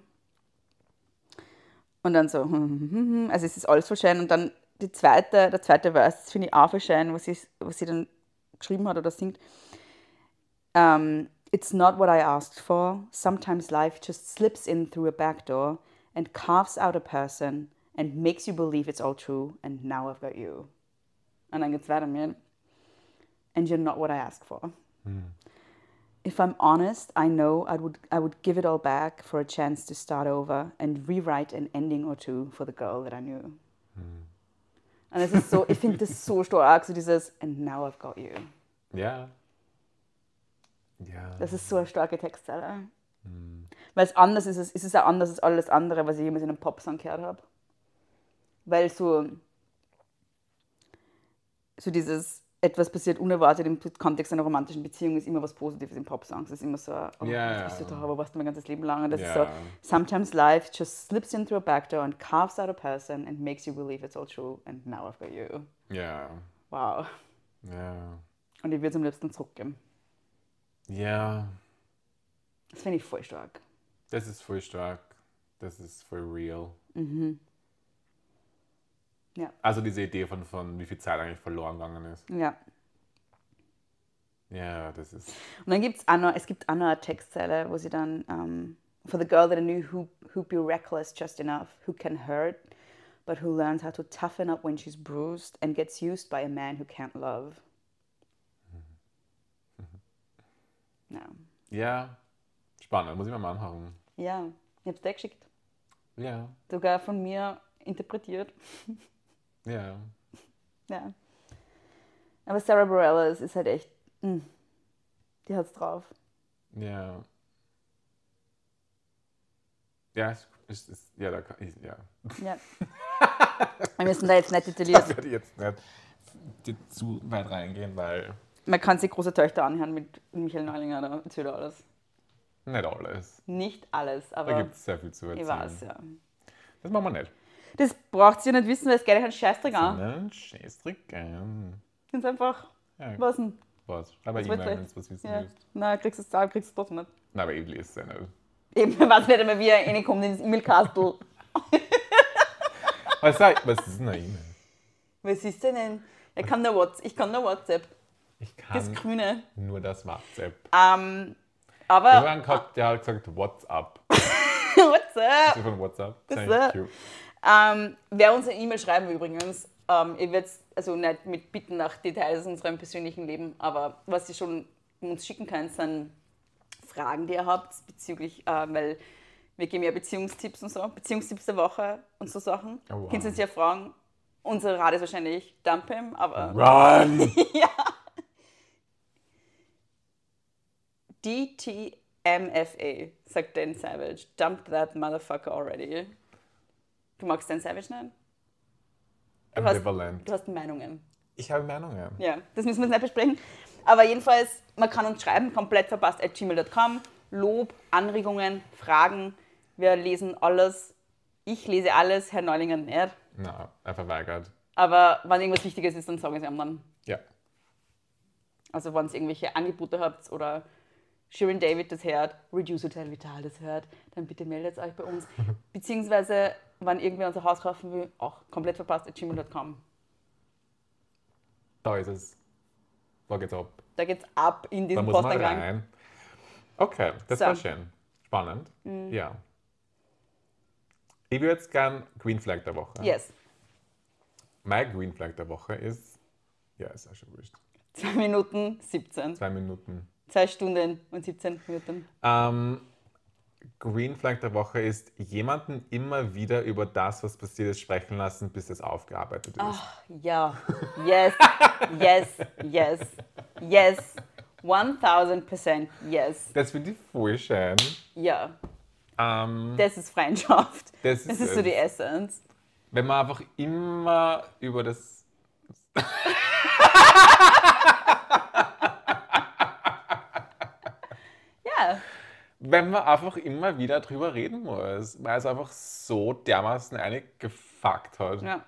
S1: Und dann so, [laughs] hm, hm, hm, hm. also es ist alles voll schön. Und dann die zweite, der zweite Vers, das finde ich auch voll schön, was sie, was sie dann geschrieben hat oder singt. Um, it's not what I asked for. Sometimes life just slips in through a back door and carves out a person and makes you believe it's all true and now I've got you. Und dann geht's weiter mit and you're not what I asked for. If I'm honest, I know I would I would give it all back for a chance to start over and rewrite an ending or two for the girl that I knew. Und es ist so, ich finde das so [laughs] stark, so dieses and now I've got you.
S2: Ja. Ja.
S1: Das ist so eine starke Textzeile.
S2: Hm.
S1: Weil es anders ist, es es ist auch anders als alles andere, was ich jemals in einem Popsong gehört habe. Weil so, so dieses etwas passiert unerwartet im Kontext einer romantischen Beziehung ist immer was Positives in Popsongs. Es ist immer so, ein, oh,
S2: Ja,
S1: jetzt
S2: ja.
S1: bist du doch, aber warst du mein ganzes Leben lang. Und das ist so,
S2: Ja.
S1: sometimes life just slips in through a backdoor and carves out a person and makes you believe it's all true and now I've got you.
S2: Ja.
S1: Wow.
S2: Ja.
S1: Und ich würde es am liebsten zurückgeben.
S2: Ja.
S1: Das finde ich voll stark.
S2: Das ist voll stark. Das ist voll real.
S1: Mhm. Ja.
S2: Also diese Idee von, von wie viel Zeit eigentlich verloren gegangen ist.
S1: Ja.
S2: Ja, das ist.
S1: Und dann gibt's auch noch, es gibt auch noch eine Textzeile, wo sie dann ähm, For the girl that I knew who, who'd be reckless just enough, who can hurt, but who learns how to toughen up when she's bruised and gets used by a man who can't love. Ja,
S2: Ja. Spannend, muss ich mir mal anhören.
S1: ja ich hab's dir geschickt.
S2: Ja.
S1: Sogar von mir interpretiert.
S2: Ja.
S1: Ja. Aber Sarah Bareilles ist halt echt, mh, die hat's drauf.
S2: Ja. Ja, es ist, ist, ja, da kann ich, ja. [laughs]
S1: Ja. Wir müssen da jetzt nicht detailliert
S2: Ich werde jetzt nicht die- zu weit reingehen, weil
S1: Man kann sich große Töchter anhören mit Michael Neulinger, da erzählt er alles.
S2: nicht alles.
S1: Nicht alles,
S2: Da
S1: aber
S2: gibt es sehr viel zu
S1: ich
S2: erzählen.
S1: weiß, ja.
S2: Das machen wir nicht.
S1: Das braucht ihr nicht wissen, weil es geht euch einen Scheißdreck an.
S2: Sondern Scheißdreck. ähm,
S1: Ganz einfach,
S2: Ja,
S1: was denn?
S2: was? Aber
S1: Was
S2: ich
S1: wollt
S2: meine,
S1: ihr?
S2: wenn du was wissen
S1: Ja.
S2: willst.
S1: Nein, kriegst du es da, kriegst du es doch nicht.
S2: Nein, aber ich lese es ja nicht.
S1: Eben, [laughs] ich weiß nicht einmal, wie er reinkommt in das E-Mail-Kastel.
S2: Was, sei- was ist denn eine E-Mail?
S1: Was ist denn denn? Er kann nur WhatsApp, ich kann nur WhatsApp.
S2: Ich
S1: Das
S2: kann
S1: Grüne.
S2: nur das WhatsApp.
S1: Ähm,
S2: Ich
S1: aber
S2: habe gehabt, der hat gesagt WhatsApp.
S1: [laughs] WhatsApp.
S2: Das ist von WhatsApp. Das
S1: ist
S2: eigentlich
S1: so.
S2: cute.
S1: Ähm, wer uns eine E-Mail schreiben will übrigens, ähm, ich werde also nicht mit Bitten nach Details aus unserem persönlichen Leben, aber was ihr schon uns schicken könnt, sind Fragen, die ihr habt bezüglich, äh, weil wir geben ja Beziehungstipps und so, Beziehungstipps der Woche und so Sachen.
S2: Oh, wow.
S1: Könnt ihr uns ja fragen. Unsere Rate ist wahrscheinlich Dumpim, aber [laughs]
S2: Run!
S1: DTMFA, sagt Dan Savage. Dump that motherfucker already. Du magst Dan Savage nicht? Du hast,
S2: Ambivalent.
S1: du hast Meinungen.
S2: Ich habe Meinungen.
S1: Ja, das müssen wir jetzt nicht besprechen. Aber jedenfalls, man kann uns schreiben, komplett verpasst at gmail.com. Lob, Anregungen, Fragen. Wir lesen alles. Ich lese alles, Herr Neulinger nicht.
S2: Nein, er verweigert.
S1: Aber wenn irgendwas Wichtiges ist, dann sagen sie anderen.
S2: Ja.
S1: Also wenn ihr irgendwelche Angebote habt oder Shirin David das hört, Reduce Hotel Vital das hört, dann bitte meldet euch bei uns.
S2: Mhm.
S1: Beziehungsweise, wenn irgendwer unser Haus kaufen will, auch komplett verpasst at gmail.com.
S2: Da ist es. Da geht's ab.
S1: Da geht's ab in
S2: Da
S1: diesen
S2: muss man
S1: Postangang.
S2: rein. Okay, das
S1: So. Mhm.
S2: war schön. Spannend. Ja. Ich würde jetzt gern Green Flag der Woche.
S1: Yes.
S2: Mein Green Flag der Woche ist. Ja, ist auch schon wurscht.
S1: 2 Minuten 17.
S2: Zwei Minuten.
S1: 2 Stunden und 17 Minuten.
S2: Ähm, Green Flag der Woche ist, jemanden immer wieder über das, was passiert ist, sprechen lassen, bis es aufgearbeitet ist.
S1: Ah. [laughs] Ja. Yes. Yes. Yes. Yes. 1000% yes.
S2: Das finde ich voll schön.
S1: Ja.
S2: Ähm,
S1: Das ist Freundschaft.
S2: Das ist
S1: das ist so
S2: es.
S1: die Essence.
S2: wenn man einfach immer über das.
S1: Ja.
S2: wenn man einfach immer wieder drüber reden muss, weil es einfach so dermaßen eine gefuckt hat,
S1: Ja.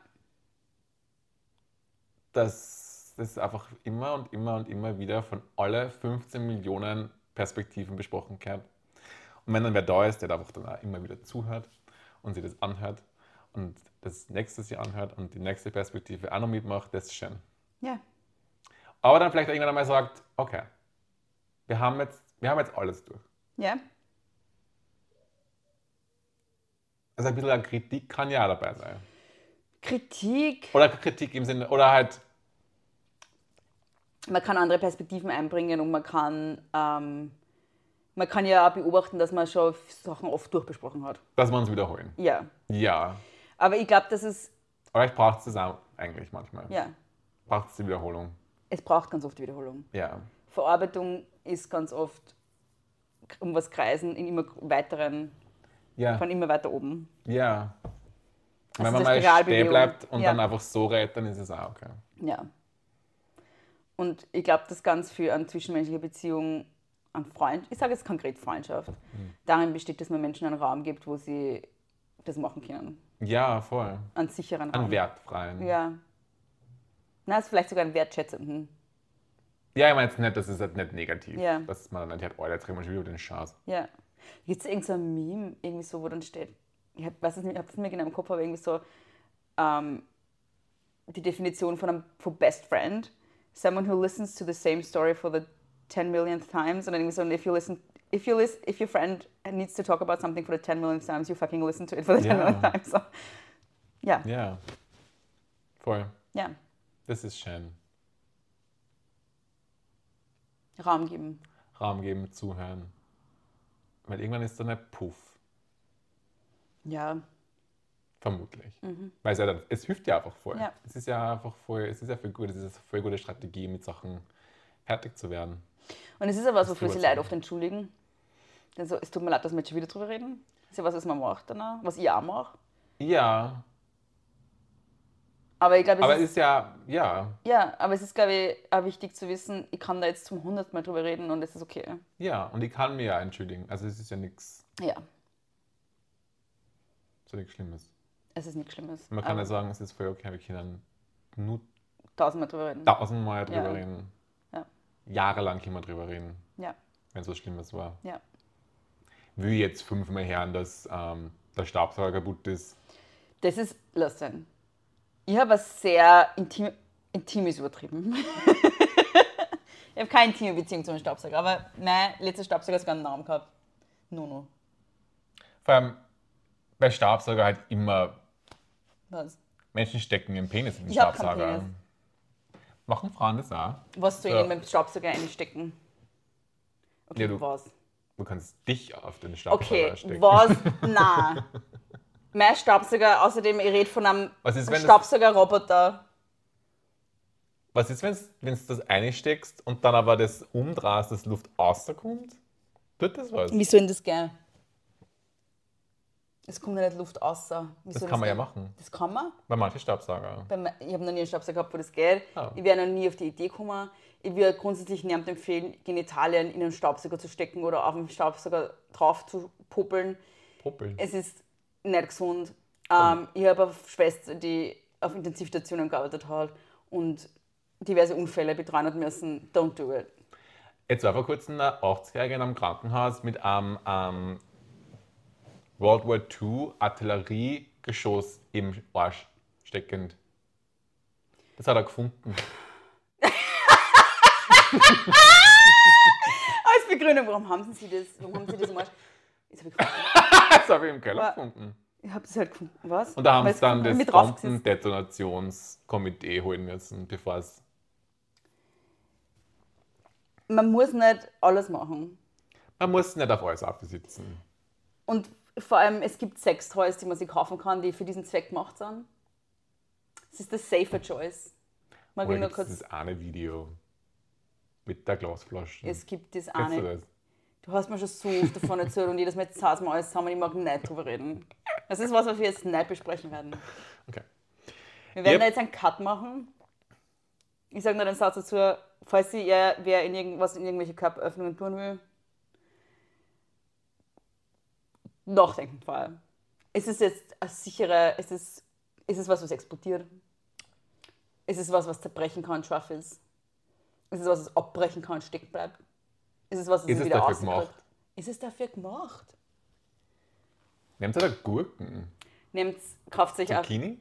S2: dass das einfach immer und immer und immer wieder von alle 15 Millionen Perspektiven besprochen wird. Und wenn dann wer da ist, der da einfach dann auch immer wieder zuhört und sich das anhört und das nächste sich anhört und die nächste Perspektive auch noch mitmacht, das ist schön.
S1: ja.
S2: Aber dann vielleicht irgendwann einmal sagt, okay, wir haben jetzt, wir haben jetzt alles durch.
S1: Ja.
S2: Also ein bisschen eine Kritik kann ja auch dabei sein.
S1: Kritik.
S2: Oder Kritik im Sinne, oder halt,
S1: Man kann andere Perspektiven einbringen und man kann, ähm, man kann ja auch beobachten, dass man schon Sachen oft durchbesprochen hat.
S2: dass wir uns wiederholen.
S1: Ja.
S2: Ja.
S1: Aber ich glaube, dass es,
S2: Aber ich brauche es auch eigentlich manchmal.
S1: ja,
S2: Braucht es die Wiederholung.
S1: es braucht ganz oft Wiederholung.
S2: Ja.
S1: Verarbeitung ist ganz oft um was kreisen in immer weiteren,
S2: Ja.
S1: von immer weiter oben.
S2: Ja. Wenn
S1: ist
S2: man
S1: eine
S2: mal stehen
S1: Spiralbewegung.
S2: bleibt und
S1: Also Ja.
S2: dann einfach so redet, dann ist es auch okay.
S1: Ja. Und ich glaube, dass ganz viel an zwischenmenschlicher Beziehung, an Freund, ich sage jetzt konkret Freundschaft, darin besteht, dass man Menschen einen Raum gibt, wo sie das machen können.
S2: Ja, voll.
S1: Einen sicheren Raum.
S2: An wertfreien.
S1: Ja. Na, ist vielleicht sogar einen wertschätzenden.
S2: Ja, ich meine jetzt nicht, das ist halt nicht negativ.
S1: Ja.
S2: Dass man dann nicht hat, oh, jetzt reden wir schon wieder über den Schatz.
S1: Ja. Gibt es irgendein so ein Meme, irgendwie so, wo dann steht, ich hab, weiß es nicht, ich habe es mir genau im Kopf, aber irgendwie so, ähm, die Definition von einem von Best Friend, someone who listens to the same story for the 10 millionth times, und dann irgendwie so, and if you listen, if you listen, if your friend needs to talk about something for the 10 millionth times, you fucking listen to it for the 10
S2: Ja.
S1: millionth times. So. Ja,
S2: Ja. Voll.
S1: ja,
S2: Das ist schön.
S1: Raum geben.
S2: Raum geben, zuhören. Weil irgendwann ist dann ein Puff.
S1: Ja,
S2: Vermutlich. Weil es, ja dann, es hilft ja einfach voll.
S1: Mhm. Ja.
S2: Es ist ja einfach voll, es ist ja voll gut, es ist eine voll gute Strategie, mit Sachen fertig zu werden.
S1: Und es ist ja was, wofür
S2: tut
S1: sie
S2: was
S1: Leute
S2: an.
S1: oft entschuldigen. Denn so, Also, es tut mir leid, dass wir jetzt schon wieder drüber reden. Das ist ja was, was man macht danach, was ich auch mache.
S2: Ja,
S1: Aber ich glaube, es,
S2: aber
S1: ist,
S2: es ist ja, ja,
S1: ja, aber es ist, glaube ich, auch wichtig zu wissen, ich kann da jetzt zum hundertmal drüber reden und es ist okay.
S2: ja. Und ich kann mir ja entschuldigen. Also es ist ja nichts.
S1: Ja,
S2: so nichts Schlimmes.
S1: es ist nichts Schlimmes.
S2: Man kann
S1: Aber
S2: ja sagen, es ist voll okay, wir können nur
S1: tausendmal drüber reden.
S2: tausendmal drüber
S1: Ja.
S2: reden.
S1: Ja.
S2: Jahrelang können wir drüber reden,
S1: Ja,
S2: wenn es was Schlimmes war.
S1: ja.
S2: Will ich jetzt fünfmal hören, dass ähm, der Staubsauger kaputt ist.
S1: Das ist, lass sein. Ich habe was sehr intim, Intimes übertrieben. [laughs] ich habe keine intime Beziehung zu einem Staubsauger, aber mein letzter Staubsauger hat sogar einen Namen gehabt. Nuno.
S2: Vor allem bei Staubsauger halt immer
S1: Was?
S2: Menschen stecken ihren Penis in den
S1: Ich hab keinen
S2: Staubsauger.
S1: Penis.
S2: Machen Frauen das auch?
S1: Was soll ich
S2: Ja.
S1: in meinen Staubsauger einstecken? Okay,
S2: Ja, du-
S1: was?
S2: Du kannst dich auf den Staubsauger
S1: Okay,
S2: stecken.
S1: was?
S2: [laughs]
S1: Na. Mein Staubsauger, außerdem, ich rede von einem
S2: Was ist, wenn das-
S1: Staubsaugerroboter.
S2: Was ist, wenn du das einsteckst und dann aber das umdrehst, dass Luft rauskommt? Tut das was?
S1: Wie soll denn das gehen? Es kommt ja nicht Luft außer.
S2: Das kann man ja machen.
S1: Das kann man?
S2: Bei manchen Staubsauger.
S1: Bei me- Ich habe noch nie einen Staubsauger gehabt, wo das geht.
S2: Ah.
S1: Ich wäre noch nie auf die Idee gekommen. Ich würde grundsätzlich niemandem empfehlen, Genitalien in einen Staubsauger zu stecken oder auf einen Staubsauger drauf zu puppeln.
S2: Popeln.
S1: es ist nicht gesund. Ähm, ich habe eine Schwester, die auf Intensivstationen gearbeitet hat und diverse Unfälle betreuen hat müssen. Don't do it.
S2: Jetzt war vor kurzem eine 80-Jährige in einem Krankenhaus mit einem ähm, World War II Artilleriegeschoss im Arsch steckend. Das hat
S1: [laughs]
S2: er gefunden.
S1: Als Begründung, warum haben sie das? Warum haben sie das im Arsch? Jetzt hab ich gefunden.
S2: Das habe ich im Keller gefunden.
S1: Ich habe das halt gefunden. Was?
S2: Und da haben
S1: Weil
S2: sie dann
S1: hab ich
S2: das
S1: mit draufgesetzt.
S2: Bombendetonationskomitee holen müssen, bevor es.
S1: Man muss nicht alles machen.
S2: Man muss nicht auf alles absitzen.
S1: Und vor allem, es gibt Sextoys, die man sich kaufen kann, die für diesen Zweck gemacht sind. Es ist das safer choice. Mal will
S2: Oder
S1: nur
S2: gibt es
S1: kurz,
S2: das eine Video mit der Glasflasche?
S1: es gibt das
S2: Kennst
S1: eine.
S2: du das?
S1: Du hast mir schon so oft davon erzählt und jedes Mal jetzt saßen wir alles zusammen und ich mag nicht drüber reden. Das ist was, was wir jetzt nicht besprechen werden.
S2: Okay.
S1: Wir werden
S2: Yep.
S1: da jetzt einen Cut machen. Ich sage nur den Satz dazu, falls sie ihr, wer in irgendwas in irgendwelche Körperöffnungen tun will. nachdenken vorher. Ist es jetzt ein sicherer, ist es, ist es was, was explodiert? Ist es was, was zerbrechen kann, scharf ist? Ist es was, was abbrechen kann, stecken bleibt? Ist es was, was
S2: Ist
S1: man
S2: es
S1: wieder
S2: dafür
S1: auskriegt?
S2: gemacht?
S1: Ist es dafür gemacht?
S2: Nehmt ihr da Gurken?
S1: Nehmt, kauft sich auch,
S2: Zucchini?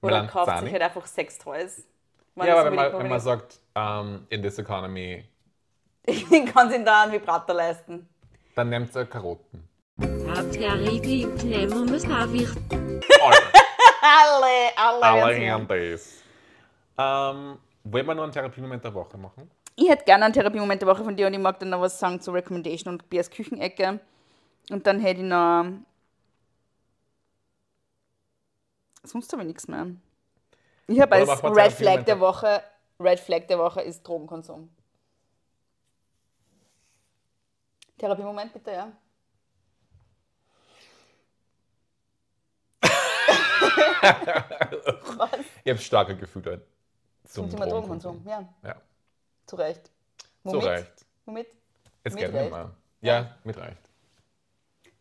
S1: oder kauft
S2: Melanzani?
S1: sich halt einfach sechs Toys. Man
S2: Ja,
S1: ist
S2: aber wenn man,
S1: unbedingt-
S2: wenn man sagt, ähm, in this economy,
S1: [laughs] ich kann sich da einen Vibrator leisten.
S2: dann nehmt
S1: [laughs]
S2: ihr Karotten.
S3: Abjaribi Temo Mesavir.
S1: Alle, alle.
S2: Alle
S1: werden's
S2: haben das. Ähm, wollen wir nur einen Therapiemoment der Woche machen?
S1: ich hätte gerne einen Therapiemoment der Woche von dir und ich mag dann noch was sagen zu Recommendation und Biers Küchenecke. Und dann hätte ich noch. Sonst habe ich nichts mehr. Ich habe
S2: Oder
S1: als
S2: machen wir
S1: Red Flag
S2: Therapiemomente.
S1: der Woche. Red Flag der Woche ist Drogenkonsum. Therapiemoment bitte,
S2: [laughs]
S1: ja. Was?
S2: Ich habe starke Gefühle zum
S1: Zum Thema Drogenkonsum, ja,
S2: Ja,
S1: zu Recht.
S2: zu
S1: Womit?
S2: Recht.
S1: Womit?
S2: Es
S1: Mit
S2: geht nicht
S1: Recht.
S2: mehr. Ja, mit Recht.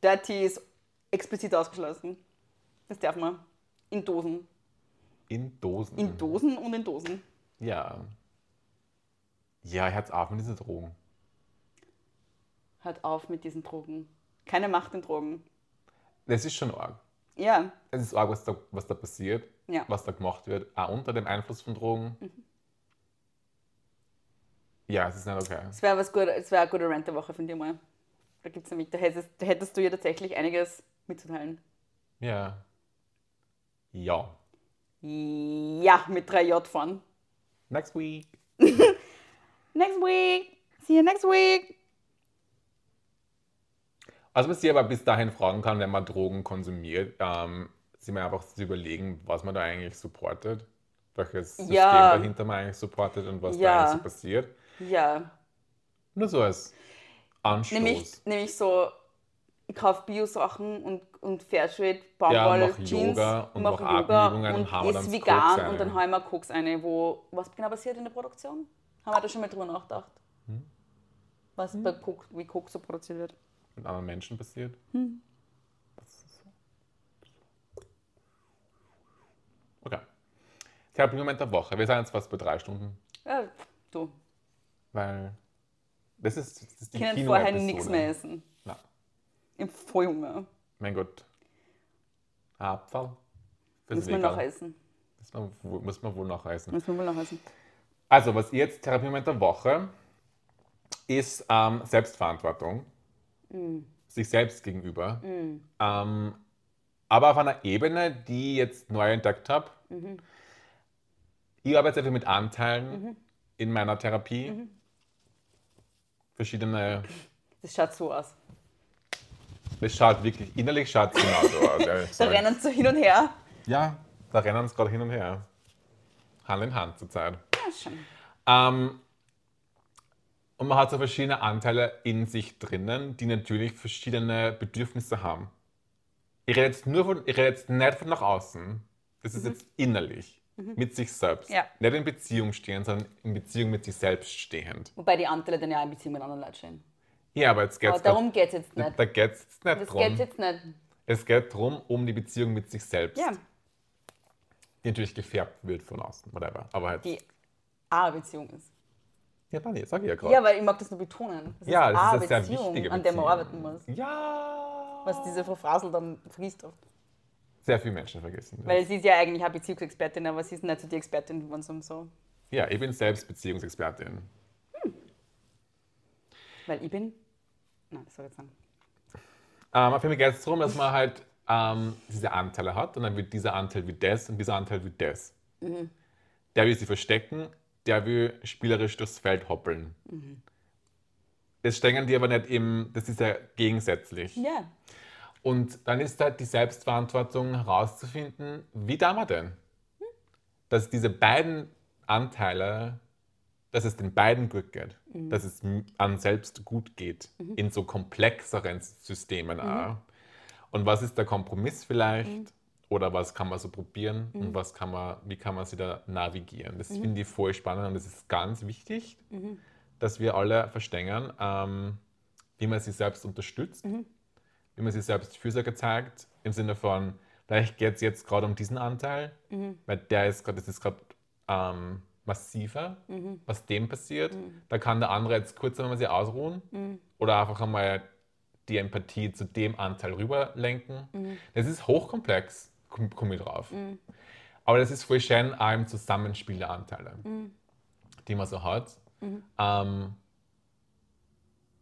S1: Dirty ist explizit ausgeschlossen. Das darf man. In Dosen.
S2: In Dosen.
S1: In Dosen und in Dosen.
S2: Ja. Ja, Herz auf mit diesen Drogen.
S1: Hört auf mit diesen Drogen. Keine Macht in Drogen.
S2: Das ist schon arg.
S1: Ja,
S2: Es ist arg, was da, was da passiert,
S1: Ja. Mhm.
S2: was da gemacht wird, auch unter dem Einfluss von Drogen. Ja, es ist nicht okay.
S1: es wäre was gut, es wäre eine gute Rant der Woche von dir mal. Da gibt's nämlich, da hättest, da hättest du ja tatsächlich einiges mitzuteilen.
S2: Ja. Ja.
S1: Ja, mit 3J von.
S2: Next week.
S1: Next week. See you next week.
S2: Also was ich aber bis dahin fragen kann, wenn man Drogen konsumiert, ähm, sich mal einfach zu überlegen, was man da eigentlich supportet, welches System
S1: Ja.
S2: dahinter man eigentlich supportet und was
S1: Ja.
S2: da eigentlich so passiert.
S1: Ja.
S2: Nur so als Anstoß.
S1: Nämlich, nämlich so, ich kaufe Bio-Sachen und, und Fairtrade,
S2: Ja,
S1: Baumwoll,
S2: mach
S1: Jeans,
S2: Yoga und
S1: mach
S2: mach
S1: Yoga
S2: Atemübungen und
S1: und
S2: hau mir dann
S1: ist
S2: das
S1: vegan
S2: Koks
S1: und dann
S2: rein.
S1: hau ich mir Koks eine, wo, was genau passiert in der Produktion? Haben wir da schon mal drüber nachgedacht?
S2: Hm?
S1: Was bei Koks, wie Koks so produziert wird?
S2: mit anderen Menschen passiert.
S1: Hm.
S2: Okay. Therapie-Moment der Woche. Wir sind jetzt fast bei drei Stunden,
S1: Ja, du,
S2: weil das ist, das ist die
S1: können
S2: Kino
S1: vorher nichts mehr essen.
S2: Na,
S1: Im Vollhunger.
S2: mein Gott. Ein Abfall. Fürs
S1: Müssen wir
S2: Vegan.
S1: noch essen.
S2: Muss man, wohl- muss man wohl noch essen.
S1: Müssen wir wohl noch essen.
S2: Also, was ich jetzt Therapiemoment der Woche ist ähm, Selbstverantwortung.
S1: Mm.
S2: Sich selbst gegenüber. Ähm, aber auf einer Ebene, die ich jetzt neu entdeckt habe.
S1: Mhm.
S2: Ich arbeite sehr viel mit Anteilen in meiner Therapie.
S1: Mhm.
S2: Verschiedene.
S1: Das schaut so aus.
S2: Das schaut wirklich, innerlich schaut es
S1: [laughs]
S2: genau so aus. ehrlich
S1: Da
S2: gesagt.
S1: rennen sie so hin und her.
S2: Ja, da rennen uns gerade hin und her. Hand in Hand zurzeit.
S1: Ja, schon.
S2: Ähm, und man hat so verschiedene Anteile in sich drinnen, die natürlich verschiedene Bedürfnisse haben. Ich rede jetzt, nur von, ich rede jetzt nicht von nach außen. Das ist jetzt innerlich, mit sich selbst.
S1: Mhm. Ja.
S2: Nicht in Beziehung stehen, sondern in Beziehung mit sich selbst stehend.
S1: Wobei die Anteile dann ja auch ein bisschen mit anderen Leuten stehen.
S2: Ja, aber jetzt geht
S1: Aber
S2: es
S1: darum geht es jetzt nicht.
S2: da geht's jetzt nicht
S1: Das
S2: drum.
S1: geht jetzt nicht.
S2: Es geht darum, um die Beziehung mit sich selbst,
S1: Ja,
S2: die natürlich gefärbt wird von außen, whatever. Aber halt,
S1: die A-Beziehung ist.
S2: ja, Dani, sag ich ja gerade.
S1: Ja, weil ich mag das nur betonen. Das
S2: Ja,
S1: eine
S2: das ist eine sehr
S1: Beziehung,
S2: wichtige
S1: an der man
S2: Beziehung.
S1: arbeiten muss.
S2: Ja!
S1: Was diese Frau Frasel dann vergisst oft.
S2: Sehr viele Menschen vergessen das.
S1: Weil sie ist ja eigentlich eine Beziehungsexpertin, aber sie ist nicht so die Expertin, wenn es um so.
S2: Ja, ich bin selbst Beziehungsexpertin. Ähm,
S1: Weil ich bin. Nein, das soll ich jetzt sagen.
S2: Ähm, für mich geht es darum, dass man halt ähm, diese Anteile hat und dann wird dieser Anteil wie das und dieser Anteil wie das. Der will sie verstecken, der will spielerisch durchs Feld hoppeln. Das strengen die aber nicht im, das ist ja gegensätzlich.
S1: Ja.
S2: Und dann ist halt die Selbstverantwortung herauszufinden, wie da man denn? Dass diese beiden Anteile, dass es den beiden gut geht, dass es m- an selbst gut geht, in so komplexeren Systemen auch. Und was ist der Kompromiss vielleicht? Oder was kann man so probieren und was kann man, wie kann man sie da navigieren? Das finde ich voll spannend und das ist ganz wichtig, dass wir alle verstehen, ähm, wie man sich selbst unterstützt wie man sich selbst Fürsorge zeigt, im Sinne von, vielleicht geht es jetzt gerade um diesen Anteil, weil der ist gerade, das ist gerade ähm, massiver, was dem passiert. Da kann der andere jetzt kurz einmal sich ausruhen oder einfach einmal die Empathie zu dem Anteil rüberlenken. Das ist hochkomplex, komme komm ich drauf. Aber das ist voll schön auch im Zusammenspiel der Anteile, die man so hat. Ähm,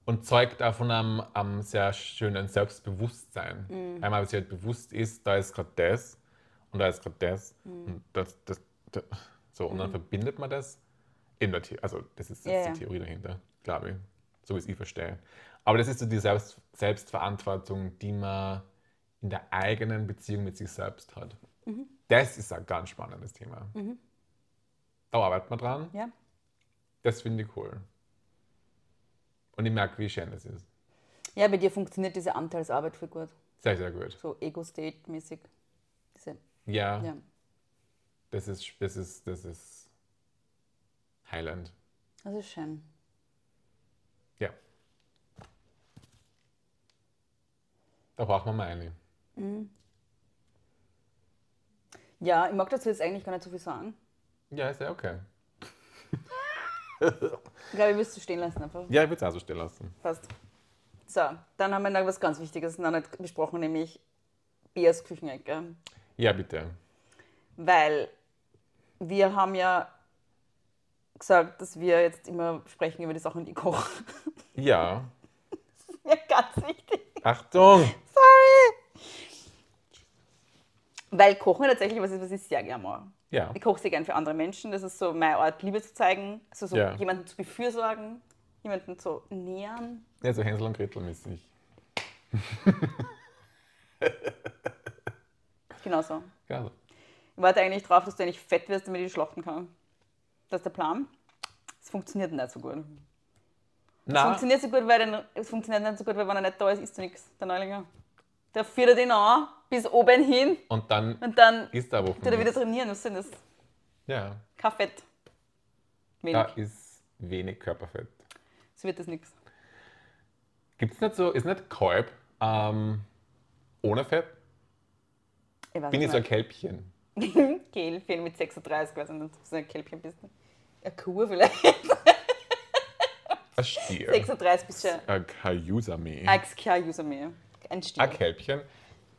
S2: und zeugt auch von einem, einem sehr schönen Selbstbewusstsein.
S1: Mhm.
S2: Weil man sich halt bewusst ist, da ist gerade das und da ist gerade das.
S1: Mhm.
S2: Und das, das, das. So, und dann verbindet man das in der Theorie. Also, das ist jetzt
S1: Ja,
S2: die
S1: Mhm. ja.
S2: Theorie dahinter, glaube ich. So wie es ich verstehe. Aber das ist so die Selbst Selbstverantwortung, die man in der eigenen Beziehung mit sich selbst hat.
S1: Mhm.
S2: Das ist ein ganz spannendes Thema. Da arbeitet man dran.
S1: Ja.
S2: Das finde ich cool. Und ich merke, wie schön das ist.
S1: ja, bei dir funktioniert diese Anteilsarbeit für gut.
S2: Sehr, sehr gut.
S1: So Ego-State-mäßig. Diese,
S2: Ja,
S1: ja.
S2: Das, ist, das, ist, das ist Highland.
S1: Das ist schön.
S2: Ja. Da braucht man mal eine.
S1: Ja, ich mag dazu jetzt eigentlich gar nicht so viel sagen.
S2: Ja, ist ja okay.
S1: Ich glaube, ich wirst du stehen lassen einfach.
S2: Ja, ich würde es auch so stehen lassen.
S1: Passt. So, dann haben wir noch was ganz Wichtiges noch nicht besprochen, nämlich Bias Küchenecke.
S2: Ja, bitte.
S1: Weil wir haben ja gesagt, dass wir jetzt immer sprechen über die Sachen, die ich koche.
S2: Ja.
S1: [laughs] Ja, ganz wichtig.
S2: Achtung!
S1: Sorry. Weil Kochen tatsächlich was ist, was ich sehr gerne mache.
S2: Ja.
S1: Ich koche sehr gern für andere Menschen. Das ist so meine Art, Liebe zu zeigen. Also so
S2: Ja.
S1: jemanden zu befürsorgen, jemanden zu nähern.
S2: Ja, so Hänsel und Gretel mäßig.
S1: Genau so.
S2: Ja, so.
S1: Ich warte eigentlich drauf, dass du eigentlich fett wirst, damit ich dich schlachten kann. Das ist der Plan. Es funktioniert nicht so gut. Es
S2: Na,
S1: funktioniert so gut, weil dann, es funktioniert nicht so gut, weil wenn er nicht da ist, isst du nichts. Der Neulinger. Der führt ihn an, bis oben hin
S2: und
S1: [laughs]
S2: dann
S1: und dann
S2: ist da Wochen.
S1: tut er wieder trainieren. Was sind das?
S2: Ja,
S1: Kein Fett. Wenig.
S2: da ist wenig Körperfett.
S1: So wird das nichts.
S2: Gibt es nicht so, ist nicht Kalb ähm, ohne Fett?
S1: [laughs]
S2: Bin ich so ein Kälbchen?
S1: Kälbchen mit 36, weiß ich nicht, ob du so ein Kälbchen bist. Eine Kuh vielleicht. [laughs]
S2: Ein Stier.
S1: 36 bist du ja.
S2: Ein Kajusami.
S1: Ex kein User mehr. Ein Stier.
S2: Ein Kälbchen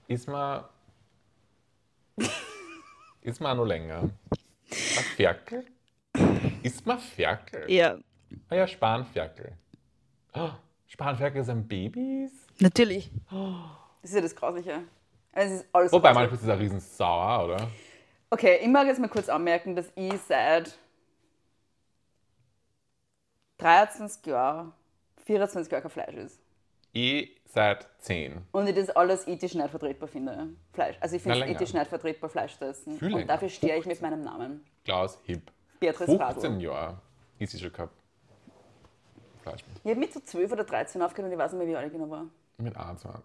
S2: ist man. ist man auch noch länger. Ein Ferkel? Ist man Ferkel?
S1: Ja,
S2: Ah ja, Spanferkel. Oh, Spanferkel sind Babys?
S1: natürlich. Das ist ja das Grausliche. Also Es ist alles
S2: Wobei,
S1: grauslich.
S2: manchmal ist das ein riesen Sauer, oder?
S1: Okay, ich mag jetzt mal kurz anmerken, dass ich seit 23 Jahren, 24 Jahren kein Fleisch ist.
S2: Ich seit 10.
S1: Und ich das alles ethisch nicht vertretbar finde. Fleisch. Also ich finde
S2: Na,
S1: es
S2: länger.
S1: ethisch nicht vertretbar, Fleisch zu essen.
S2: Viel länger.
S1: Und dafür stehe ich mit meinem Namen.
S2: Klaus Hipp.
S1: Beatrice
S2: 15
S1: Radl.
S2: Jahre ist sie schon gehabt. Fleisch mit.
S1: Ich habe mit so 12 oder 13 aufgehört und ich weiß nicht mehr, wie alt ich genau war.
S2: Mit 21.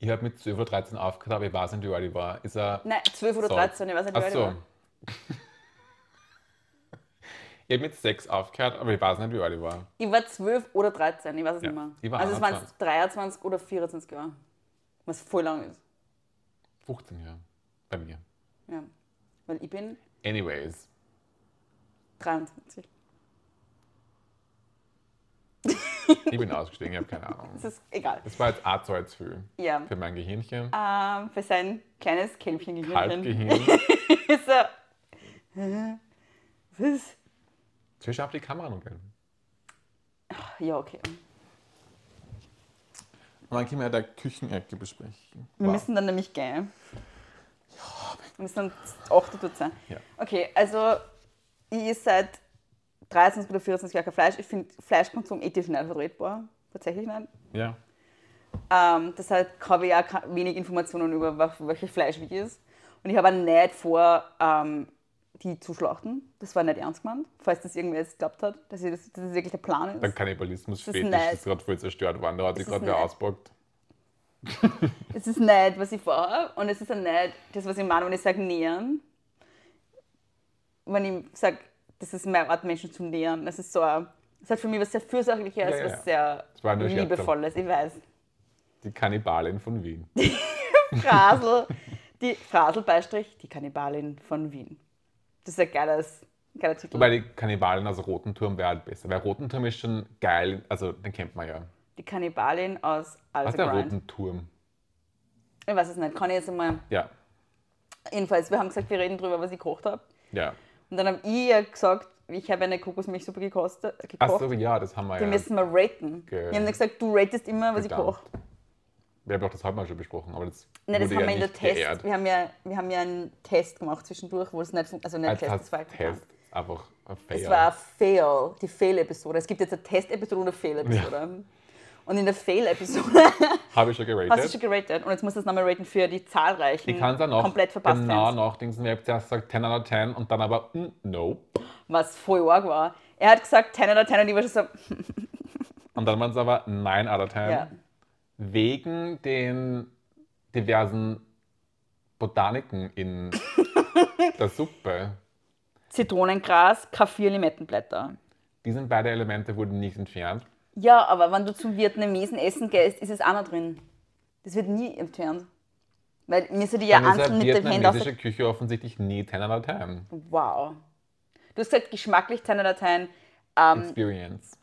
S2: Ich habe mit 12 oder 13 aufgehört, aber ich weiß nicht, wie alt ich war. Ist er.
S1: Nein, 12 oder
S2: So.
S1: 13, ich weiß nicht, wie
S2: Ach
S1: alt
S2: so.
S1: ich war.
S2: [laughs] ich habe mit 6 aufgehört, aber ich weiß nicht, wie alt ich war.
S1: Ich war 12 oder 13, ich weiß es
S2: Ja,
S1: nicht mehr.
S2: ich war
S1: also es waren
S2: 21.
S1: 23 oder 24 Jahre. Was voll lang ist.
S2: 15 Jahre. Bei mir.
S1: Ja. Weil ich bin
S2: Anyways.
S1: 23.
S2: Ich bin [laughs] ausgestiegen, ich habe keine Ahnung.
S1: Das ist egal.
S2: Das war jetzt auch zu jetzt viel.
S1: Ja.
S2: Für mein Gehirnchen.
S1: Ähm, für sein kleines Kälbchen gegeben.
S2: Halbgehirn.
S1: Ist er. Was?
S2: Zwischendurch auf die Kamera noch gehen.
S1: Ja, okay.
S2: Man kann ja der Küchenecke besprechen.
S1: Wir müssen dann nämlich gehen. Wir müssen dann 8 Uhr sein.
S2: Ja.
S1: Okay, also ich esse seit 13 oder 14 Jahren kein Fleisch. Ich finde Fleischkonsum ethisch nicht vertretbar. Tatsächlich nicht.
S2: Ja.
S1: Ähm, deshalb habe ich auch ke- wenig Informationen über wa- welches Fleisch wie ist. Und ich habe auch nicht vor, ähm, die zu schlachten. Das war nicht ernst gemeint, falls das irgendwer jetzt geglaubt hat, dass, ich das, dass das wirklich der Plan ist.
S2: Der Kannibalismus-Fetisch
S1: Das ist nice.
S2: ist gerade voll zerstört worden. Da hat sich
S1: ist
S2: gerade wer
S1: nice.
S2: ausgepackt.
S1: Es ist nicht, was ich vorhabe und es ist auch nicht das, was ich meine, wenn ich sage nähern. Wenn ich sage, das ist meine Art, Menschen zu nähern. Das ist so ein, das hat für mich was sehr Fürsorgliches,
S2: Ja, ja,
S1: was sehr
S2: war nur Scherz.
S1: Liebevolles, ich weiß.
S2: Die Kannibalin von Wien.
S1: Frasel, die Frasel Beistrich, die Kannibalin von Wien. Das ist ein geiles, geiler Titel.
S2: Wobei die Kannibalin aus Roten Turm wäre halt besser. Weil Roten Turm ist schon geil, also den kennt man ja.
S1: die Kannibalin aus
S2: Was ist
S1: Alter
S2: der
S1: Grind.
S2: Roten Turm?
S1: Ich weiß es nicht, kann ich jetzt einmal.
S2: Ja,
S1: Jedenfalls, wir haben gesagt, wir reden drüber, was ich gekocht habe.
S2: ja.
S1: Und dann habe ich ja gesagt, ich habe eine Kokosmilchsuppe gekostet, gekocht.
S2: Achso, ja, das haben wir
S1: Die
S2: ja.
S1: müssen wir raten.
S2: Ge-
S1: Ich habe nicht gesagt, du ratest immer, was ich
S2: Verdammt.
S1: koche.
S2: Wir haben doch das heute mal schon besprochen, aber das,
S1: Nein, das
S2: wurde
S1: haben
S2: ja
S1: wir in der
S2: nicht
S1: Test.
S2: geehrt.
S1: Wir haben, ja, wir haben ja einen Test gemacht zwischendurch, wo es nicht funktioniert. Also nicht
S2: Als
S1: Test, das
S2: Test,
S1: war,
S2: Test einfach ein Fail.
S1: Es war ein Fail, die Fail-Episode. Es gibt jetzt eine Test-Episode und eine Fail-Episode. Und in der Fail-Episode [laughs]
S2: Habe ich schon
S1: hast du
S2: geratet.
S1: schon geratet. Und jetzt musst du das nochmal raten für die zahlreichen,
S2: Ich kann es auch noch
S1: komplett verpasst
S2: genau
S1: Fans.
S2: nachdenken. Ich habe zuerst gesagt 10 out of 10 und dann aber mm, nope.
S1: was voll arg war. Er hat gesagt 10 oder 10 und ich war schon so,
S2: Und dann waren es aber 9 out of 10.
S1: ja.
S2: Wegen den diversen Botaniken
S1: [laughs]
S2: in der Suppe.
S1: Zitronengras, Kaffee, Limettenblätter.
S2: Diese beiden Elemente wurden nicht entfernt.
S1: Ja, aber wenn du zum Vietnamesen essen gehst, ist es auch noch drin. Das wird nie entfernt. Weil mir sind die ja
S2: Dann ist
S1: einzeln
S2: eine
S1: mit dem Händen aus
S2: vietnamesische Küche offensichtlich nie 10 out of 10
S1: Wow. Du hast gesagt, geschmacklich deine Dateien, ähm,
S2: Experience.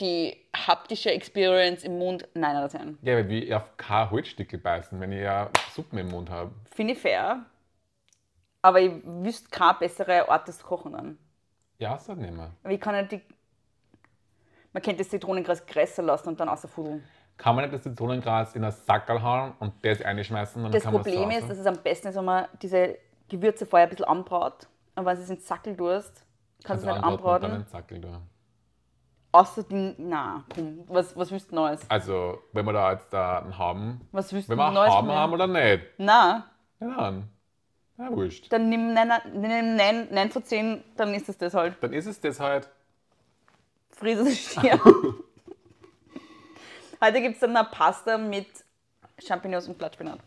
S1: die haptische Experience im Mund, nein, Dateien.
S2: Ja, weil wir auf kein Holzstücke beißen, wenn ich ja Suppen im Mund habe.
S1: Finde ich fair. Aber ich wüsste keinen besseren Ort, das zu kochen an.
S2: Ja, ist halt nicht mehr.
S1: Aber ich kann nicht die. Man könnte das Zitronengras grässer lassen und dann ausfudeln.
S2: Kann man nicht das Zitronengras in einen Sackerl hauen und das einschmeißen? Dann
S1: Das
S2: kann
S1: Problem
S2: man's
S1: ist,
S2: zu
S1: dass
S2: Hause-
S1: es am besten ist, wenn man diese Gewürze vorher ein bisschen anbraut. Und wenn du es in den Sackel tust, kannst du es nicht
S2: anbraten und
S1: anbraten.
S2: dann in den Sackerl tun.
S1: Außer die. Na, komm, was, was willst du Neues?
S2: Also, wenn wir da jetzt da einen haben,
S1: Was willst du
S2: wenn wir einen
S1: Neues? von
S2: haben,
S1: mir?
S2: haben oder nicht,
S1: Nein.
S2: ja, dann, na wurscht.
S1: dann nimm 9, 9 von 10, dann ist es das halt.
S2: Dann ist es das halt.
S1: Friesisch Stier.
S2: [laughs]
S1: Heute gibt es dann eine Pasta mit Champignons und Blattspinat.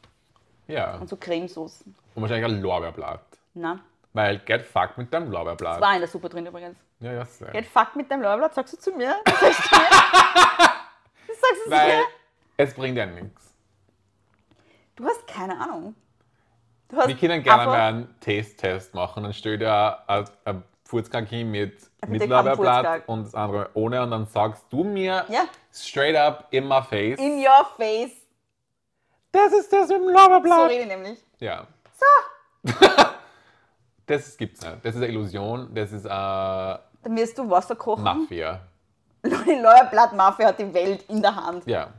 S2: Ja,
S1: Und so Cremesauce.
S2: und wahrscheinlich ein Lorbeerblatt.
S1: Na,
S2: Weil get fucked mit deinem
S1: das
S2: Lorbeerblatt.
S1: war in der Suppe drin übrigens.
S2: Ja, ja, sehr.
S1: Get fucked mit deinem Blaublatt, sagst du zu mir? Das sagst du mir? Das sagst du zu
S2: Weil
S1: mir?
S2: es bringt ja nichts.
S1: Du hast keine Ahnung. Du hast
S2: Wir können gerne
S1: einfach-
S2: mal einen Taste-Test machen. Dann stellt ihr ein, ein Furzkaki mit, mit
S1: einem
S2: Lorbeerblatt
S1: Furzkaki.
S2: und das andere ohne und dann sagst du mir
S1: Ja.
S2: straight up in my face.
S1: In your face.
S2: das ist das mit dem
S1: So
S2: Lorbeerblatt.
S1: rede ich nämlich.
S2: Ja. So. das gibt's nicht. Das ist eine Illusion. Das ist äh,
S1: Dann wirst du Wasser kochen.
S2: Mafia.
S1: [laughs] Die Lorbeerblatt-Mafia hat die Welt in der Hand.
S2: Ja.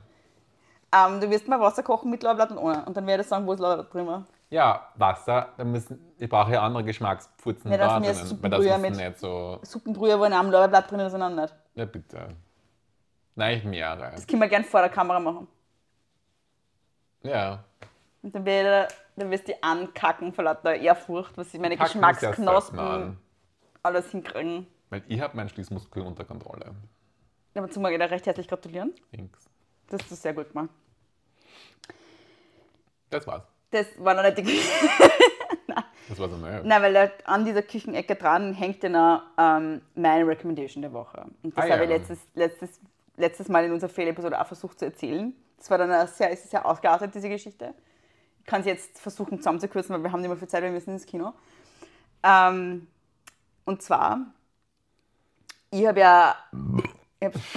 S1: Ähm, du wirst mal Wasser kochen mit Lorbeerblatt und ohne. Und dann werde ich sagen, wo ist Lorbeerblatt drin war.
S2: Ja, Wasser. Da müssen, ich brauche ja andere Geschmackspfurzen
S1: Ja, das
S2: da
S1: mir ist
S2: drinnen. Weil das
S1: Suppenbrühe
S2: ist
S1: mit-
S2: nicht so.
S1: Suppenbrühe, wo in einem Lorbeerblatt drin ist und einem nicht.
S2: Ja, bitte. Nein, ich mehrere.
S1: Das können wir gerne vor der Kamera machen.
S2: Ja.
S1: Und dann, werde, dann wirst du ankacken vor lauter Ehrfurcht, was ich meine
S2: Packen wir's ja selbst mal
S1: Geschmacksknospen
S2: an.
S1: alles hinkriegen.
S2: Weil ich habe meinen Schließmuskel unter Kontrolle.
S1: Aber zum Mal recht herzlich gratulieren.
S2: Links.
S1: Das hast du sehr gut gemacht.
S2: Das war's.
S1: Das war noch nicht die Küche.
S2: Das war's neu.
S1: Nein, weil da an dieser Küchenecke dran hängt ja noch ähm, meine Recommendation der Woche. Und das
S2: Ah,
S1: habe
S2: ja.
S1: ich letztes, letztes, letztes Mal in unserer Fehlepisode auch versucht zu erzählen. Das war dann eine sehr, es ist sehr ausgeartet, diese Geschichte. Ich kann es jetzt versuchen zusammenzukürzen, weil wir haben nicht mehr viel Zeit, wir müssen ins Kino. Ähm, und zwar, ich habe ja. Ich habe [laughs]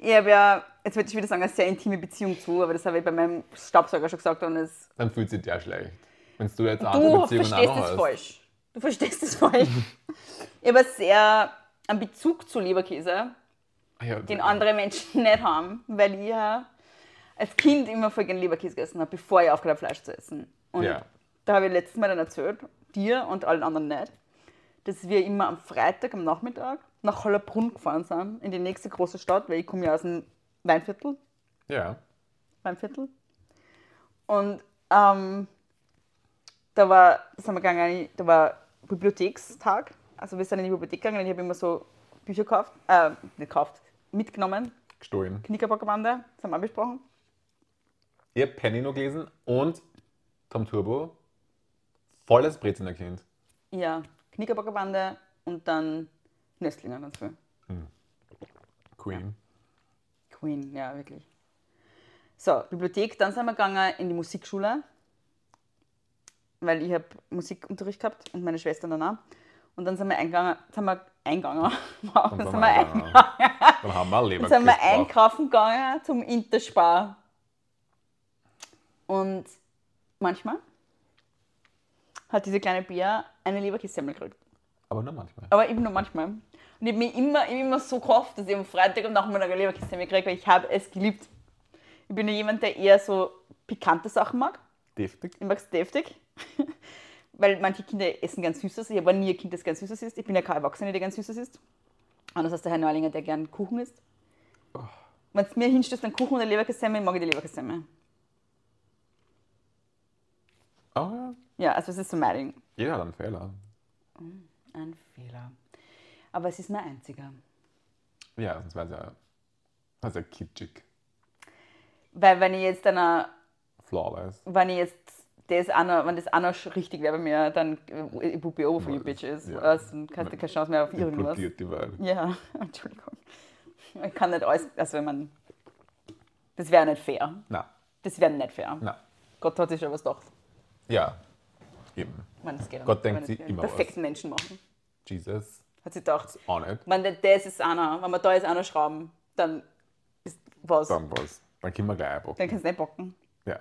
S1: ich hab ja, jetzt würde ich wieder sagen, eine sehr intime Beziehung zu, aber das habe ich bei meinem Staubsauger schon gesagt und es
S2: Dann fühlt sich der schlecht. Wenn du jetzt
S1: Du
S2: andere Beziehungen
S1: verstehst
S2: auch noch
S1: es
S2: hast.
S1: falsch. Du verstehst es
S2: [laughs]
S1: falsch. ich habe sehr einen Bezug zu Leberkäse,
S2: Ah Ja,
S1: den andere Menschen [laughs] nicht haben, weil ich ja als Kind immer voll gerne Leberkäse gegessen habe, bevor ich aufgehört habe, Fleisch zu essen. Und
S2: Ja.
S1: da habe ich letztes Mal dann erzählt, dir und allen anderen nicht, dass wir immer am Freitag am Nachmittag nach Hollerbrunn gefahren sind, in die nächste große Stadt, weil ich komme ja aus dem Weinviertel.
S2: ja.
S1: beim Viertel. Und ähm, da war, sind wir gegangen, da war Bibliothekstag. Also wir sind in die Bibliothek gegangen und ich habe immer so Bücher gekauft, äh, nicht gekauft, mitgenommen.
S2: Gestohlen.
S1: Knickerbockerbande, das haben wir besprochen.
S2: Ihr habt Penny noch gelesen und Tom Turbo. Volles Brezener Kind.
S1: Ja, Knickerbockerbande und dann Nöstlinger ganz viel.
S2: Queen.
S1: Queen, ja, wirklich. So, Bibliothek, dann sind wir gegangen in die Musikschule, weil ich habe Musikunterricht gehabt und meine Schwestern danach. Und dann sind wir eingegangen, sind wir eingegangen, [laughs] wow, dann
S2: Und dann
S1: sind wir
S2: eingegangen.
S1: eingegangen, [laughs]
S2: Dann haben wir Leber
S1: dann sind wir
S2: gekocht.
S1: einkaufen gegangen zum Interspar. Und manchmal hat diese kleine Bia eine Leberkässemmel gekriegt.
S2: Aber nur manchmal.
S1: Aber eben nur manchmal. Und ich habe mir immer, ich hab immer so gehofft, dass ich am Freitag und Nachmittag eine Leberkässemmel kriege, weil ich habe es geliebt. Ich bin ja jemand, der eher so pikante Sachen mag.
S2: Deftig.
S1: Ich mag es deftig. [laughs] Weil manche Kinder essen ganz Süßes. Ich habe nie ein Kind, das ganz Süßes isst. Ich bin ja keine Erwachsene, die ganz Süßes isst. Anders als der Herr Neulinger, der gern Kuchen isst. Wenn es mir hinstößt, dann Kuchen oder Leberkässemmel, mag ich die Leberkässemmel.
S2: Oh ja,
S1: Ja, also es ist so mein Ding.
S2: jeder hat einen Fehler.
S1: Ein Fehler. Aber es ist mein einziger.
S2: Ja, sonst wäre es ja, wär's ja kitschig.
S1: Weil wenn ich jetzt einer,
S2: Flawless.
S1: wenn ich jetzt das auch noch, wenn das auch noch sch- richtig wäre bei mir, dann äh, ich buppe over you,
S2: Ja,
S1: bitches.
S2: ja.
S1: Also, dann hast du keine Chance mehr auf irgendwas.
S2: Implodiert die Welt.
S1: Ja, [laughs] Entschuldigung. Ich kann nicht alles, also wenn man. Das wäre nicht fair.
S2: Na,
S1: Das wäre nicht fair.
S2: na.
S1: Gott hat sich schon was gedacht.
S2: Ja, eben.
S1: Man, das geht
S2: Gott
S1: nicht.
S2: denkt
S1: Wenn
S2: sich
S1: man
S2: immer was.
S1: Perfekten Menschen machen.
S2: Jesus.
S1: Hat sich gedacht,
S2: Auch nicht.
S1: wenn der- das ist einer, wenn wir da jetzt einer schrauben, dann ist was. Dann
S2: Dann was. Dann können wir gleich einpacken.
S1: kannst du nicht bocken.
S2: Ja.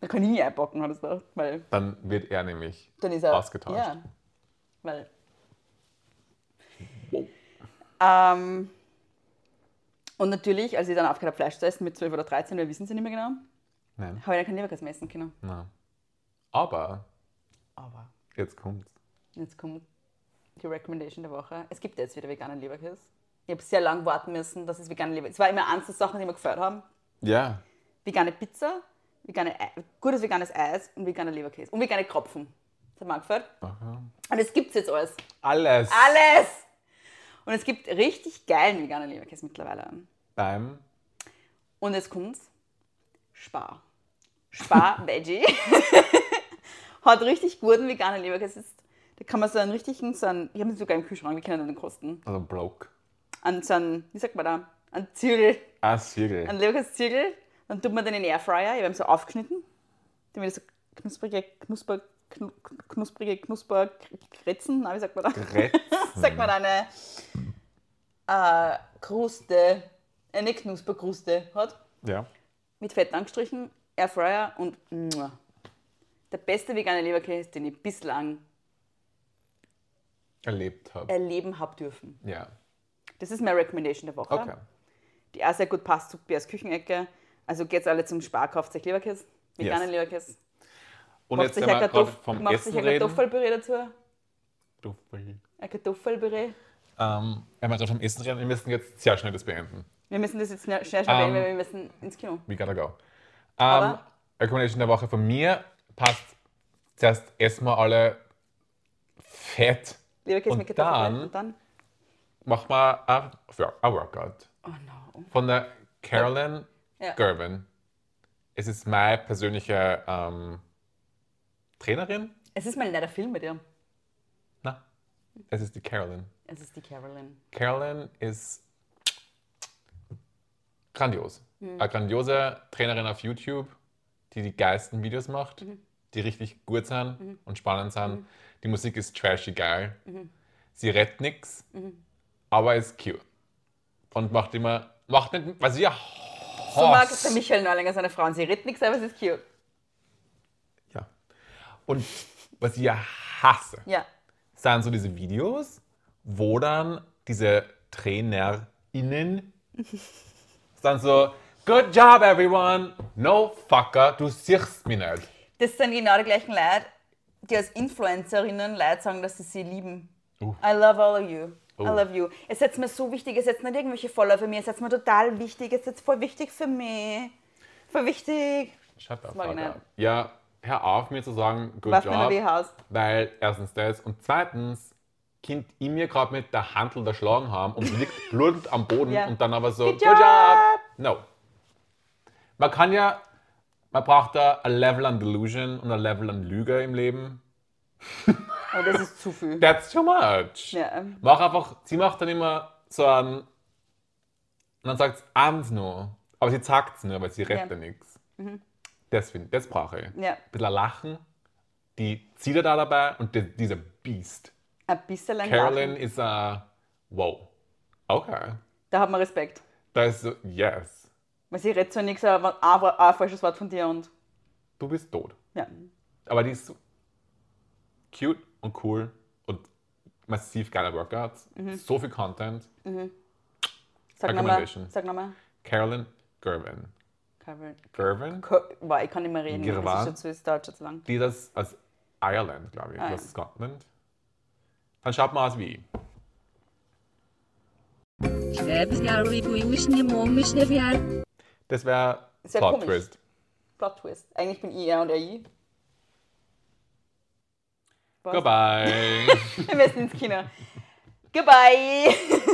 S1: Dann kann ich nie einbocken, hat er gedacht. Weil
S2: Dann wird er nämlich
S1: dann ist er.
S2: ausgetauscht.
S1: Ja. Weil. Ähm, und natürlich, als ich dann aufgehört habe, Fleisch zu essen mit 12 oder 13, wir wissen es ja nicht mehr genau,
S2: Nein.
S1: habe ich dann kein Leberkäse mehr essen können.
S2: Na. Aber
S1: Aber
S2: jetzt kommt's.
S1: jetzt kommt die Recommendation der Woche. Es gibt jetzt wieder veganen Leberkäse. Ich habe sehr lange warten müssen, dass es veganen Leberkäse Es war immer eins der Sachen, die mir gefällt haben.
S2: Ja.
S1: Vegane Pizza, vegane Ei, gutes veganes Eis und veganer Leberkäse. Und vegane Kropfen. Das hat mir auch gefällt.
S2: Aha.
S1: Und es gibt jetzt alles.
S2: Alles.
S1: Alles! Und es gibt richtig geilen veganen Leberkäse mittlerweile.
S2: Beim
S1: Und jetzt kommt's. Spar. Spar Veggie. [laughs] Hat richtig guten veganen Leberkäse. Ist- Da kann man so einen richtigen, so einen, ich habe ihn sogar im Kühlschrank, wir können ihn kosten.
S2: also Block.
S1: An so einen, wie sagt man da, an Zirkel,
S2: Ah, Siegel.
S1: an Leberkäse-Zirkel. Dann tut man den in den Airfryer, ich habe ihn so aufgeschnitten, damit er so knusprige, knusper, knu- knusprige, knusper Kretzen, na, wie sagt man da? [laughs] Sag mal eine äh, Kruste, eine Knusperkruste hat,
S2: ja.
S1: mit Fett angestrichen, Airfryer und muah. der beste vegane Leberkäse, den ich bislang
S2: Erlebt habe.
S1: erleben habe dürfen.
S2: ja.
S1: Das ist meine Recommendation der Woche,
S2: Okay.
S1: die auch sehr gut passt zu Bärs Küchenecke. Also geht's alle zum Spar, kauft euch Leberkäse, veganen Leberkäse.
S2: Und
S1: Macht
S2: jetzt
S1: sich
S2: wenn wir
S1: ein,
S2: gerade
S1: Kartoff
S2: vom
S1: macht sich halt
S2: Essen
S1: ein
S2: reden.
S1: Kartoffelpüree dazu.
S2: Kartoffel.
S1: Ein Kartoffelpüree.
S2: Ähm, wenn wir gerade vom Essen reden, wir müssen jetzt sehr schnell das beenden.
S1: Wir müssen das jetzt schnell schnell beenden,
S2: Ähm,
S1: weil wir müssen ins Kino.
S2: We gotta go. Ähm,
S1: Aber-
S2: Recommendation der Woche von mir passt zuerst essen wir alle fett.
S1: Leberkäse
S2: und
S1: mit Kartoffeln
S2: dann-
S1: und dann.
S2: Machen wir ein, ja, ein Workout.
S1: Oh no.
S2: Von der Carolyn
S1: Ja.
S2: Gerben. Es ist meine persönliche ähm, Trainerin.
S1: Es ist mal ein netter Film mit ihr.
S2: Na, es ist die Carolyn.
S1: Es ist die Carolyn.
S2: Carolyn ist grandios. Eine grandiose Trainerin auf YouTube, die die geilsten Videos macht,
S1: Mhm.
S2: die richtig gut sind und spannend sind. Die Musik ist trashy geil.
S1: Mhm.
S2: Sie rettet nichts, aber ist cute. Und macht immer, macht nicht, was ihr Oh,
S1: So mag es der Michael Neulinger seine Frauen. Sie redet nichts, aber sie ist cute.
S2: Ja. Und was ich ja hasse,
S1: Ja.
S2: sind so diese Videos, wo dann diese
S1: [laughs]
S2: TrainerInnen dann so, good job everyone, no fucker, du siehst mich nicht.
S1: Das sind genau die gleichen Leute, die als Influencerinnen Leute sagen, dass sie sie lieben.
S2: Uh.
S1: I love all of you.
S2: Oh.
S1: I love you. Ihr seid mir so wichtig, ihr seid nicht irgendwelche Follower für mich, ihr seid mir total wichtig, ihr seid voll wichtig für mich. Voll wichtig.
S2: Shut the
S1: mag ich
S2: fuck
S1: nicht.
S2: up. Ja, hör auf mir zu sagen, good
S1: Was mir noch weh
S2: job,
S1: haust.
S2: weil erstens das und zweitens, Kind in mir gerade mit der Handel erschlagen haben und
S1: [laughs]
S2: liegt blutend am Boden
S1: Ja.
S2: und dann aber so,
S1: Good job!
S2: No. Man kann ja, man braucht da ein Level an Delusion und ein Level an Lüge im Leben.
S1: Oh, das ist zu viel.
S2: That's too much.
S1: Ja.
S2: Mach einfach, sie macht dann immer so einen, und dann sagt sie, eins nur, Aber sie sagt's nur, aber sie rappt ja nichts. Das, find- das brauche ich.
S1: Mhm. Ja.
S2: Ein bisschen ein Lachen, die Ziele da dabei und die, dieser Beast.
S1: Ein bisschen ein
S2: Carolyn
S1: Lachen.
S2: ist a wow. Okay.
S1: Da hat man Respekt.
S2: Da ist so, yes,
S1: Weil sie redet zwar nichts, aber ein, ein falsches Wort von dir und
S2: du bist tot.
S1: ja.
S2: Aber die ist so cute und cool und massiv geile Workouts.
S1: Mhm.
S2: So viel Content.
S1: Sag nochmal.
S2: Recommendation.
S1: Sag nochmal.
S2: Carolyn Gervin.
S1: Carol-
S2: Gervin?
S1: Ko- Boah, ich kann nicht mehr reden. Das
S2: Girvan.
S1: ist schon zu, das dauert schon zu lang.
S2: Die das aus Ireland, glaube ich,
S1: Ah,
S2: oder
S1: ja.
S2: Scotland. Dann schaut mal aus wie. Das wäre
S1: Ist ja
S2: Plot
S1: komisch.
S2: Twist.
S1: Plot Twist. Eigentlich bin ich er und er ich. Was?
S2: Goodbye.
S1: [laughs]
S2: [laughs]
S1: Wir müssen ins Kino. Goodbye!